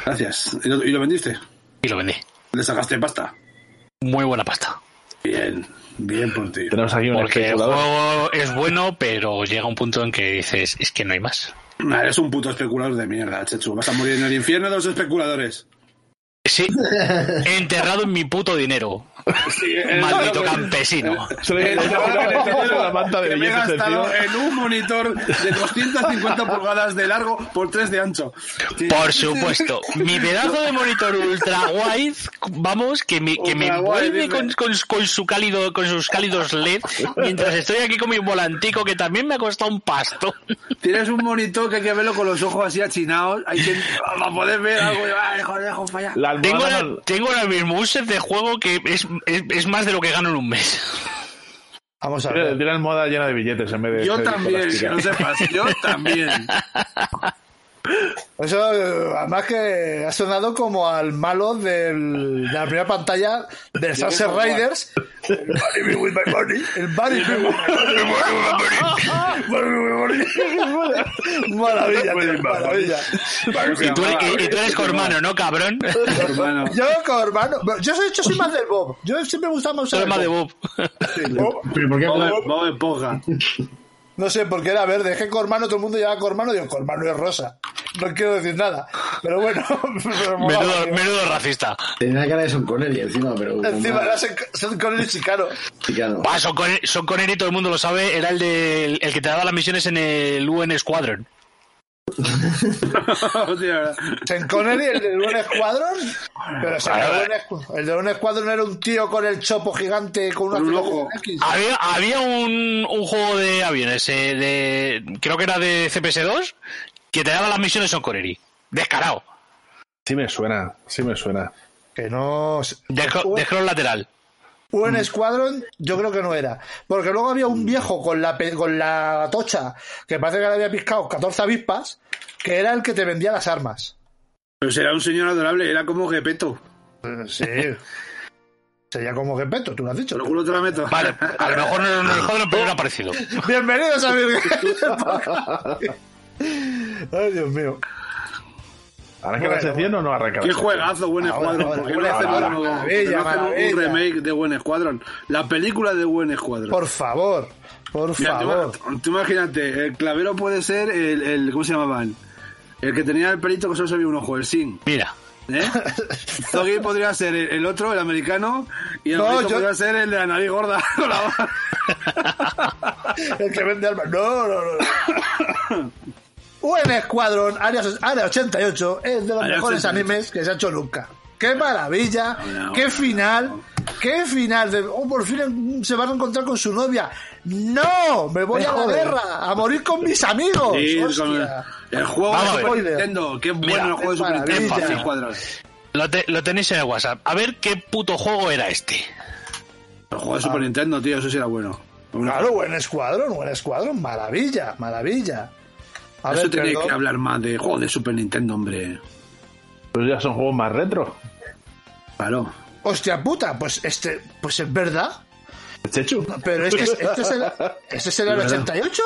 Speaker 3: Gracias. ¿Y lo, y lo vendiste?
Speaker 4: y lo vendí.
Speaker 3: ¿Le sacaste pasta?
Speaker 4: Muy buena pasta.
Speaker 3: Bien, bien por ti.
Speaker 2: Tenemos aquí un
Speaker 4: Porque el
Speaker 2: especulador.
Speaker 4: juego es bueno, pero llega un punto en que dices, es que no hay más.
Speaker 3: Ah, Eres un puto especulador de mierda, Chechu. Vas a morir en el infierno de los especuladores.
Speaker 4: Sí, enterrado en mi puto dinero. Maldito campesino.
Speaker 2: Se le- le- le- le- le- la manta de
Speaker 3: que me he
Speaker 2: bellezas del
Speaker 3: gastado eh.
Speaker 2: tío.
Speaker 3: en un monitor de 250 pulgadas de largo por 3 de ancho. Que-
Speaker 4: Por supuesto, mi pedazo de monitor ultra wide, vamos, que me, que me
Speaker 3: Ultra wide,
Speaker 4: envuelve
Speaker 3: dime.
Speaker 4: con, con- con su cálido, con sus cálidos LED, mientras estoy aquí con mi volantico que también me ha costado un pasto.
Speaker 3: Tienes un monitor que hay que verlo con los ojos así achinados. Hay que para poder ver algo. Ah, joder, dejo falla.
Speaker 2: La
Speaker 4: Tengo
Speaker 2: almohada,
Speaker 4: ahora,
Speaker 2: no-
Speaker 4: tengo ahora mismo un set de juego que es, es- es más de lo que gano en un mes.
Speaker 1: Vamos a
Speaker 2: tiene-
Speaker 1: ver.
Speaker 2: tiene la almohada llena de billetes en vez de.
Speaker 3: Yo
Speaker 2: de
Speaker 3: también, que
Speaker 2: plástica.
Speaker 3: no sepas, yo también.
Speaker 1: Eso, eh, además que ha sonado como al malo del- de la primera pantalla del Sunset Riders. El Bury Me With My Money. El Bury Me With My Money. Maravilla, tío, maravilla.
Speaker 4: Y tú, y- y tú eres cormano, ¿no, cabrón? Tú
Speaker 3: hermano.
Speaker 1: Yo, como hermano, yo soy, yo soy más del Bob. Yo siempre me gustaba más
Speaker 4: eres
Speaker 1: el
Speaker 4: más de
Speaker 1: Bob.
Speaker 4: Bob.
Speaker 1: Bob.
Speaker 5: Pero ¿por qué
Speaker 3: Bob- Bob Esponja.
Speaker 1: No sé, porque era verde. Es que Cormano, todo el mundo llevaba Cormano. Digo, Cormano es rosa. No quiero decir nada. Pero bueno. pero molaba,
Speaker 4: Menudo,
Speaker 1: tío.
Speaker 4: menudo racista.
Speaker 5: Tenía cara de Son Connery encima, pero.
Speaker 1: Encima
Speaker 5: era
Speaker 1: era Sean Sean Connery chicano.
Speaker 4: Bah, son, con, son Connery, todo el mundo lo sabe, era el, de, el, que te daba las misiones en el UN Squadron.
Speaker 3: Hostia,
Speaker 1: Sean Connery, el del buen escuadrón. Pero o sea,
Speaker 4: Vale,
Speaker 1: el, del buen escu- el del buen escuadrón era un tío con el chopo gigante con, una
Speaker 3: Con un
Speaker 1: ciudad
Speaker 3: ojo.
Speaker 1: X.
Speaker 4: Había, había un, un juego de aviones, eh, de, creo que era de CPS2, que te daba las misiones son Connery. Descarado.
Speaker 2: Sí me suena, sí me suena.
Speaker 1: Que no.
Speaker 4: De,
Speaker 1: Un-
Speaker 4: de scroll lateral.
Speaker 1: Un escuadrón, yo creo que no era. Porque luego había un viejo con la, pe- con la tocha que parece que le había piscado 14 avispas, que era el que te vendía las armas.
Speaker 3: Pero será un señor adorable, era como Gepeto.
Speaker 1: Sí. Sería como Gepetto, tú lo has dicho.
Speaker 3: Te lo juro, te la meto.
Speaker 4: Vale, a lo mejor no era un escuadrón, pero era parecido.
Speaker 1: Bienvenidos a Virgen. Ay, Dios mío.
Speaker 2: ¿Arranca
Speaker 1: Bueno,
Speaker 2: la sección o no arranca la
Speaker 3: Qué
Speaker 2: sección?
Speaker 3: juegazo, Buen
Speaker 1: Ahora,
Speaker 3: Escuadrón.
Speaker 1: ahora,
Speaker 3: ¿Por qué no
Speaker 1: ahora,
Speaker 3: hacen
Speaker 1: ahora,
Speaker 3: un-
Speaker 1: maravilla,
Speaker 3: por qué no hacen
Speaker 1: maravilla.
Speaker 3: un remake de Buen Escuadrón? La película de Buen Escuadrón.
Speaker 1: Por favor, por
Speaker 3: Mira, tú-
Speaker 1: favor.
Speaker 3: Tú imagínate, el clavero puede ser el, el- ¿cómo se llamaban? El que tenía el pelito que solo se veía un ojo, el sin,
Speaker 4: Mira,
Speaker 3: ¿eh? Zoggy podría ser el, el otro, el americano, y el
Speaker 1: No,
Speaker 3: gorrito
Speaker 1: yo-
Speaker 3: podría ser el de la nariz gorda. con la barba.
Speaker 1: El que vende armas. No, no, no. no. UN Escuadrón, área, área 88, es de los
Speaker 3: Área
Speaker 1: mejores
Speaker 3: 88.
Speaker 1: animes que se ha hecho nunca. ¡Qué maravilla!
Speaker 3: No, no,
Speaker 1: ¡Qué
Speaker 3: no,
Speaker 1: final! ¡Qué final! de- oh, por fin se va a encontrar con su novia. ¡No! ¡Me voy a la guerra! ¡A morir con mis amigos!
Speaker 3: Sí, con el,
Speaker 1: ¡Hostia!
Speaker 3: el juego
Speaker 4: Vamos a
Speaker 3: de
Speaker 4: ver.
Speaker 3: Super Nintendo. Qué bueno
Speaker 4: Mira,
Speaker 3: el juego de
Speaker 1: es
Speaker 3: Super Nintendo.
Speaker 1: maravilla.
Speaker 3: Buen Escuadrón.
Speaker 4: lo, te- lo tenéis en el WhatsApp. A ver qué puto juego era este.
Speaker 3: El juego
Speaker 4: Ah.
Speaker 3: de Super Nintendo, tío, eso sí era bueno.
Speaker 1: Claro, UN Escuadrón, UN Escuadrón, maravilla, maravilla. A
Speaker 3: eso
Speaker 1: ver,
Speaker 3: tenía
Speaker 1: perdón.
Speaker 3: que hablar más de juego de Super Nintendo, hombre.
Speaker 2: Pues ya son juegos más retro.
Speaker 3: Claro.
Speaker 1: Hostia puta, pues este, pues es verdad.
Speaker 2: Chechu.
Speaker 1: Pero es que es- este es el, este es el área 88.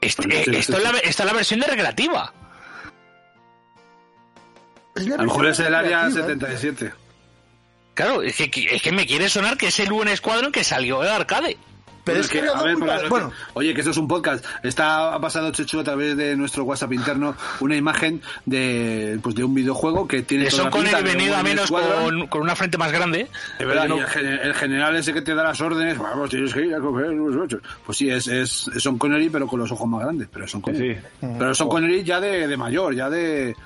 Speaker 4: Este- eh, esto es la, esta es la versión de recreativa.
Speaker 1: Es la
Speaker 3: A lo mejor es
Speaker 1: versión
Speaker 3: el área
Speaker 1: creativa, ¿eh?
Speaker 3: 77.
Speaker 4: Claro, es que, es que me quiere sonar que es el UN Squadron que salió de arcade.
Speaker 1: Pero
Speaker 3: Bueno,
Speaker 1: es que, le ha
Speaker 3: a
Speaker 1: dado
Speaker 3: ver,
Speaker 1: muy
Speaker 3: para
Speaker 1: mal-
Speaker 3: los-
Speaker 1: bueno,
Speaker 3: oye, que esto es un podcast. Está ha pasado Chechu a través de nuestro WhatsApp interno una imagen de pues de un videojuego que tiene
Speaker 4: Que
Speaker 3: toda
Speaker 4: son
Speaker 3: la
Speaker 4: con
Speaker 3: pinta
Speaker 4: el
Speaker 3: de un
Speaker 4: venido a
Speaker 3: buen
Speaker 4: menos
Speaker 3: escuadrón.
Speaker 4: con, con una frente más grande.
Speaker 3: De verdad, y el, gen- el general ese que te da las órdenes, vamos, tienes que ir a coger los ocho. Pues sí, es, es es Sean Connery, pero con los ojos más grandes. Pero son Connery.
Speaker 2: Sí, sí.
Speaker 3: Pero son Connery ya de, de mayor, ya de.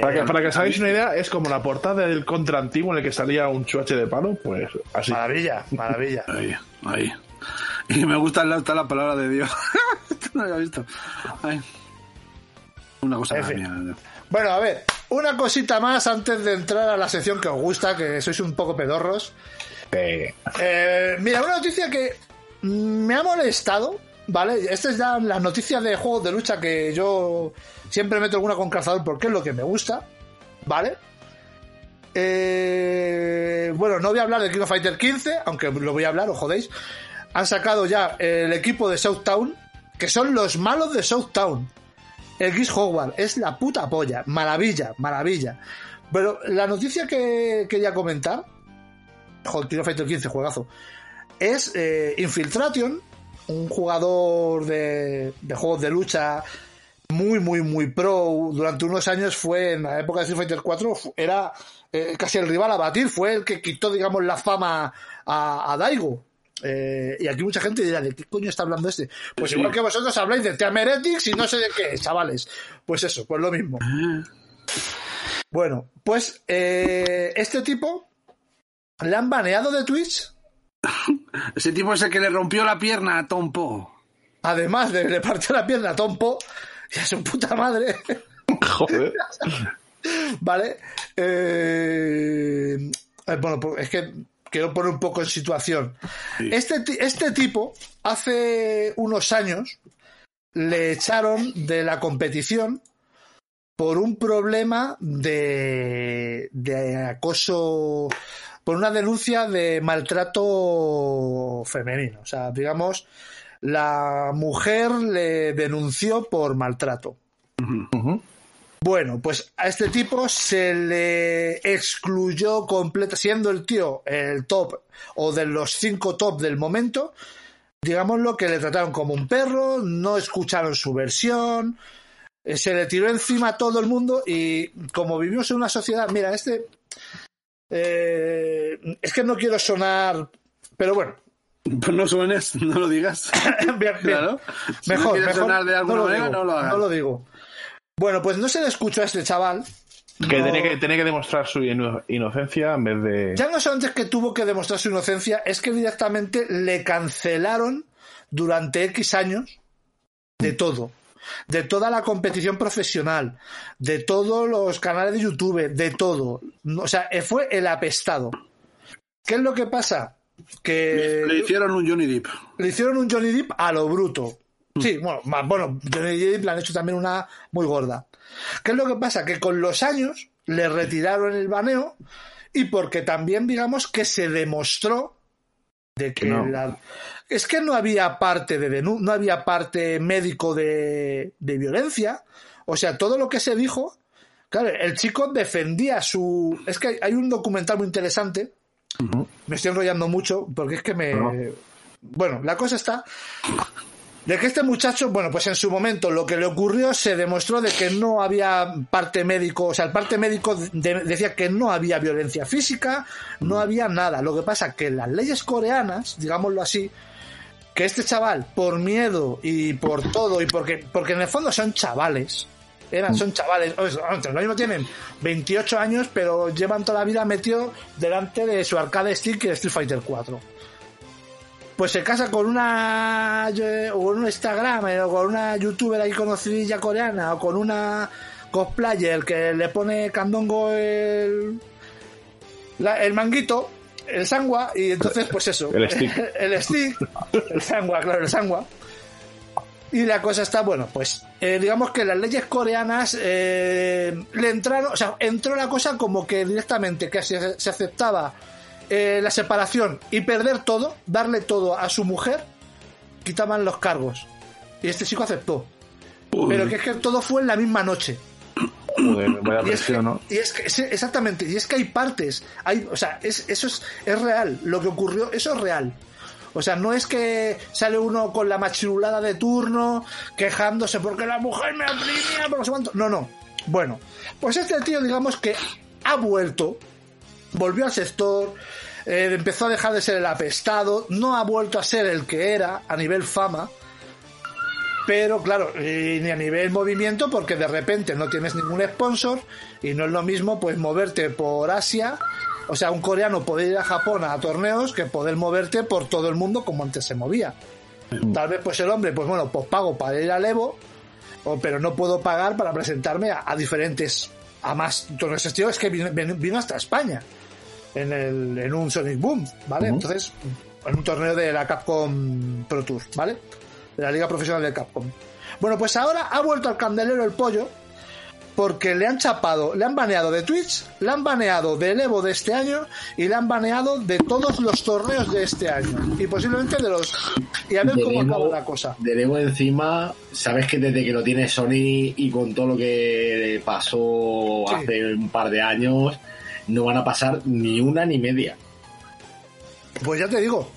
Speaker 2: Para que, para que os hagáis una idea, es como la portada del contra antiguo en el que salía un chuache de palo, pues así.
Speaker 1: maravilla, maravilla.
Speaker 3: Ahí, ahí. Y me gusta la, está la palabra de Dios. Esto no lo había visto. Ay. Una cosa más
Speaker 1: F.
Speaker 3: mía.
Speaker 1: Bueno, a ver, una cosita más antes de entrar a la sección que os gusta, que sois un poco pedorros.
Speaker 2: Eh,
Speaker 1: Eh, mira, una noticia que me ha molestado, ¿vale? Estas es ya las noticias de juegos de lucha que yo siempre meto alguna con cazador porque es lo que me gusta, ¿vale? Eh, bueno, no voy a hablar de King of Fighter 15, aunque lo voy a hablar, os jodéis. Han sacado ya el equipo de Southtown, que son los malos de Southtown. El Chris Howard es la puta polla, maravilla, maravilla. Pero la noticia que quería comentar Joder, King of Fighter 15, juegazo. Es eh, Infiltration, un jugador de, de juegos de lucha muy, muy, muy pro. Durante unos años fue, en la época de Street Fighter 4, fu- era eh, casi el rival a batir. Fue el que quitó, digamos, la fama a, a Daigo. Eh, y aquí mucha gente dirá, ¿de qué coño está hablando este? Pues igual que vosotros habláis de Teameretics y no sé de qué, chavales. Pues eso, pues lo mismo. Bueno, pues eh, este tipo le han baneado de Twitch
Speaker 3: Ese tipo es el que le rompió la pierna a Tom Poe.
Speaker 1: además de que le partió la pierna a Tompo y a su puta madre,
Speaker 2: joder.
Speaker 1: ¿vale? Eh, eh, bueno, pues es que quiero poner un poco en situación. Este, ti- este tipo, hace unos años, le echaron de la competición por un problema de, de acoso, por una denuncia de maltrato femenino. O sea, digamos, la mujer le denunció por maltrato. Bueno, pues a este tipo se le excluyó completa, siendo el tío el top o de los cinco top del momento, digámoslo que le trataron como un perro, no escucharon su versión, eh, se le tiró encima a todo el mundo y como vivimos en una sociedad, mira, este, eh, es que no quiero sonar, pero bueno,
Speaker 3: Pues no suenes, no lo digas.
Speaker 1: bien, bien.
Speaker 3: Claro. Si no
Speaker 1: mejor,
Speaker 3: quieres
Speaker 1: mejor,
Speaker 3: sonar de alguna
Speaker 1: no lo
Speaker 3: manera,
Speaker 1: digo,
Speaker 3: no lo hagas.
Speaker 1: no lo digo. Bueno, pues no se le escuchó a este chaval.
Speaker 2: Que,
Speaker 1: No-
Speaker 2: tiene que tiene que demostrar su ino- inocencia en vez de.
Speaker 1: Ya no solo antes que tuvo que demostrar su inocencia, es que directamente le cancelaron durante X años de todo. De toda la competición profesional, de todos los canales de YouTube, de todo. O sea, eh, fue el apestado. ¿Qué es lo que pasa? Que
Speaker 3: Le hicieron un Johnny Depp.
Speaker 1: le hicieron un Johnny Depp a lo bruto. Sí, bueno, más, bueno, Johnny Depp le han hecho también una muy gorda. ¿Qué es lo que pasa? Que con los años le retiraron el baneo y porque también digamos que se demostró de que
Speaker 2: no.
Speaker 1: la- es que no había parte de denu- no había parte médico de, de violencia. O sea, todo lo que se dijo, claro, el chico defendía su. Es que hay- hay un documental muy interesante me estoy enrollando mucho porque es que me. Bueno, la cosa está de que este muchacho, bueno, pues en su momento lo que le ocurrió se demostró de que no había parte médico, o sea, el parte médico de- decía que no había violencia física, no había nada. Lo que pasa que las leyes coreanas, digámoslo así, que este chaval, por miedo y por todo, y porque, porque en el fondo son chavales, eran, son chavales, o sea, lo mismo tienen 28 años, pero llevan toda la vida metido delante de su arcade stick y de Street Fighter 4 pues se casa con una o con un Instagram o con una youtuber ahí conocidilla coreana o con una cosplayer que le pone candongo el la- el manguito el sangua y entonces pues eso
Speaker 2: El stick.
Speaker 1: el stick el sangua claro el sangua y la cosa está bueno pues eh, digamos que las leyes coreanas eh, le entraron o sea entró la cosa como que directamente que se- se aceptaba eh, la separación y perder todo, darle todo a su mujer, quitaban los cargos. Y este chico aceptó. Pero que es que todo fue en la misma noche.
Speaker 2: Joder,
Speaker 1: Y
Speaker 2: vaya
Speaker 1: es que,
Speaker 2: presión, ¿no?
Speaker 1: y es que- sí, exactamente, y es que hay partes, hay, o sea, es- eso es, es real, lo que ocurrió, eso es real. O sea, no es que sale uno con la machirulada de turno, quejándose porque la mujer me oprimía, por no sé cuánto. No, no. Bueno, pues este tío, digamos que ha vuelto, volvió al sector, eh, empezó a dejar de ser el apestado, no ha vuelto a ser el que era a nivel fama, pero claro, eh, ni a nivel movimiento, porque de repente no tienes ningún sponsor y no es lo mismo pues moverte por Asia, o sea, un coreano poder ir a Japón a torneos que poder moverte por todo el mundo como antes se movía. Tal vez pues el hombre, pues bueno, pues pago para ir al Evo, o- pero no puedo pagar para presentarme a, a diferentes, a más torneos. Este tío es que vino, vino- vino hasta España en, el, en un Sonic Boom, ¿vale? Entonces, en un torneo de la Capcom Pro Tour, ¿vale? De la Liga Profesional de Capcom. Bueno, pues ahora ha vuelto al candelero el pollo porque le han chapado, le han baneado de Twitch, le han baneado del Evo de este año y le han baneado de todos los torneos de este año y posiblemente de los... Y a ver cómo acaba la cosa.
Speaker 5: de Evo encima, sabes que desde que lo tiene Sony y con todo lo que pasó
Speaker 1: Sí.
Speaker 5: hace un par de años, no van a pasar ni una ni media.
Speaker 1: Pues ya te digo,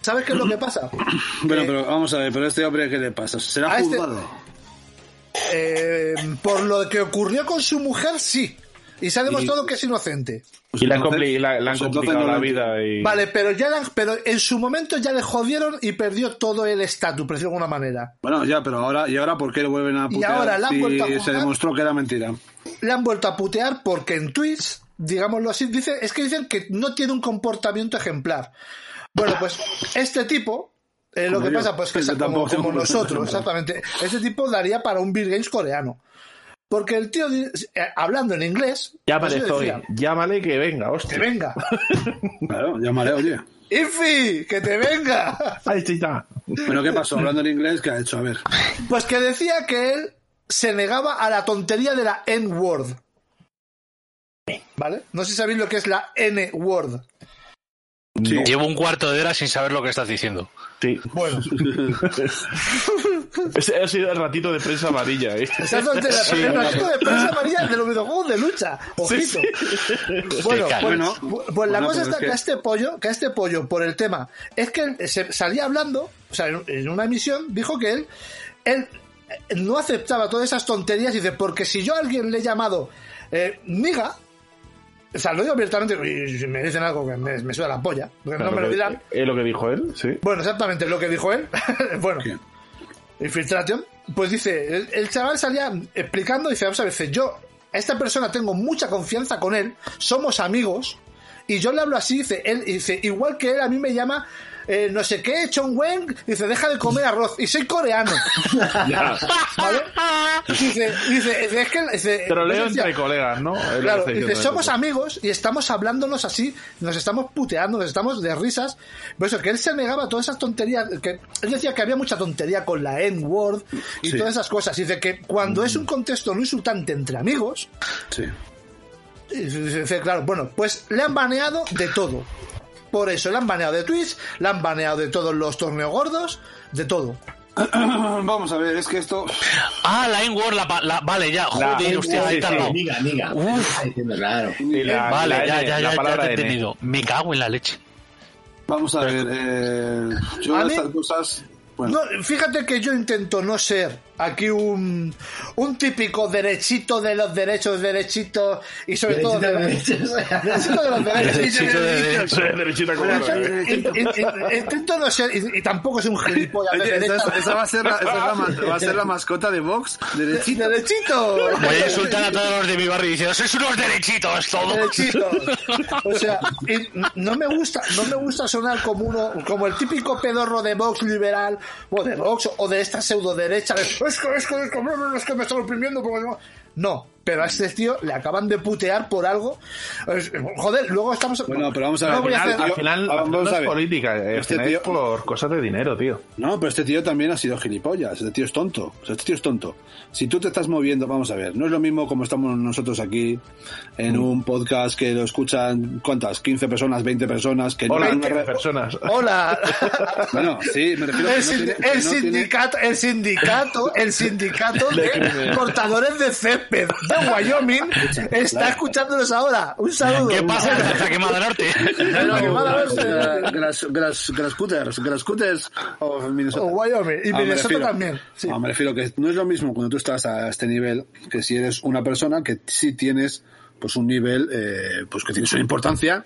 Speaker 1: ¿sabes qué es lo que pasa?
Speaker 3: Bueno,
Speaker 1: Eh,
Speaker 3: pero vamos a ver, pero este hombre, ¿qué le pasa? ¿Será
Speaker 1: a este-
Speaker 3: juzgado?
Speaker 1: Eh, por lo que ocurrió con su mujer, sí. Y se ha demostrado que es inocente.
Speaker 2: Y le han,
Speaker 3: pues entonces-
Speaker 2: compli- la, le han
Speaker 3: pues entonces
Speaker 2: complicado
Speaker 3: no lo
Speaker 2: la
Speaker 3: entiendo.
Speaker 2: vida. Y...
Speaker 1: Vale, pero ya la- pero en su momento ya le jodieron y perdió todo el estatus, por decirlo de alguna manera.
Speaker 3: Bueno, ya, pero ahora, ¿y ahora por qué lo vuelven a
Speaker 1: Y
Speaker 3: putear
Speaker 1: ahora la han vuelto a
Speaker 3: si se
Speaker 1: juzgar?
Speaker 3: demostró que era mentira?
Speaker 1: Le han vuelto a putear porque en Twitch, digámoslo así, dice, es que dicen que no tiene un comportamiento ejemplar. Bueno, pues este tipo, eh, lo
Speaker 3: Como
Speaker 1: que
Speaker 3: yo.
Speaker 1: pasa, pues que
Speaker 3: Yo
Speaker 1: sea como,
Speaker 3: tampoco tengo
Speaker 1: como
Speaker 3: un
Speaker 1: nosotros,
Speaker 3: comportamiento
Speaker 1: exactamente. Este tipo daría para un Bill Games coreano. Porque el tío, di- eh, hablando en inglés,
Speaker 2: Llámale,
Speaker 1: eso
Speaker 2: Zoe,
Speaker 1: pues decía,
Speaker 2: Llámale que venga,
Speaker 1: que
Speaker 2: hostia.
Speaker 1: venga.
Speaker 3: Claro, llamaré, oye.
Speaker 1: Infi, que te venga.
Speaker 2: Ay, sí, ya.
Speaker 3: Bueno, ¿qué pasó? Hablando en inglés, ¿qué ha hecho? A ver.
Speaker 1: Pues que decía que él se negaba a la tontería de la N-word. ¿Vale? No sé si sabéis lo que es la N-word.
Speaker 4: Llevo un cuarto de hora sin saber lo que estás diciendo.
Speaker 2: Sí. Bueno. Ese ha sido el ratito de prensa amarilla, ¿eh?
Speaker 1: Esa es donde la- el ratito de prensa amarilla de los videojuegos de lucha. Ojito. Bueno,
Speaker 4: Sí, claro.
Speaker 1: pues,
Speaker 3: Bueno,
Speaker 1: pues la
Speaker 3: bueno,
Speaker 1: cosa
Speaker 3: pero
Speaker 1: está
Speaker 3: es
Speaker 1: que...
Speaker 3: que-
Speaker 1: a este pollo, que a este pollo, por el tema, es que se salía hablando, o sea, en, en una emisión, dijo que él, él eh, no aceptaba todas esas tonterías y dice, porque si yo a alguien le he llamado eh, miga, o sea, lo digo abiertamente, y si me dicen algo que me, me suda la polla, porque no me lo dirán.
Speaker 2: Es lo que dijo él, sí.
Speaker 1: Bueno, exactamente lo que dijo él. bueno, Infiltration. Pues dice, el, el chaval salía explicando, dice, vamos a ver, dice, yo, a esta persona tengo mucha confianza con él, somos amigos, y yo le hablo así, dice, él, y dice, igual que él a mí me llama, eh, no sé qué, Chong Wen, dice, deja de comer arroz, y soy coreano. ¿Vale? Dice, dice, es que... dice,
Speaker 2: Pero leo
Speaker 1: decía,
Speaker 2: entre colegas, ¿no? Es lo que
Speaker 1: Claro,
Speaker 2: está diciendo
Speaker 1: dice, somos
Speaker 2: eso.
Speaker 1: amigos y estamos hablándonos así, nos estamos puteando, nos estamos de risas. Por eso, que él se negaba a todas esas tonterías, que él decía que había mucha tontería con la N-word y todas esas cosas. Dice que cuando es
Speaker 2: Mm.
Speaker 1: un contexto no insultante entre amigos,
Speaker 3: Sí.
Speaker 1: y dice, claro, bueno, pues le han baneado de todo. Por eso, le han baneado de Twitch, le han baneado de todos los torneos gordos, de todo.
Speaker 3: Vamos a ver, es que esto.
Speaker 4: Ah, la N-Word, la, pa- la- vale, ya. Joder, hostia, ahí está
Speaker 2: sí,
Speaker 4: no.
Speaker 2: sí.
Speaker 5: Niga, niga.
Speaker 4: Uf.
Speaker 5: Está diciendo, claro.
Speaker 2: Y la-
Speaker 4: Vale,
Speaker 2: la
Speaker 4: ya,
Speaker 2: N,
Speaker 4: ya,
Speaker 2: la
Speaker 4: ya, ya
Speaker 2: palabra
Speaker 4: te he
Speaker 2: N.
Speaker 4: entendido. Me cago en la leche.
Speaker 3: Vamos a ver. eh, yo
Speaker 1: A mí-
Speaker 3: estas cosas. Bueno,
Speaker 1: No, fíjate que yo intento no ser aquí un, un típico derechito de los derechos, derechitos y sobre todo de, derechito de los derechos.
Speaker 4: Derechito de derechos.
Speaker 2: Sí, derechita como
Speaker 3: Bueno,
Speaker 2: la-
Speaker 3: sí.
Speaker 1: In- in- in- Intento no ser, y, y tampoco es un gilipollas. de
Speaker 3: Oye, esa,
Speaker 1: derecha.
Speaker 3: esa va, a ser la, esa es la ma- va a ser la mascota de Vox, derechita.
Speaker 1: derechito.
Speaker 4: Voy a insultar a todos los de mi barrio diciendo, sois unos derechitos todos.
Speaker 1: Derechitos. Eh, O sea, y no me gusta, no me gusta sonar como uno, como el típico pedorro de Vox liberal, o de Vox, o de esta pseudo derecha, es que, es que, es que, no, no, no, es que me están oprimiendo porque no. No, pero a este tío le acaban de putear por algo. Es- Joder, luego estamos.
Speaker 3: Bueno, pero vamos a ver,
Speaker 1: No voy
Speaker 3: al
Speaker 1: hacer-
Speaker 2: Al
Speaker 3: Yo-
Speaker 2: final,
Speaker 3: vamos
Speaker 2: al final no
Speaker 3: a
Speaker 2: es
Speaker 3: ver.
Speaker 2: política, eh, al
Speaker 3: Este
Speaker 2: final es
Speaker 3: tío-
Speaker 2: por cosas de dinero, tío.
Speaker 3: No, pero este tío también ha sido gilipollas. Este tío es tonto. O sea, este tío es tonto. Si tú te estás moviendo, vamos a ver, no es lo mismo como estamos nosotros aquí en un podcast que lo escuchan, ¿cuántas? ¿15 personas? ¿20 personas? Que no
Speaker 2: Hola,
Speaker 3: tienen
Speaker 2: qué
Speaker 3: una re-
Speaker 2: personas.
Speaker 1: Hola.
Speaker 3: Bueno, sí, me refiero a que
Speaker 1: El,
Speaker 3: no
Speaker 1: sin-
Speaker 3: tiene- que
Speaker 1: el
Speaker 3: no tiene-
Speaker 1: sindicato, el sindicato, el sindicato de
Speaker 2: crimen.
Speaker 1: cortadores de césped de Wyoming está escuchándonos ahora. Un saludo.
Speaker 4: ¿Qué pasa en la quemada norte?
Speaker 1: Pero que van a verse.
Speaker 3: Gra- gras- gras- Grascutters, Grascutters of Minnesota.
Speaker 1: O Wyoming. Oh, Y
Speaker 3: Ah, me
Speaker 1: Minnesota
Speaker 3: refiero-
Speaker 1: también. Sí.
Speaker 3: Ah, me refiero que no es lo mismo cuando tú estás a este nivel que si eres una persona que sí tienes pues un nivel eh, pues que tienes una importancia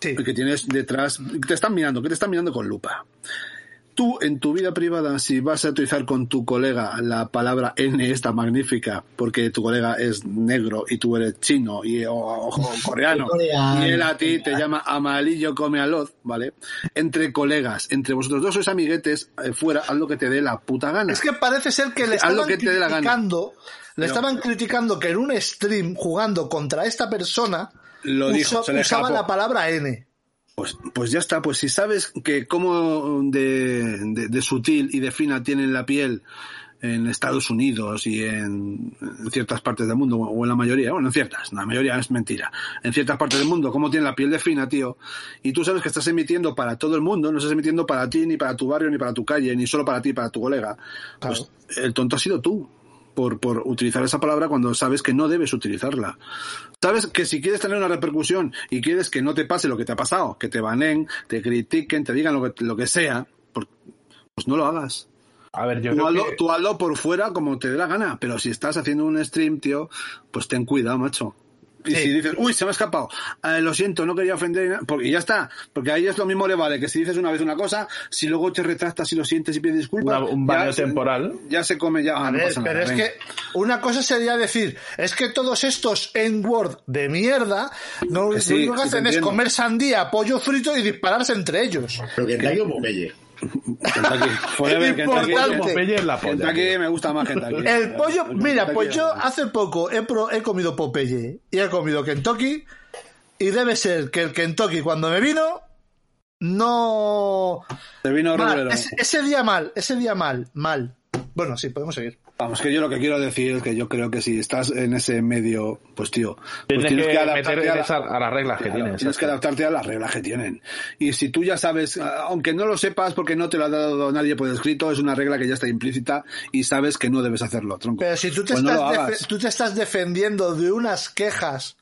Speaker 1: Sí.
Speaker 3: y que tienes detrás te están mirando que te están mirando con lupa tú en tu vida privada si vas a utilizar con tu colega la palabra n esta magnífica porque tu colega es negro y tú eres chino y o, o coreano
Speaker 5: Coreano.
Speaker 3: y él a ti te llama amarillo come aloz vale entre colegas entre vosotros dos sois amiguetes eh, fuera haz lo que te dé la puta gana
Speaker 1: Es que parece ser que le
Speaker 3: Haz
Speaker 1: estaban
Speaker 3: lo que te dé la gana.
Speaker 1: criticando. Le
Speaker 3: No.
Speaker 1: estaban criticando que en un stream jugando contra esta persona
Speaker 3: Lo dijo, se le
Speaker 1: usaba
Speaker 3: escapó.
Speaker 1: la palabra N.
Speaker 3: Pues, pues ya está, pues si sabes que cómo de, de- de sutil y de fina tienen la piel en Estados Unidos y en, en ciertas partes del mundo, o en la mayoría, bueno, en ciertas, la mayoría es mentira, en ciertas partes del mundo, cómo tiene la piel de fina, tío, y tú sabes que estás emitiendo para todo el mundo, no estás emitiendo para ti, ni para tu barrio, ni para tu calle, ni solo para ti, para tu colega,
Speaker 1: Claro.
Speaker 3: pues el tonto ha sido tú. Por, por utilizar esa palabra cuando sabes que no debes utilizarla. Sabes que si quieres tener una repercusión y quieres que no te pase lo que te ha pasado, que te baneen, te critiquen, te digan lo que, lo que sea, por- pues no lo hagas.
Speaker 2: A ver, yo
Speaker 3: Tú
Speaker 2: creo
Speaker 3: hazlo,
Speaker 2: que-
Speaker 3: tú hazlo por fuera como te dé la gana, pero si estás haciendo un stream, tío, pues ten cuidado, macho. Y si dices, uy, se me ha escapado, eh, lo siento, no quería ofender, porque ya está, porque ahí es lo mismo le vale que si dices una vez una cosa, si luego te retractas y lo sientes y pides disculpas,
Speaker 2: Una- un
Speaker 3: ya
Speaker 2: baneo
Speaker 3: se-
Speaker 2: temporal.
Speaker 3: ya se come ya. ah,
Speaker 1: A
Speaker 3: no
Speaker 1: ver,
Speaker 3: pasa nada,
Speaker 1: pero es
Speaker 3: venga.
Speaker 1: que una cosa sería decir, es que todos estos N-word de mierda, no,
Speaker 3: Que sí,
Speaker 1: lo único que
Speaker 3: sí, te
Speaker 1: hacen es
Speaker 3: entiendo.
Speaker 1: comer sandía, pollo frito y dispararse entre ellos.
Speaker 5: Pero que Kentucky o Popeye.
Speaker 3: Kentucky, forever, Kentucky.
Speaker 1: Importante.
Speaker 2: Popeye es la polla.
Speaker 3: Kentucky
Speaker 2: tío.
Speaker 3: me gusta más Kentucky.
Speaker 1: El pollo, mira, pues yo
Speaker 3: Kentucky-
Speaker 1: hace poco he, pro- he comido Popeye y he comido Kentucky y debe ser que el Kentucky cuando me vino no
Speaker 3: Te vino
Speaker 1: mal,
Speaker 3: regulero.
Speaker 1: ah, ese, ese día mal, ese día mal, mal. Bueno, sí, podemos seguir.
Speaker 3: Vamos, que yo lo que quiero decir es que yo creo que si estás en ese medio, pues tío, pues
Speaker 2: Tienes que,
Speaker 3: adaptarte
Speaker 2: meter
Speaker 3: a la-
Speaker 2: esa- a las reglas que
Speaker 3: Claro,
Speaker 2: tienes.
Speaker 3: tienes que adaptarte a las reglas que tienen. Y si tú ya sabes, aunque no lo sepas porque no te lo ha dado nadie por escrito, es una regla que ya está implícita y sabes que no debes hacerlo, tronco.
Speaker 1: Pero si tú te,
Speaker 3: Pues no
Speaker 1: estás,
Speaker 3: lo
Speaker 1: defe-
Speaker 3: hagas.
Speaker 1: tú te estás defendiendo de unas quejas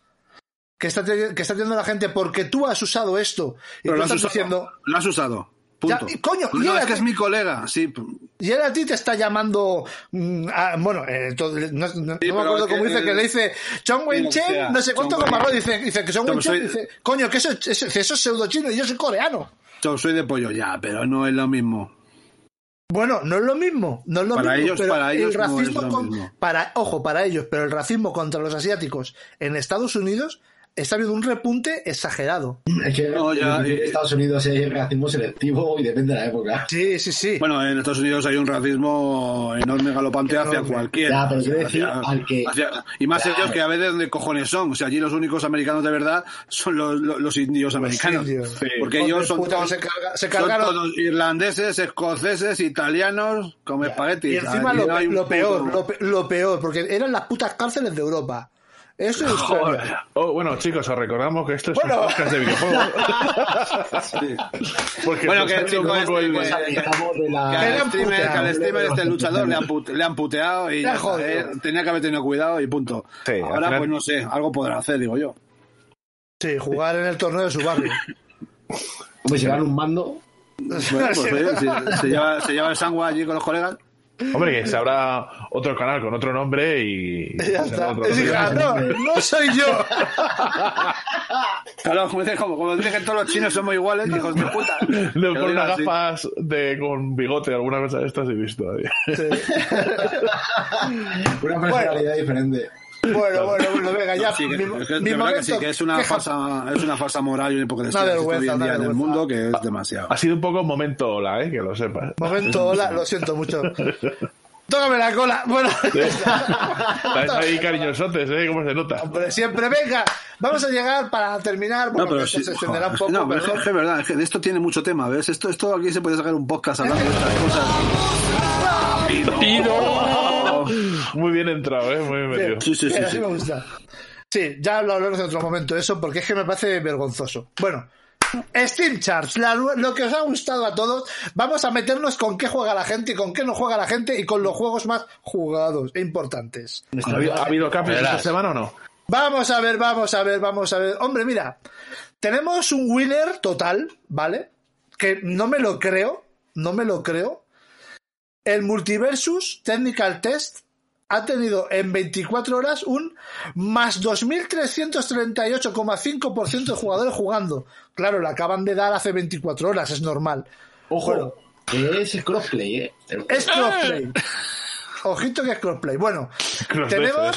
Speaker 1: que está, te- que está teniendo la gente porque tú has usado esto y
Speaker 3: Pero
Speaker 1: tú
Speaker 3: lo has
Speaker 1: estás
Speaker 3: usado.
Speaker 1: diciendo
Speaker 3: Lo has usado. Punto.
Speaker 1: Ya, y coño,
Speaker 3: no,
Speaker 1: y ahora
Speaker 3: es que
Speaker 1: que-
Speaker 3: es mi colega, sí. p-
Speaker 1: y él a ti te está llamando mm, a- bueno eh, to- no, no- no
Speaker 3: pero
Speaker 1: me acuerdo
Speaker 3: es
Speaker 1: cómo
Speaker 3: que
Speaker 1: dice
Speaker 3: el-
Speaker 1: que le dice Chong Wen
Speaker 3: lo que sea,
Speaker 1: Chen no sé cuánto
Speaker 3: Chong Wen-
Speaker 1: como arroz", dice, dice que son
Speaker 3: Yo
Speaker 1: Wen Chen
Speaker 3: soy-
Speaker 1: dice coño que eso, eso, eso es pseudo chino y yo soy coreano
Speaker 3: Yo soy de pollo ya, pero no es lo mismo.
Speaker 1: Bueno, no es lo mismo, no es lo
Speaker 3: Para
Speaker 1: mismo,
Speaker 3: ellos-
Speaker 1: pero
Speaker 3: para ellos
Speaker 1: el
Speaker 3: no es
Speaker 1: racismo
Speaker 3: lo
Speaker 1: con-
Speaker 3: mismo.
Speaker 1: para ojo, para ellos, pero el racismo contra los asiáticos en Estados Unidos está habiendo un repunte exagerado.
Speaker 5: Es que
Speaker 3: No, ya,
Speaker 5: en
Speaker 3: eh,
Speaker 5: Estados Unidos es racismo selectivo y depende de la época.
Speaker 1: Sí, sí, sí.
Speaker 3: Bueno, en Estados Unidos hay un racismo enorme galopante hacia
Speaker 1: Enorme.
Speaker 3: cualquiera.
Speaker 5: Ya, pero quiero
Speaker 3: O sea,
Speaker 5: decir al que-
Speaker 3: hacia- y más
Speaker 5: Claro.
Speaker 3: ellos que a veces de cojones son. O sea, allí los únicos americanos de verdad son los, los- los indios americanos.
Speaker 1: indios.
Speaker 3: Sí. Porque
Speaker 1: Hijos
Speaker 3: ellos
Speaker 1: de
Speaker 3: son,
Speaker 1: puta,
Speaker 3: todos-
Speaker 1: se carga- se
Speaker 3: son
Speaker 1: cargaron.
Speaker 3: todos irlandeses, escoceses, italianos, come espaguetis.
Speaker 1: y encima
Speaker 3: Allí
Speaker 1: lo,
Speaker 3: no hay un
Speaker 1: lo peor,
Speaker 3: puto-
Speaker 1: lo, pe- lo peor, porque eran las putas cárceles de Europa. Eso es
Speaker 3: Joder.
Speaker 2: Oh, bueno, chicos, os recordamos que esto es
Speaker 1: Bueno.
Speaker 2: un podcast de videojuegos. Porque
Speaker 3: Bueno,
Speaker 2: nos
Speaker 3: que
Speaker 2: ha
Speaker 3: el
Speaker 2: ido un
Speaker 3: chico
Speaker 2: poco
Speaker 3: este
Speaker 2: el-
Speaker 3: que-
Speaker 5: Pues Estamos de
Speaker 3: Que
Speaker 5: la...
Speaker 1: le
Speaker 3: al
Speaker 1: han
Speaker 3: streamer,
Speaker 1: puteado,
Speaker 3: que al streamer
Speaker 5: le han
Speaker 3: este el luchador le han,
Speaker 5: puteado.
Speaker 3: put- le han puteado y
Speaker 1: Le han
Speaker 3: ya está,
Speaker 1: jodido.
Speaker 3: eh. tenía que haber tenido cuidado y punto.
Speaker 2: Sí, al
Speaker 3: Ahora
Speaker 2: final-
Speaker 3: pues no sé, algo podrá hacer, digo yo.
Speaker 1: Sí, jugar en el torneo de su barrio.
Speaker 5: Hombre, si van un mando,
Speaker 3: Bueno, pues oye, se, se lleva, se lleva el sangua allí con los colegas.
Speaker 2: Hombre, que se habrá otro canal con otro nombre y.
Speaker 1: Ya está.
Speaker 2: otro-
Speaker 1: Y dije, "Ah, no, no soy yo.
Speaker 3: Claro, como dices, como, como dices que todos los chinos somos iguales, hijos de puta. Que
Speaker 2: Le
Speaker 3: lo
Speaker 2: ponen
Speaker 3: digan
Speaker 2: unas
Speaker 3: así.
Speaker 2: gafas de, con bigote, alguna cosa de estas he visto.
Speaker 5: una personalidad diferente.
Speaker 1: Bueno, bueno, bueno, venga, ya.
Speaker 3: Sí, que-
Speaker 1: mi,
Speaker 3: es que,
Speaker 1: mi
Speaker 3: de verdad que sí,
Speaker 1: momento
Speaker 3: que es una,
Speaker 1: queja-
Speaker 3: falsa, es una falsa moral y un poco de
Speaker 1: Una
Speaker 3: hoy
Speaker 1: vergüenza,
Speaker 3: en
Speaker 1: una
Speaker 3: día en el
Speaker 1: vergüenza. Ah,
Speaker 3: mundo que es demasiado.
Speaker 2: Ha sido un poco momento hola, eh, que lo sepas.
Speaker 1: Momento, hola, lo siento mucho. Tócame la cola. Bueno,
Speaker 2: Estáis ahí cariñosotes, ¿eh? ¿Cómo se nota?
Speaker 1: hombre, siempre venga. Vamos a llegar para terminar. Bueno,
Speaker 3: No, pero
Speaker 1: esto
Speaker 3: sí.
Speaker 1: se extenderá un
Speaker 3: joder,
Speaker 1: poco.
Speaker 3: no, pero es que
Speaker 1: pero-
Speaker 3: es que es verdad, es que de esto tiene mucho tema, ¿ves? Esto, esto aquí se puede sacar un podcast hablando de estas cosas.
Speaker 2: Muy bien entrado, ¿eh? Muy bien metido.
Speaker 3: Sí, sí, sí.
Speaker 1: Pero
Speaker 3: sí.
Speaker 1: sí me gusta. Sí, ya lo hablaremos en otro momento eso, porque es que me parece vergonzoso. Bueno, Steam Charts, la nue- lo que os ha gustado a todos, vamos a meternos con qué juega la gente y con qué no juega la gente y con los juegos más jugados e importantes.
Speaker 2: ¿Ha habido, ha habido cambios
Speaker 4: Verás.
Speaker 2: esta semana o no?
Speaker 1: Vamos a ver, vamos a ver, vamos a ver. Hombre, mira, tenemos un winner total, ¿vale? Que no me lo creo, no me lo creo. El Multiversus Technical Test ha tenido en 24 horas un más 2.338,5% de jugadores jugando. Claro, lo acaban de dar hace 24 horas, es normal.
Speaker 5: Ojo,
Speaker 1: Bueno.
Speaker 5: que es el crossplay, ¿eh? El-
Speaker 1: Es crossplay. Ojito que es crossplay. Bueno, tenemos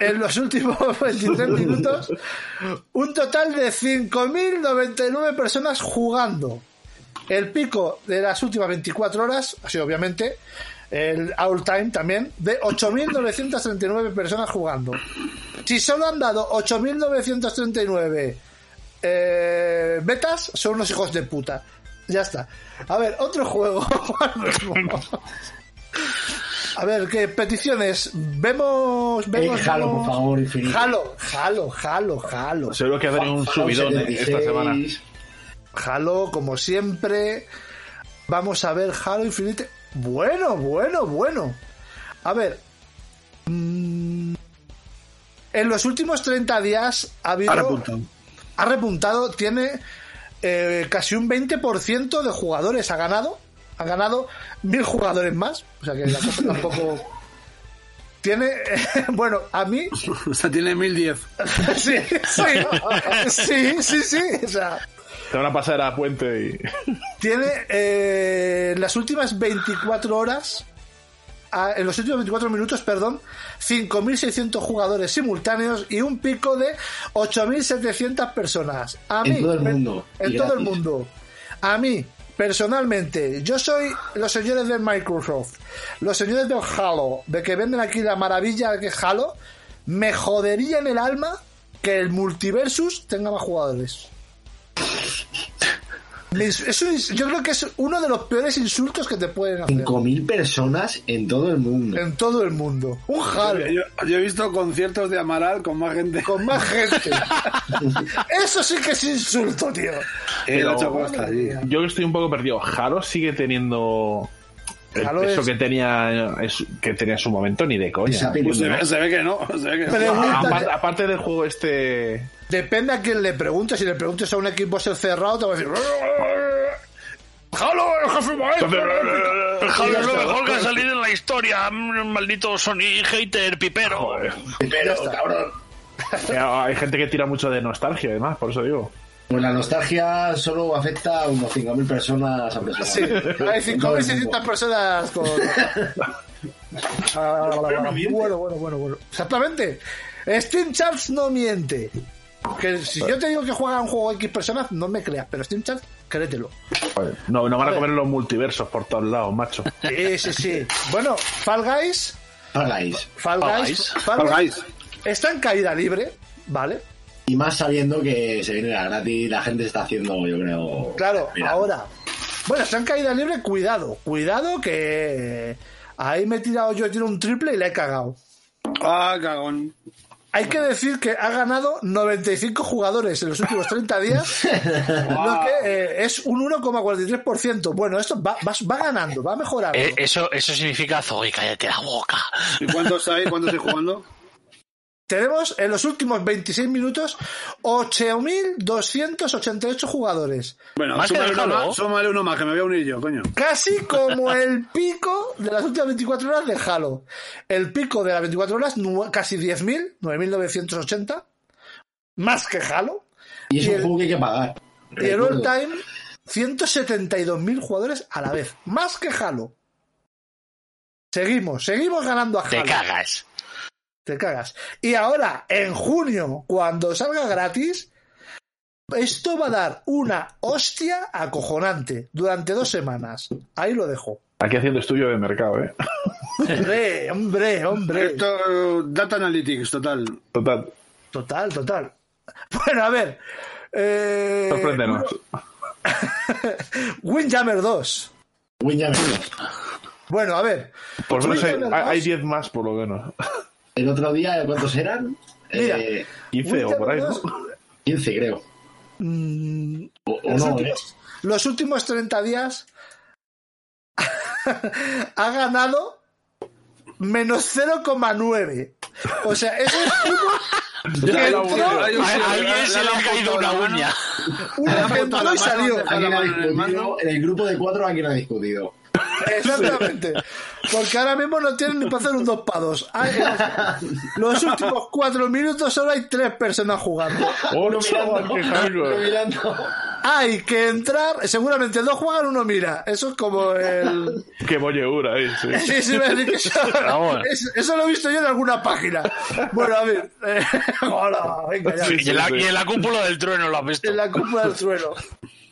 Speaker 1: en los últimos 23 minutos un total de 5.099 personas jugando. El pico de las últimas 24 horas ha sido obviamente el all time también de 8.939 personas jugando. Si solo han dado 8.939 eh, betas, son unos hijos de puta. Ya está. A ver, otro juego. A ver, ¿qué peticiones? Vemos.
Speaker 5: Eh,
Speaker 1: vemos
Speaker 5: Halo,
Speaker 1: vemos-
Speaker 5: por favor, infinito.
Speaker 1: Halo, Halo, Halo, Halo.
Speaker 2: Seguro que ha tenido un subidón eh, esta semana.
Speaker 5: 76.
Speaker 1: Halo, como siempre. Vamos a ver Halo Infinite. Bueno, bueno, bueno. A ver. mm, En los últimos 30 días ha habido.
Speaker 3: Ha repuntado.
Speaker 1: ha repuntado, tiene eh, casi un 20% de jugadores, ha ganado, ha ganado mil jugadores más, o sea que la cosa tampoco tiene, bueno, a mí,
Speaker 3: O sea, tiene 1010.
Speaker 1: sí, sí, sí, sí, sí, o sea,
Speaker 2: Te van a pasar a puente y.
Speaker 1: tiene eh, en las últimas 24 horas, a- en los últimos 24 minutos, perdón, 5.600 jugadores simultáneos y un pico de 8.700 personas. A
Speaker 5: En
Speaker 1: mí,
Speaker 5: todo el
Speaker 1: per-
Speaker 5: mundo,
Speaker 1: En
Speaker 5: y
Speaker 1: todo el
Speaker 5: gratis.
Speaker 1: mundo. A mí, personalmente, yo soy los señores de Microsoft, los señores de Halo, de que venden aquí la maravilla que es Halo, me jodería en el alma que el multiversus tenga más jugadores. Mis- es un- yo creo que es uno de los peores insultos que te pueden hacer
Speaker 5: 5.000 personas en todo el mundo.
Speaker 1: en todo el mundo. Un jale.
Speaker 3: Yo, yo he visto conciertos de Amaral con más gente.
Speaker 1: Con más gente. Eso sí que es insulto, tío.
Speaker 3: Eh, la
Speaker 2: Pero-
Speaker 3: chocolatada allí.
Speaker 2: Yo estoy un poco perdido. Jaro sigue teniendo el
Speaker 1: Jaro
Speaker 2: peso
Speaker 1: es-
Speaker 2: que tenía es- que tenía en su momento ni de coña. Ah,
Speaker 5: Esa peli-
Speaker 3: Pues se, ve, se ve que no. Se ve que no.
Speaker 1: Pregunta-
Speaker 2: Aparte, aparte del juego este
Speaker 1: Depende a quién le preguntes. Si le preguntes a un equipo ser cerrado, te va a decir. ¡Jalo, el jefe maestro!
Speaker 2: eh,
Speaker 4: El Halo es lo mejor que ha salido en la historia. Mm, Maldito Sony hater
Speaker 2: Ah,
Speaker 4: pipero.
Speaker 5: Pero, cabrón.
Speaker 2: Eh, Hay gente que tira mucho de nostalgia, además, por eso digo.
Speaker 5: Pues la nostalgia solo afecta a unos 5.000 personas
Speaker 1: Sí, hay 5.600 personas con. Ah, bueno, bueno, bueno, bueno. Exactamente. Steam Charts no miente. Que si yo te digo que juega a un juego X personas, no me creas, pero Steam Charts, créetelo.
Speaker 2: Joder, No, no van a comer los multiversos por todos lados, macho.
Speaker 1: Sí, sí, sí. Bueno, Fall Guys,
Speaker 5: Pagáis.
Speaker 1: Fall
Speaker 4: Fall
Speaker 1: Guys,
Speaker 4: Guys.
Speaker 1: Fall
Speaker 3: Fall
Speaker 1: Guys
Speaker 3: Guys.
Speaker 1: está en caída libre, ¿vale?
Speaker 5: Y más sabiendo que se viene la gratis, la gente está haciendo, yo creo.
Speaker 1: Claro,
Speaker 5: Mira,
Speaker 1: ahora. Bueno, está en caída libre, cuidado, cuidado que ahí me he tirado yo, he tirado un triple y la he cagado.
Speaker 3: Ah, cagón.
Speaker 1: Hay que decir que ha ganado 95 jugadores en los últimos 30 días, lo que eh, es un 1,43%. Bueno, esto va, va, va ganando, va mejorando.
Speaker 4: Eh, eso, eso significa Zoe, cállate la boca.
Speaker 3: ¿Y cuántos hay? ¿Cuántos estoy jugando?
Speaker 1: Tenemos en los últimos 26 minutos 8.288 jugadores.
Speaker 3: Bueno,
Speaker 4: Más que
Speaker 3: súmale uno,
Speaker 4: dejarlo.
Speaker 3: más, súmale uno más, que me voy a unir yo, coño.
Speaker 1: Casi como el pico de las últimas 24 horas de Halo. El pico de las 24 horas, nu- casi 10.000, 9.980. Más que Halo.
Speaker 5: Y es
Speaker 1: y
Speaker 5: un
Speaker 1: el-
Speaker 5: juego que hay que pagar.
Speaker 1: Y el
Speaker 5: Recuerdo.
Speaker 1: all time, 172.000 jugadores a la vez. Más que Halo. Seguimos, seguimos ganando a Halo.
Speaker 4: Te cagas.
Speaker 1: Te cagas. Y ahora, en junio, cuando salga gratis, esto va a dar una hostia acojonante durante dos semanas. Ahí lo dejo.
Speaker 2: Aquí haciendo estudio de mercado, ¿eh?
Speaker 1: Hombre, hombre, hombre.
Speaker 3: Esto, eh, Data Analytics, total.
Speaker 2: Total,
Speaker 1: Total, total. Bueno, a ver. Eh,
Speaker 2: sorpréndenos.
Speaker 1: Windjammer 2.
Speaker 5: Windjammer.
Speaker 1: Bueno, a ver.
Speaker 2: Por lo menos hay-
Speaker 1: Windjammer 2.
Speaker 2: hay 10 más, por lo menos.
Speaker 5: El otro día, ¿cuántos eran?
Speaker 1: Mira.
Speaker 5: Eh,
Speaker 2: 15 o por ahí, ¿no?
Speaker 5: 15, creo.
Speaker 1: Mm,
Speaker 5: O, o
Speaker 1: los,
Speaker 2: ¿eh?
Speaker 5: no,
Speaker 1: últimos, los últimos 30 días ha ganado menos 0,9. O sea, es un que
Speaker 3: Hay un-
Speaker 1: entró,
Speaker 3: hay un-
Speaker 4: A alguien se le ha caído una uña.
Speaker 1: uno que
Speaker 3: apuntado
Speaker 1: entró y
Speaker 3: la mano,
Speaker 1: salió.
Speaker 3: te-
Speaker 5: Alguien
Speaker 3: Con la
Speaker 5: ha
Speaker 3: mano en el
Speaker 5: discutido,
Speaker 3: mando.
Speaker 5: en el grupo de cuatro alguien ha discutido.
Speaker 1: Exactamente. Porque ahora mismo no tienen ni para hacer un dos para dos. Hay- Los últimos cuatro minutos solo hay tres personas jugando.
Speaker 2: Ocho, aunque
Speaker 5: Estoy
Speaker 2: Jairo.
Speaker 5: mirando.
Speaker 1: Hay que entrar, seguramente dos juegan, uno mira. Eso es como el.
Speaker 2: Qué bolleura, ¿eh? Sí.
Speaker 1: Sí, sí, iba a decir que eso,
Speaker 4: Vamos.
Speaker 1: eso, eso lo he visto yo en alguna página. Bueno, a ver. eh, hola, venga, ya.
Speaker 2: Sí.
Speaker 4: Y en, la, y en la cúpula del trueno lo has visto.
Speaker 1: En la cúpula del suelo.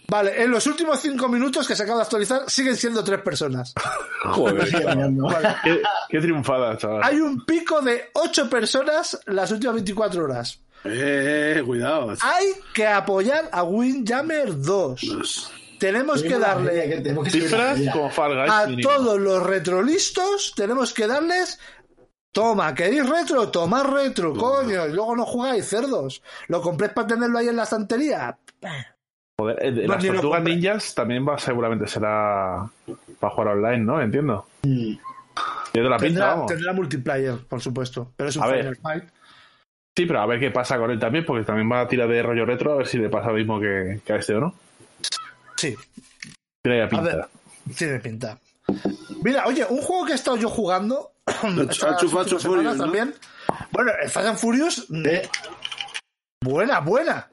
Speaker 1: Vale, en los últimos cinco minutos que se acaba de actualizar siguen siendo tres personas.
Speaker 2: Joder,
Speaker 5: Estoy
Speaker 2: chaval.
Speaker 5: mirando.
Speaker 2: qué, qué triunfada, chaval.
Speaker 1: Hay un pico de ocho personas las últimas 24 horas.
Speaker 3: Eh, eh, cuidado.
Speaker 1: Hay que apoyar a Windjammer 2. Tenemos que darle
Speaker 5: Que tenemos que subir la
Speaker 2: Cifras
Speaker 5: media.
Speaker 2: como Fall Guys
Speaker 1: a
Speaker 2: mínimo.
Speaker 1: todos los retrolistos tenemos que darles toma, ¿queréis retro? Tomad retro, coño, y luego no jugáis, cerdos. ¿Lo compréis para tenerlo ahí en la estantería?
Speaker 2: Joder, eh, de
Speaker 1: No,
Speaker 2: las
Speaker 1: ni lo
Speaker 2: tortugas
Speaker 1: compré.
Speaker 2: ninjas también va, seguramente será para jugar online, ¿no? Entiendo. Tiene la pinta,
Speaker 1: Mm. Tendrá,
Speaker 2: vamos.
Speaker 1: tendrá multiplayer, por supuesto, pero es un
Speaker 2: A ver.
Speaker 1: Final Fight.
Speaker 2: Sí, pero a ver qué pasa con él también, porque también va a tirar de rollo retro, a ver si le pasa lo mismo que, que a este o no.
Speaker 1: Sí,
Speaker 2: Tiene la
Speaker 1: a ver,
Speaker 2: pinta.
Speaker 1: tiene pinta. Mira, oye, un juego que he estado yo jugando estas
Speaker 3: Fast and
Speaker 1: últimas
Speaker 3: Furious,
Speaker 1: semanas
Speaker 3: ¿no?
Speaker 1: también. Bueno, el Fast and Furious, mm,
Speaker 5: Eh,
Speaker 1: buena, buena.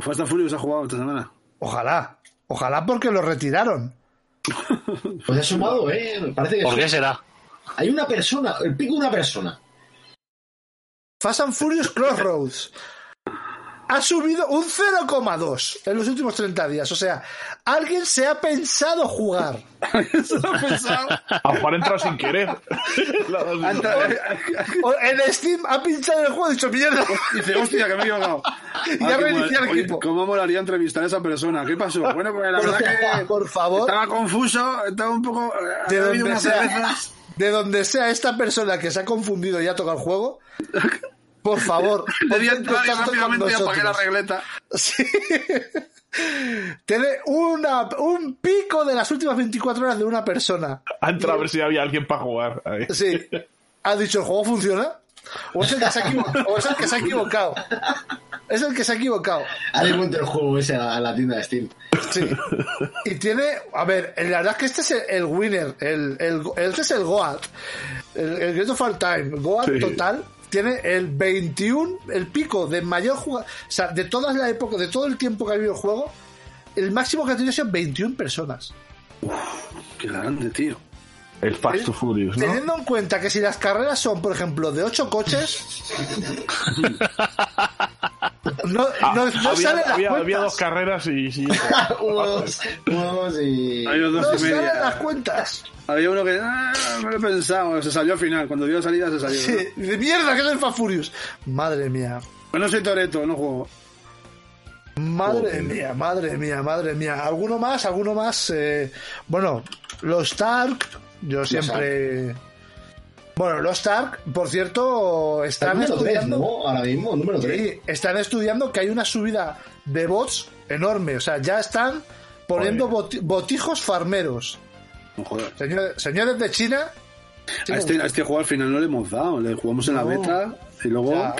Speaker 3: Fast and Furious ha jugado esta semana.
Speaker 1: Ojalá, ojalá porque lo retiraron.
Speaker 5: Pues ha sumado, ¿eh? Me Parece que
Speaker 4: ¿Por qué
Speaker 5: sí.
Speaker 4: será?
Speaker 5: hay una persona, el pico de una persona.
Speaker 1: Fast and Furious Crossroads. ha subido un 0,2 en los últimos 30 días. O sea, alguien se ha pensado jugar.
Speaker 3: Se lo ha pensado.
Speaker 2: A Juan entra sin querer.
Speaker 3: eh,
Speaker 1: O en Steam ha pinchado el juego y dicho, mierda.
Speaker 3: Dice, hostia, que me he equivocado. Ah,
Speaker 1: Ya
Speaker 3: qué
Speaker 1: reinicié
Speaker 3: mola-
Speaker 1: el
Speaker 3: oye,
Speaker 1: equipo.
Speaker 3: ¿Cómo molaría entrevistar a esa persona? ¿Qué pasó? Bueno, pues la
Speaker 1: Por
Speaker 3: verdad que.
Speaker 1: favor, por favor.
Speaker 3: Estaba confuso, estaba un poco. eh,
Speaker 1: De
Speaker 3: había habido
Speaker 1: donde,
Speaker 3: unas
Speaker 1: sea,
Speaker 3: cervezas.
Speaker 1: de donde sea esta persona que se ha confundido y ha tocado el juego, por favor,
Speaker 3: Debía
Speaker 1: ponte en
Speaker 3: entrar y
Speaker 1: contacto con
Speaker 3: rápidamente y apagué la
Speaker 1: nosotros.
Speaker 3: regleta.
Speaker 1: Sí. Tiene una, un pico de las últimas 24 horas de una persona.
Speaker 2: Ha entrado a ver si había alguien para jugar. Ahí.
Speaker 1: Sí. Ha dicho, ¿el juego funciona? ¿O es el que se ha equivo- o es el que se ha equivocado? Es el que se ha equivocado.
Speaker 5: Ahora encuentro el juego ese a, a la tienda de Steam.
Speaker 1: Sí. Y tiene, a ver, la verdad es que este es el, el winner, el, el, este es el Goat, el, el Great of All Time, Goat
Speaker 2: Sí.
Speaker 1: total. Tiene el 21, el pico de mayor jugador, o sea, de todas las épocas, de todo el tiempo que ha vivido el juego, el máximo que ha tenido son 21 personas.
Speaker 3: Qué grande, tío.
Speaker 2: El Fast to Furious, ¿no?
Speaker 1: Teniendo en cuenta que si las carreras son, por ejemplo, de 8 coches, no,
Speaker 2: Ah,
Speaker 1: no, no
Speaker 2: había,
Speaker 1: salen las
Speaker 2: había-
Speaker 1: cuentas.
Speaker 2: había dos carreras y... y-
Speaker 5: Uno, dos, uno, dos y.
Speaker 3: Hay los
Speaker 1: no
Speaker 3: dos y
Speaker 1: salen
Speaker 3: media.
Speaker 1: las cuentas.
Speaker 3: Había uno que. Ah, no lo he pensado. Se salió al final. Cuando dio la salida, se salió.
Speaker 1: Sí, de mierda, que es el Fast Furious. Madre mía.
Speaker 3: Yo Pues no soy Toreto, no juego.
Speaker 1: Madre mía, madre mía, madre mía. ¿Alguno más? ¿Alguno más? Eh, bueno, los Tark, yo siempre... Bueno, los Tark, por cierto,
Speaker 5: Está
Speaker 1: están
Speaker 5: número 3,
Speaker 1: estudiando,
Speaker 5: ¿no? Ahora mismo, número 3.
Speaker 1: Sí, están estudiando que hay una subida de bots enorme. O sea, ya están poniendo boti- botijos farmeros.
Speaker 3: No joder.
Speaker 1: Señores, señores de China...
Speaker 3: A este, a este juego al final no le hemos dado. Le jugamos en la
Speaker 1: No.
Speaker 3: beta y luego.
Speaker 1: Ya.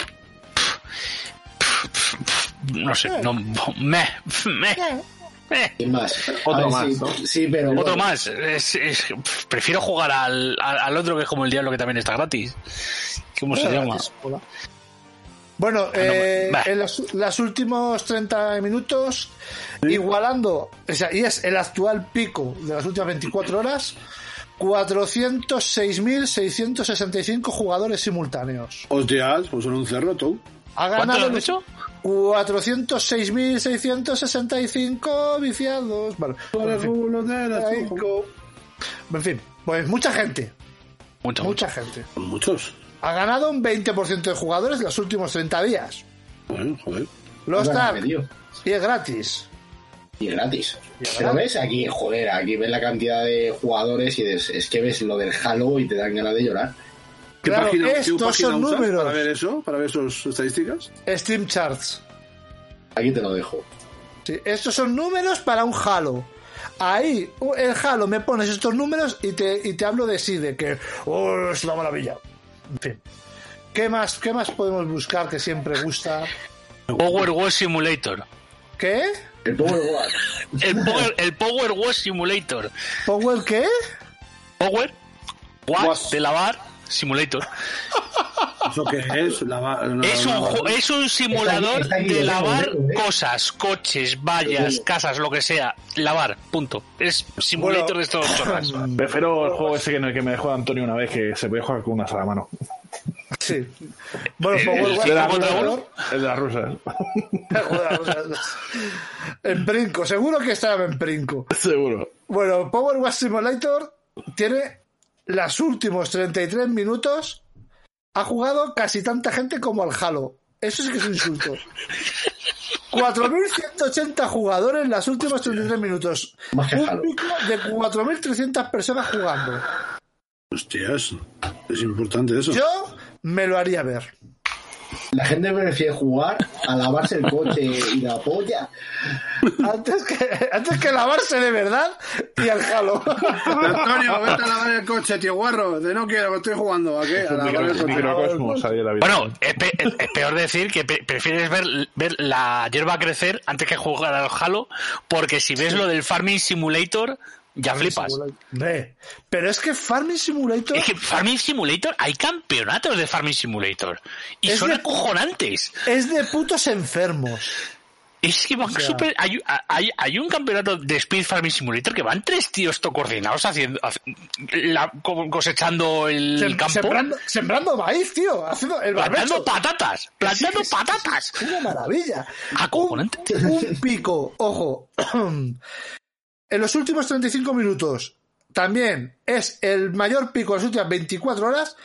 Speaker 4: No sé, no, me, me, me.
Speaker 5: ¿Quién más?
Speaker 2: Otro
Speaker 5: A ver,
Speaker 2: más,
Speaker 5: sí,
Speaker 2: ¿no?
Speaker 5: sí, pero.
Speaker 4: Otro
Speaker 5: bueno,
Speaker 4: más. Es- es- pf, prefiero jugar al, al, al otro que es como el diablo que también está gratis. ¿Cómo se llama?
Speaker 1: pues,
Speaker 4: Ah,
Speaker 1: Bueno, eh,
Speaker 4: bah.
Speaker 1: en los, los últimos 30 minutos, igualando, o sea, y es el actual pico de las últimas 24 horas, 406.665 jugadores simultáneos.
Speaker 3: Hostias, pues son un cerro, tú.
Speaker 1: Ha
Speaker 4: ¿Cuánto lo
Speaker 1: ganado
Speaker 4: has dicho?
Speaker 1: 406.665 viciados. Bueno, en fin, ahí co- en fin, pues mucha gente,
Speaker 4: Mucho, mucho.
Speaker 1: mucha gente.
Speaker 3: Son Pues muchos.
Speaker 1: Ha ganado un 20% de jugadores en los últimos 30 días.
Speaker 3: Bueno, joder.
Speaker 1: Los
Speaker 5: bueno,
Speaker 1: Dark,
Speaker 5: me dio.
Speaker 1: y es gratis.
Speaker 5: Y es gratis. Pero ves aquí, joder, aquí ves la cantidad de jugadores y des- es que ves lo del Halo y te dan ganas de llorar.
Speaker 3: ¿Qué
Speaker 1: Claro,
Speaker 3: página, qué
Speaker 1: estos
Speaker 3: página
Speaker 1: son
Speaker 3: usas
Speaker 1: números.
Speaker 3: para ver eso? ¿Para ver sus estadísticas?
Speaker 1: Steam Charts.
Speaker 5: Aquí te lo dejo.
Speaker 1: Sí, estos son números para un Halo. Ahí, u- el Halo, me pones estos números y te, y te hablo de sí, de que oh, es una maravilla. En fin. ¿Qué más, ¿Qué más podemos buscar que siempre gusta?
Speaker 4: Power War Simulator.
Speaker 1: ¿Qué?
Speaker 5: El Power War.
Speaker 4: El Power, el Power War Simulator.
Speaker 1: ¿Power qué?
Speaker 4: Power War
Speaker 3: Was.
Speaker 4: de lavar Simulator.
Speaker 3: ¿Eso qué es? La va- no,
Speaker 4: Es un,
Speaker 3: no,
Speaker 4: ju- es un simulador
Speaker 5: Está aquí, está aquí,
Speaker 4: de
Speaker 5: lo tengo,
Speaker 4: lavar
Speaker 5: lo tengo, eh.
Speaker 4: cosas, coches, vallas, casas, lo que sea. Lavar, punto. Es simulator de estos chorras.
Speaker 2: Prefiero el juego ese en el que me dejó Antonio una vez que se podía jugar con una sola mano.
Speaker 1: Sí. Bueno, pues
Speaker 4: Eh,
Speaker 1: Power
Speaker 4: el
Speaker 1: War-
Speaker 4: cinco
Speaker 1: Power
Speaker 4: contra
Speaker 1: War-
Speaker 4: uno.
Speaker 2: El de las rusas.
Speaker 1: Joder, o sea, En brinco, seguro que estaba en brinco.
Speaker 2: Seguro.
Speaker 1: Bueno, Power Wash Simulator tiene los últimos 33 minutos. Ha jugado casi tanta gente como al Halo. Eso sí que es un insulto. 4.180 jugadores en los últimos 33 minutos.
Speaker 5: Más que
Speaker 1: Un
Speaker 5: Halo.
Speaker 1: pico de 4.300 personas jugando.
Speaker 3: Hostias, es importante eso.
Speaker 1: Yo me lo haría ver.
Speaker 5: La gente prefiere jugar a lavarse el coche y la polla.
Speaker 1: Antes que, antes que lavarse de verdad y al Halo.
Speaker 3: Antonio, vete a lavar el coche, tío guarro. De no quiero, que estoy jugando. ¿A qué? A lavar el
Speaker 2: Micro-
Speaker 3: coche.
Speaker 2: Microcosmos ahí en la vida.
Speaker 4: Bueno, es, pe- es- es peor decir que pe- prefieres ver, ver la hierba crecer antes que jugar al Halo, porque si ves lo del Farming Simulator, ya flipas.
Speaker 1: Hombre, Pero es que Farming Simulator.
Speaker 4: Es que Farming Simulator, hay campeonatos de Farming Simulator. Y
Speaker 1: Es
Speaker 4: son
Speaker 1: de-
Speaker 4: acojonantes.
Speaker 1: Es de putos enfermos.
Speaker 4: Es que van súper- Hay, hay- hay un campeonato de Speed Farming Simulator que van tres tíos to coordinados haciendo, hace- la- co- cosechando el
Speaker 1: Sem-
Speaker 4: campo.
Speaker 1: Sembrando, sembrando maíz, tío. Haciendo el barbecho.
Speaker 4: plantando patatas. Plantando patatas.
Speaker 1: Una maravilla.
Speaker 4: Acojonante.
Speaker 1: Un, un pico, ojo. En los últimos 35 minutos, también es el mayor pico de las últimas 24 horas,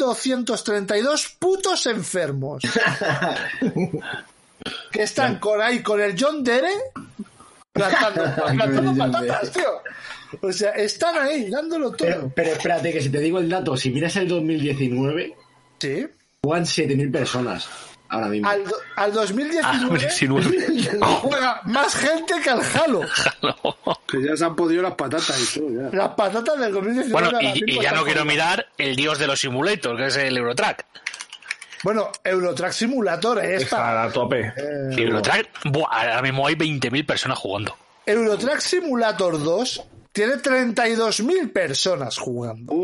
Speaker 1: 26.232 putos enfermos. que están con ahí, con el John Dere, plantando, plantando
Speaker 5: John
Speaker 1: patatas, tío. O sea, están ahí, dándolo todo.
Speaker 5: Pero, pero espérate, que si te digo el dato, si miras el 2019,
Speaker 1: Sí.
Speaker 5: juegan 7.000 personas ahora mismo.
Speaker 1: Al, do- al 2019
Speaker 4: 19.
Speaker 1: juega más gente que al Halo.
Speaker 3: Que ya se han podido las patatas y todo, ya.
Speaker 1: Las patatas del 2019.
Speaker 4: Bueno,
Speaker 1: ahora
Speaker 4: y,
Speaker 1: mismo
Speaker 4: y ya no
Speaker 1: están
Speaker 4: quiero
Speaker 1: jodidas.
Speaker 4: mirar el dios de los simulators, que es el Eurotrack.
Speaker 1: Bueno, Eurotrack Simulator es para.
Speaker 2: Está a tope.
Speaker 1: Eh.
Speaker 4: Eurotrack, buah, ahora mismo hay 20.000 personas jugando.
Speaker 1: Eurotrack Simulator 2 tiene 32.000 personas jugando.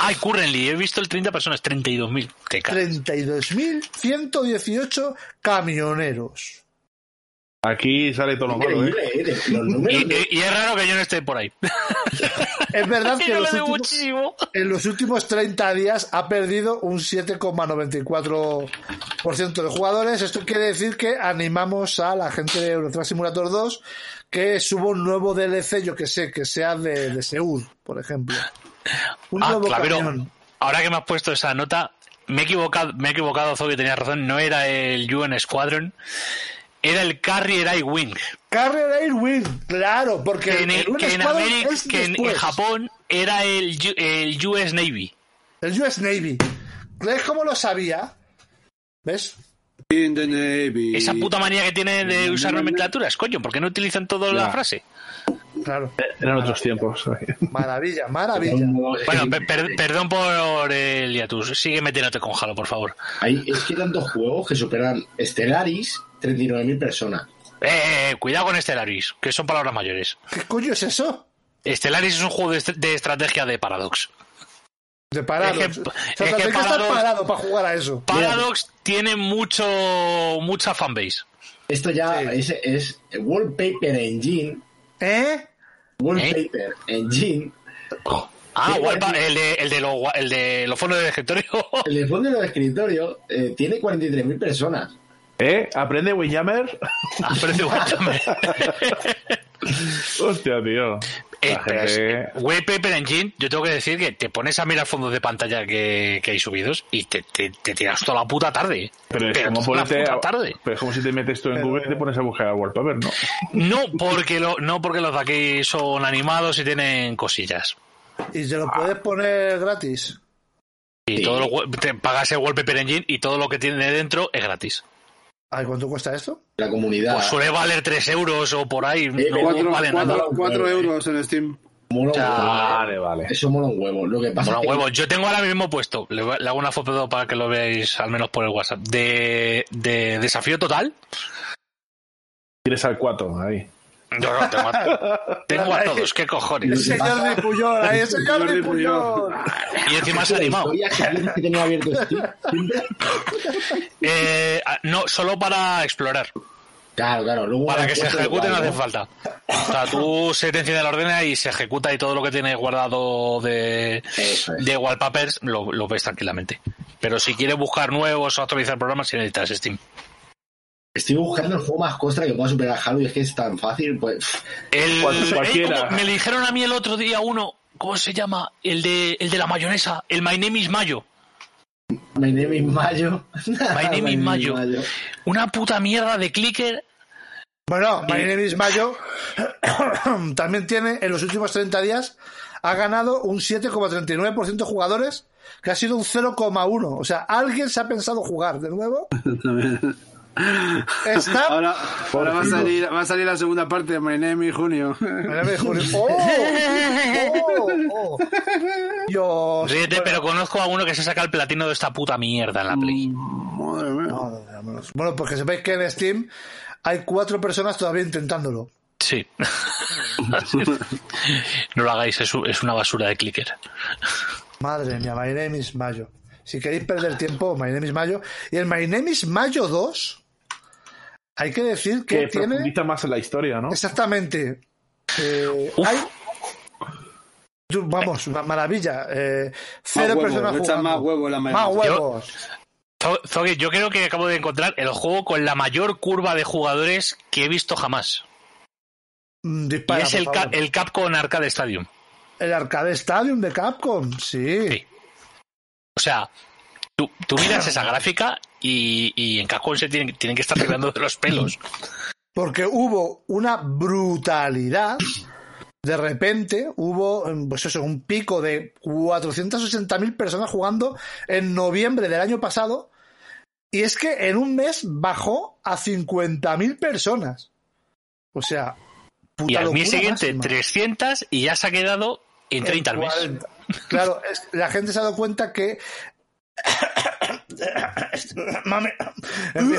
Speaker 4: Ay, currently, he visto el 30 personas, 32.000. Te cago.
Speaker 1: 32.118 camioneros.
Speaker 2: Aquí sale todo lo malo, ¿eh?
Speaker 5: Increíble, ¿eh? De- Los
Speaker 4: Y,
Speaker 5: números.
Speaker 4: y- y es raro que yo no esté por ahí.
Speaker 1: Es verdad
Speaker 4: Sí,
Speaker 1: que
Speaker 4: no
Speaker 1: en
Speaker 4: le
Speaker 1: los,
Speaker 4: veo
Speaker 1: últimos,
Speaker 4: muchísimo.
Speaker 1: en los últimos 30 días ha perdido un 7,94% de jugadores. Esto quiere decir que animamos a la gente de Eurotrack Simulator 2 que suba un nuevo DLC, yo que sé, que sea de, de Seúl, por ejemplo. Un
Speaker 4: Ah,
Speaker 1: nuevo
Speaker 4: Clavero,
Speaker 1: camión.
Speaker 4: ahora que me has puesto esa nota, me he equivocado, me he equivocado, Zoe, tenías razón, no era el UN Squadron, era el Carrier I-Wing,
Speaker 1: Carrier Air Wing, claro, porque
Speaker 4: que en,
Speaker 1: el
Speaker 4: que en
Speaker 1: Squadron
Speaker 4: Ameri-
Speaker 1: es
Speaker 4: que en- en
Speaker 1: después.
Speaker 4: Japón era el, U- el US Navy.
Speaker 1: El US Navy. ¿Ves cómo lo sabía? ¿Ves?
Speaker 3: In the Navy.
Speaker 4: Esa puta manía que tiene de
Speaker 3: No,
Speaker 4: usar
Speaker 3: no, Eh, no.
Speaker 4: nomenclaturas, coño, ¿por qué no utilizan toda la
Speaker 2: Ya.
Speaker 4: frase?
Speaker 1: Claro.
Speaker 2: Eran otros tiempos.
Speaker 1: Maravilla, maravilla.
Speaker 4: Bueno,
Speaker 3: eh,
Speaker 4: per- per- perdón por el hiatus, sigue metiéndote con Halo, por favor.
Speaker 5: Hay- es que hay tantos juegos que superan Stellaris, 39.000 personas.
Speaker 4: Eh, eh, cuidado con Stellaris, que son palabras mayores.
Speaker 1: ¿Qué coño es eso?
Speaker 4: Stellaris es un juego de, est- de estrategia de Paradox.
Speaker 1: De parados.
Speaker 4: Es que-
Speaker 1: o sea,
Speaker 4: es que
Speaker 1: tendré que estar
Speaker 4: parados-
Speaker 1: parado para jugar a eso.
Speaker 4: Paradox tiene mucho mucha fanbase.
Speaker 5: Esto ya es, es Wallpaper Engine.
Speaker 1: ¿Eh?
Speaker 5: Wallpaper
Speaker 4: ¿Eh?
Speaker 5: Engine.
Speaker 4: Ah,
Speaker 5: Sí,
Speaker 4: Warpa-
Speaker 5: sí.
Speaker 4: el de, el de, lo- el de los fondos de escritorio.
Speaker 5: El fondo del escritorio eh, tiene 43.000 personas.
Speaker 2: ¿Eh? ¿Aprende Windjammer?
Speaker 4: Ah, pero de Warhammer.
Speaker 2: Hostia, tío.
Speaker 4: Eh,
Speaker 2: La
Speaker 4: pero es-
Speaker 2: gente...
Speaker 4: Web Paper Engine, yo tengo que decir que te pones a mirar fondos de pantalla que, que hay subidos y te, te, te tiras toda la puta tarde.
Speaker 2: Pero es como
Speaker 4: toda
Speaker 2: ponerte
Speaker 4: la
Speaker 2: a-
Speaker 4: puta tarde.
Speaker 2: Pero es como si te metes tú en Google y te pones a buscar a wallpaper, ¿no?
Speaker 4: No porque, lo, no porque los de aquí son animados y tienen cosillas.
Speaker 1: Y se
Speaker 4: Ah.
Speaker 1: lo puedes poner gratis.
Speaker 4: Y todo lo, we- te pagas el Wallpaper Engine y todo lo que tiene dentro es gratis.
Speaker 1: Ay, ¿cuánto cuesta esto?
Speaker 5: La
Speaker 2: Ah.
Speaker 5: comunidad.
Speaker 4: Pues suele valer 3 euros o por ahí. no
Speaker 5: Eh, cuatro-
Speaker 4: vale nada.
Speaker 5: nada.
Speaker 3: 4
Speaker 1: Eh.
Speaker 3: euros en Steam.
Speaker 5: mola un huevo, eh.
Speaker 2: Vale, vale.
Speaker 5: Eso mola un huevo. Lo que pasa
Speaker 4: Bueno,
Speaker 5: es que-
Speaker 4: huevo, yo tengo ahora mismo puesto, le, voy- le hago una foto para que lo veáis al menos por el WhatsApp, de, de desafío total.
Speaker 2: Tires al 4, ahí.
Speaker 4: Yo no, tengo a, tengo a todos, qué
Speaker 1: El
Speaker 4: cojones.
Speaker 1: señor de Puyol, ahí el señor de
Speaker 3: Jordi
Speaker 1: Puyol.
Speaker 3: Puyol.
Speaker 4: Y encima se ha
Speaker 5: La
Speaker 4: animado.
Speaker 5: historia que tienes que tenía abierto Steam.
Speaker 4: Eh, ah, no, solo para explorar,
Speaker 5: Claro, claro. Luego
Speaker 4: para
Speaker 5: una
Speaker 4: que se
Speaker 5: cosa
Speaker 4: ejecute no
Speaker 5: igual,
Speaker 4: hace falta. O sea, tú se te enciende la ordena y se ejecuta y todo lo que tienes guardado de,
Speaker 5: Eso es.
Speaker 4: de wallpapers lo, lo ves tranquilamente. Pero si quieres buscar nuevos o actualizar programas, si necesitas Steam.
Speaker 5: Estoy buscando el juego más costra que pueda superar a Halo y es que es tan fácil. Pues
Speaker 4: El,
Speaker 2: Cual-
Speaker 4: eh,
Speaker 2: cualquiera.
Speaker 4: ¿cómo? me le dijeron a mí el otro día uno, ¿cómo se llama? El de, el de la mayonesa, el My Name is Mayo.
Speaker 5: My name is Mayo.
Speaker 4: My name is Mayo. Una puta mierda de clicker.
Speaker 1: Bueno, My Name is Mayo también tiene en los últimos 30 días ha ganado un 7,39% de jugadores, que ha sido un 0,1. O sea, alguien se ha pensado jugar de nuevo. Está.
Speaker 3: Ahora, ahora va, a salir, va a salir la segunda parte de My Name is Junio.
Speaker 1: Mira, me dijo, ¡Oh! ¡Oh! ¡Oh! Dios.
Speaker 4: Ríete, pero conozco a uno que se saca el platino de esta puta mierda en la Play.
Speaker 3: Madre mía.
Speaker 1: Madre mía, menos. Bueno, pues que sepáis que en Steam hay cuatro personas todavía intentándolo.
Speaker 4: Sí. no lo hagáis, es, u- es una basura de clicker.
Speaker 1: Madre mía, My Name is Mayo. Si queréis perder tiempo, My Name is Mayo. Y el My Name is Mayo 2 Hay que decir que,
Speaker 2: que
Speaker 1: tiene.
Speaker 2: profundiza más en la historia, ¿no?
Speaker 1: Exactamente. Eh, hay. Tú, Vamos, una maravilla. Eh, cero
Speaker 3: huevos,
Speaker 1: personas
Speaker 3: le echan
Speaker 1: jugando.
Speaker 3: más huevos en la
Speaker 1: Más
Speaker 3: mayonesa.
Speaker 1: huevos.
Speaker 4: Zo- Zogue, yo creo que acabo de encontrar el juego con la mayor curva de jugadores que he visto jamás.
Speaker 1: Mm,
Speaker 4: Y
Speaker 1: Dispara,
Speaker 4: es
Speaker 1: por
Speaker 4: el,
Speaker 1: favor.
Speaker 4: Cap- el Capcom Arcade Stadium.
Speaker 1: El Arcade Stadium de Capcom, sí.
Speaker 4: Sí. O sea, tú, tú miras esa gráfica y, y en Capcom se tienen, tienen que estar tirando de los pelos.
Speaker 1: Porque hubo una brutalidad. De repente hubo, mm, pues eso, un pico de 460.000 personas jugando en noviembre del año pasado. Y es que en un mes bajó a 50.000 personas. O sea, puta
Speaker 4: Y al
Speaker 1: locura
Speaker 4: mes siguiente
Speaker 1: máxima.
Speaker 4: 300 y ya se ha quedado en 30 al mes.
Speaker 1: 40. Claro, es- la gente se ha dado cuenta que. Mame. En fin.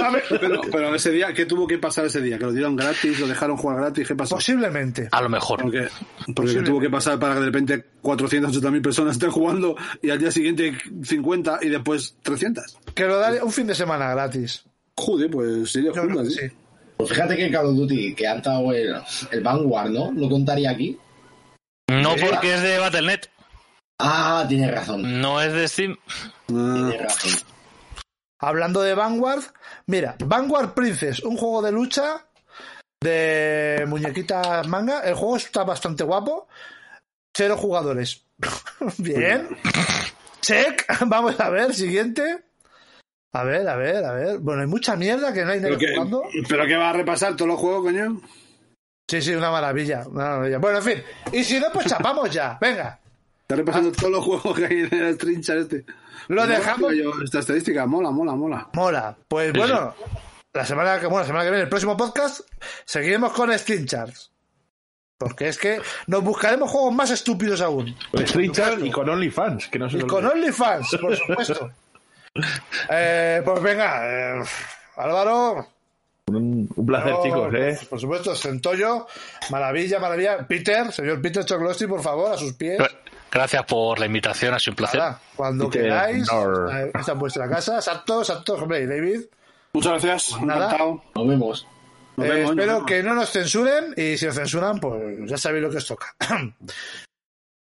Speaker 1: Mame.
Speaker 3: Pero, pero ese día, ¿qué tuvo que pasar ese día? ¿Que lo dieron gratis? ¿Lo dejaron jugar gratis? ¿Qué pasó?
Speaker 1: Posiblemente.
Speaker 4: A lo mejor.
Speaker 3: Porque, porque ¿qué tuvo que pasar para que de repente 480.000 personas estén jugando y al día siguiente 50 y después 300.
Speaker 1: Que lo dan un fin de semana gratis.
Speaker 3: Joder, pues sí,
Speaker 1: Yo creo que sí.
Speaker 5: Pues fíjate que el Call of Duty, que ha estado el, el Vanguard, ¿no? Lo contaría aquí.
Speaker 4: No porque es de Battle.net,
Speaker 5: Ah, tienes razón.
Speaker 4: no es de Steam.
Speaker 5: Tienes razón.
Speaker 1: Hablando de Vanguard, mira, Vanguard Princess, un juego de lucha de muñequitas manga. El juego está bastante guapo. Cero jugadores. Bien. Check. Vamos a ver, siguiente. A ver, a ver, a ver. Bueno, hay mucha mierda que no hay
Speaker 3: ¿Pero
Speaker 1: nadie
Speaker 3: qué,
Speaker 1: jugando.
Speaker 3: ¿Pero qué va a repasar todos los juegos, coño?
Speaker 1: Sí, sí, una maravilla, una maravilla. Bueno, en fin. Y si no, pues chapamos ya. Venga.
Speaker 3: Está repasando todos los juegos que hay en el trinchas este.
Speaker 1: Ah. Lo
Speaker 3: Mola,
Speaker 1: dejamos.
Speaker 3: tío, yo, esta estadística mola, mola, mola.
Speaker 1: Mola. Pues bueno, la semana que bueno, la semana que viene, el próximo podcast, seguiremos con Steam Charts. Porque es que nos buscaremos juegos más estúpidos aún.
Speaker 2: Con Street Chat Pues y con OnlyFans, que no se
Speaker 1: Y
Speaker 2: lo
Speaker 1: con
Speaker 2: olvide.
Speaker 1: OnlyFans, por supuesto. Eh, pues venga, eh, Álvaro.
Speaker 2: Un, un placer,
Speaker 1: no,
Speaker 2: chicos, ¿eh?
Speaker 1: Por supuesto, Centollo. Maravilla, maravilla. Peter, señor Peter Choclosti, por favor, a sus pies.
Speaker 4: Gracias por la invitación, ha sido un placer.
Speaker 1: Nada, cuando
Speaker 2: Peter,
Speaker 1: queráis,
Speaker 2: no.
Speaker 1: eh, esta es vuestra casa. Exacto, exacto, hombre, y David.
Speaker 3: Muchas gracias.
Speaker 1: Pues Nada.
Speaker 3: Encantado.
Speaker 5: Nos vemos.
Speaker 3: Nos
Speaker 1: Eh,
Speaker 3: vemos,
Speaker 1: espero
Speaker 3: nos vemos.
Speaker 1: que no nos censuren y si nos censuran, pues ya sabéis lo que os toca.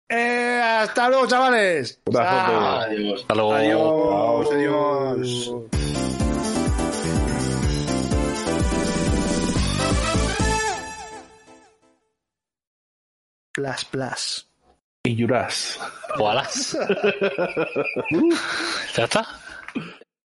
Speaker 1: Eh, hasta luego, chavales.
Speaker 2: Un abrazo a todos.
Speaker 5: Adiós.
Speaker 4: Hasta luego.
Speaker 3: Adiós,
Speaker 1: Chao.
Speaker 3: adiós.
Speaker 1: Plas, plas.
Speaker 2: Y Yuras.
Speaker 4: Ojalá. ¿Ya está?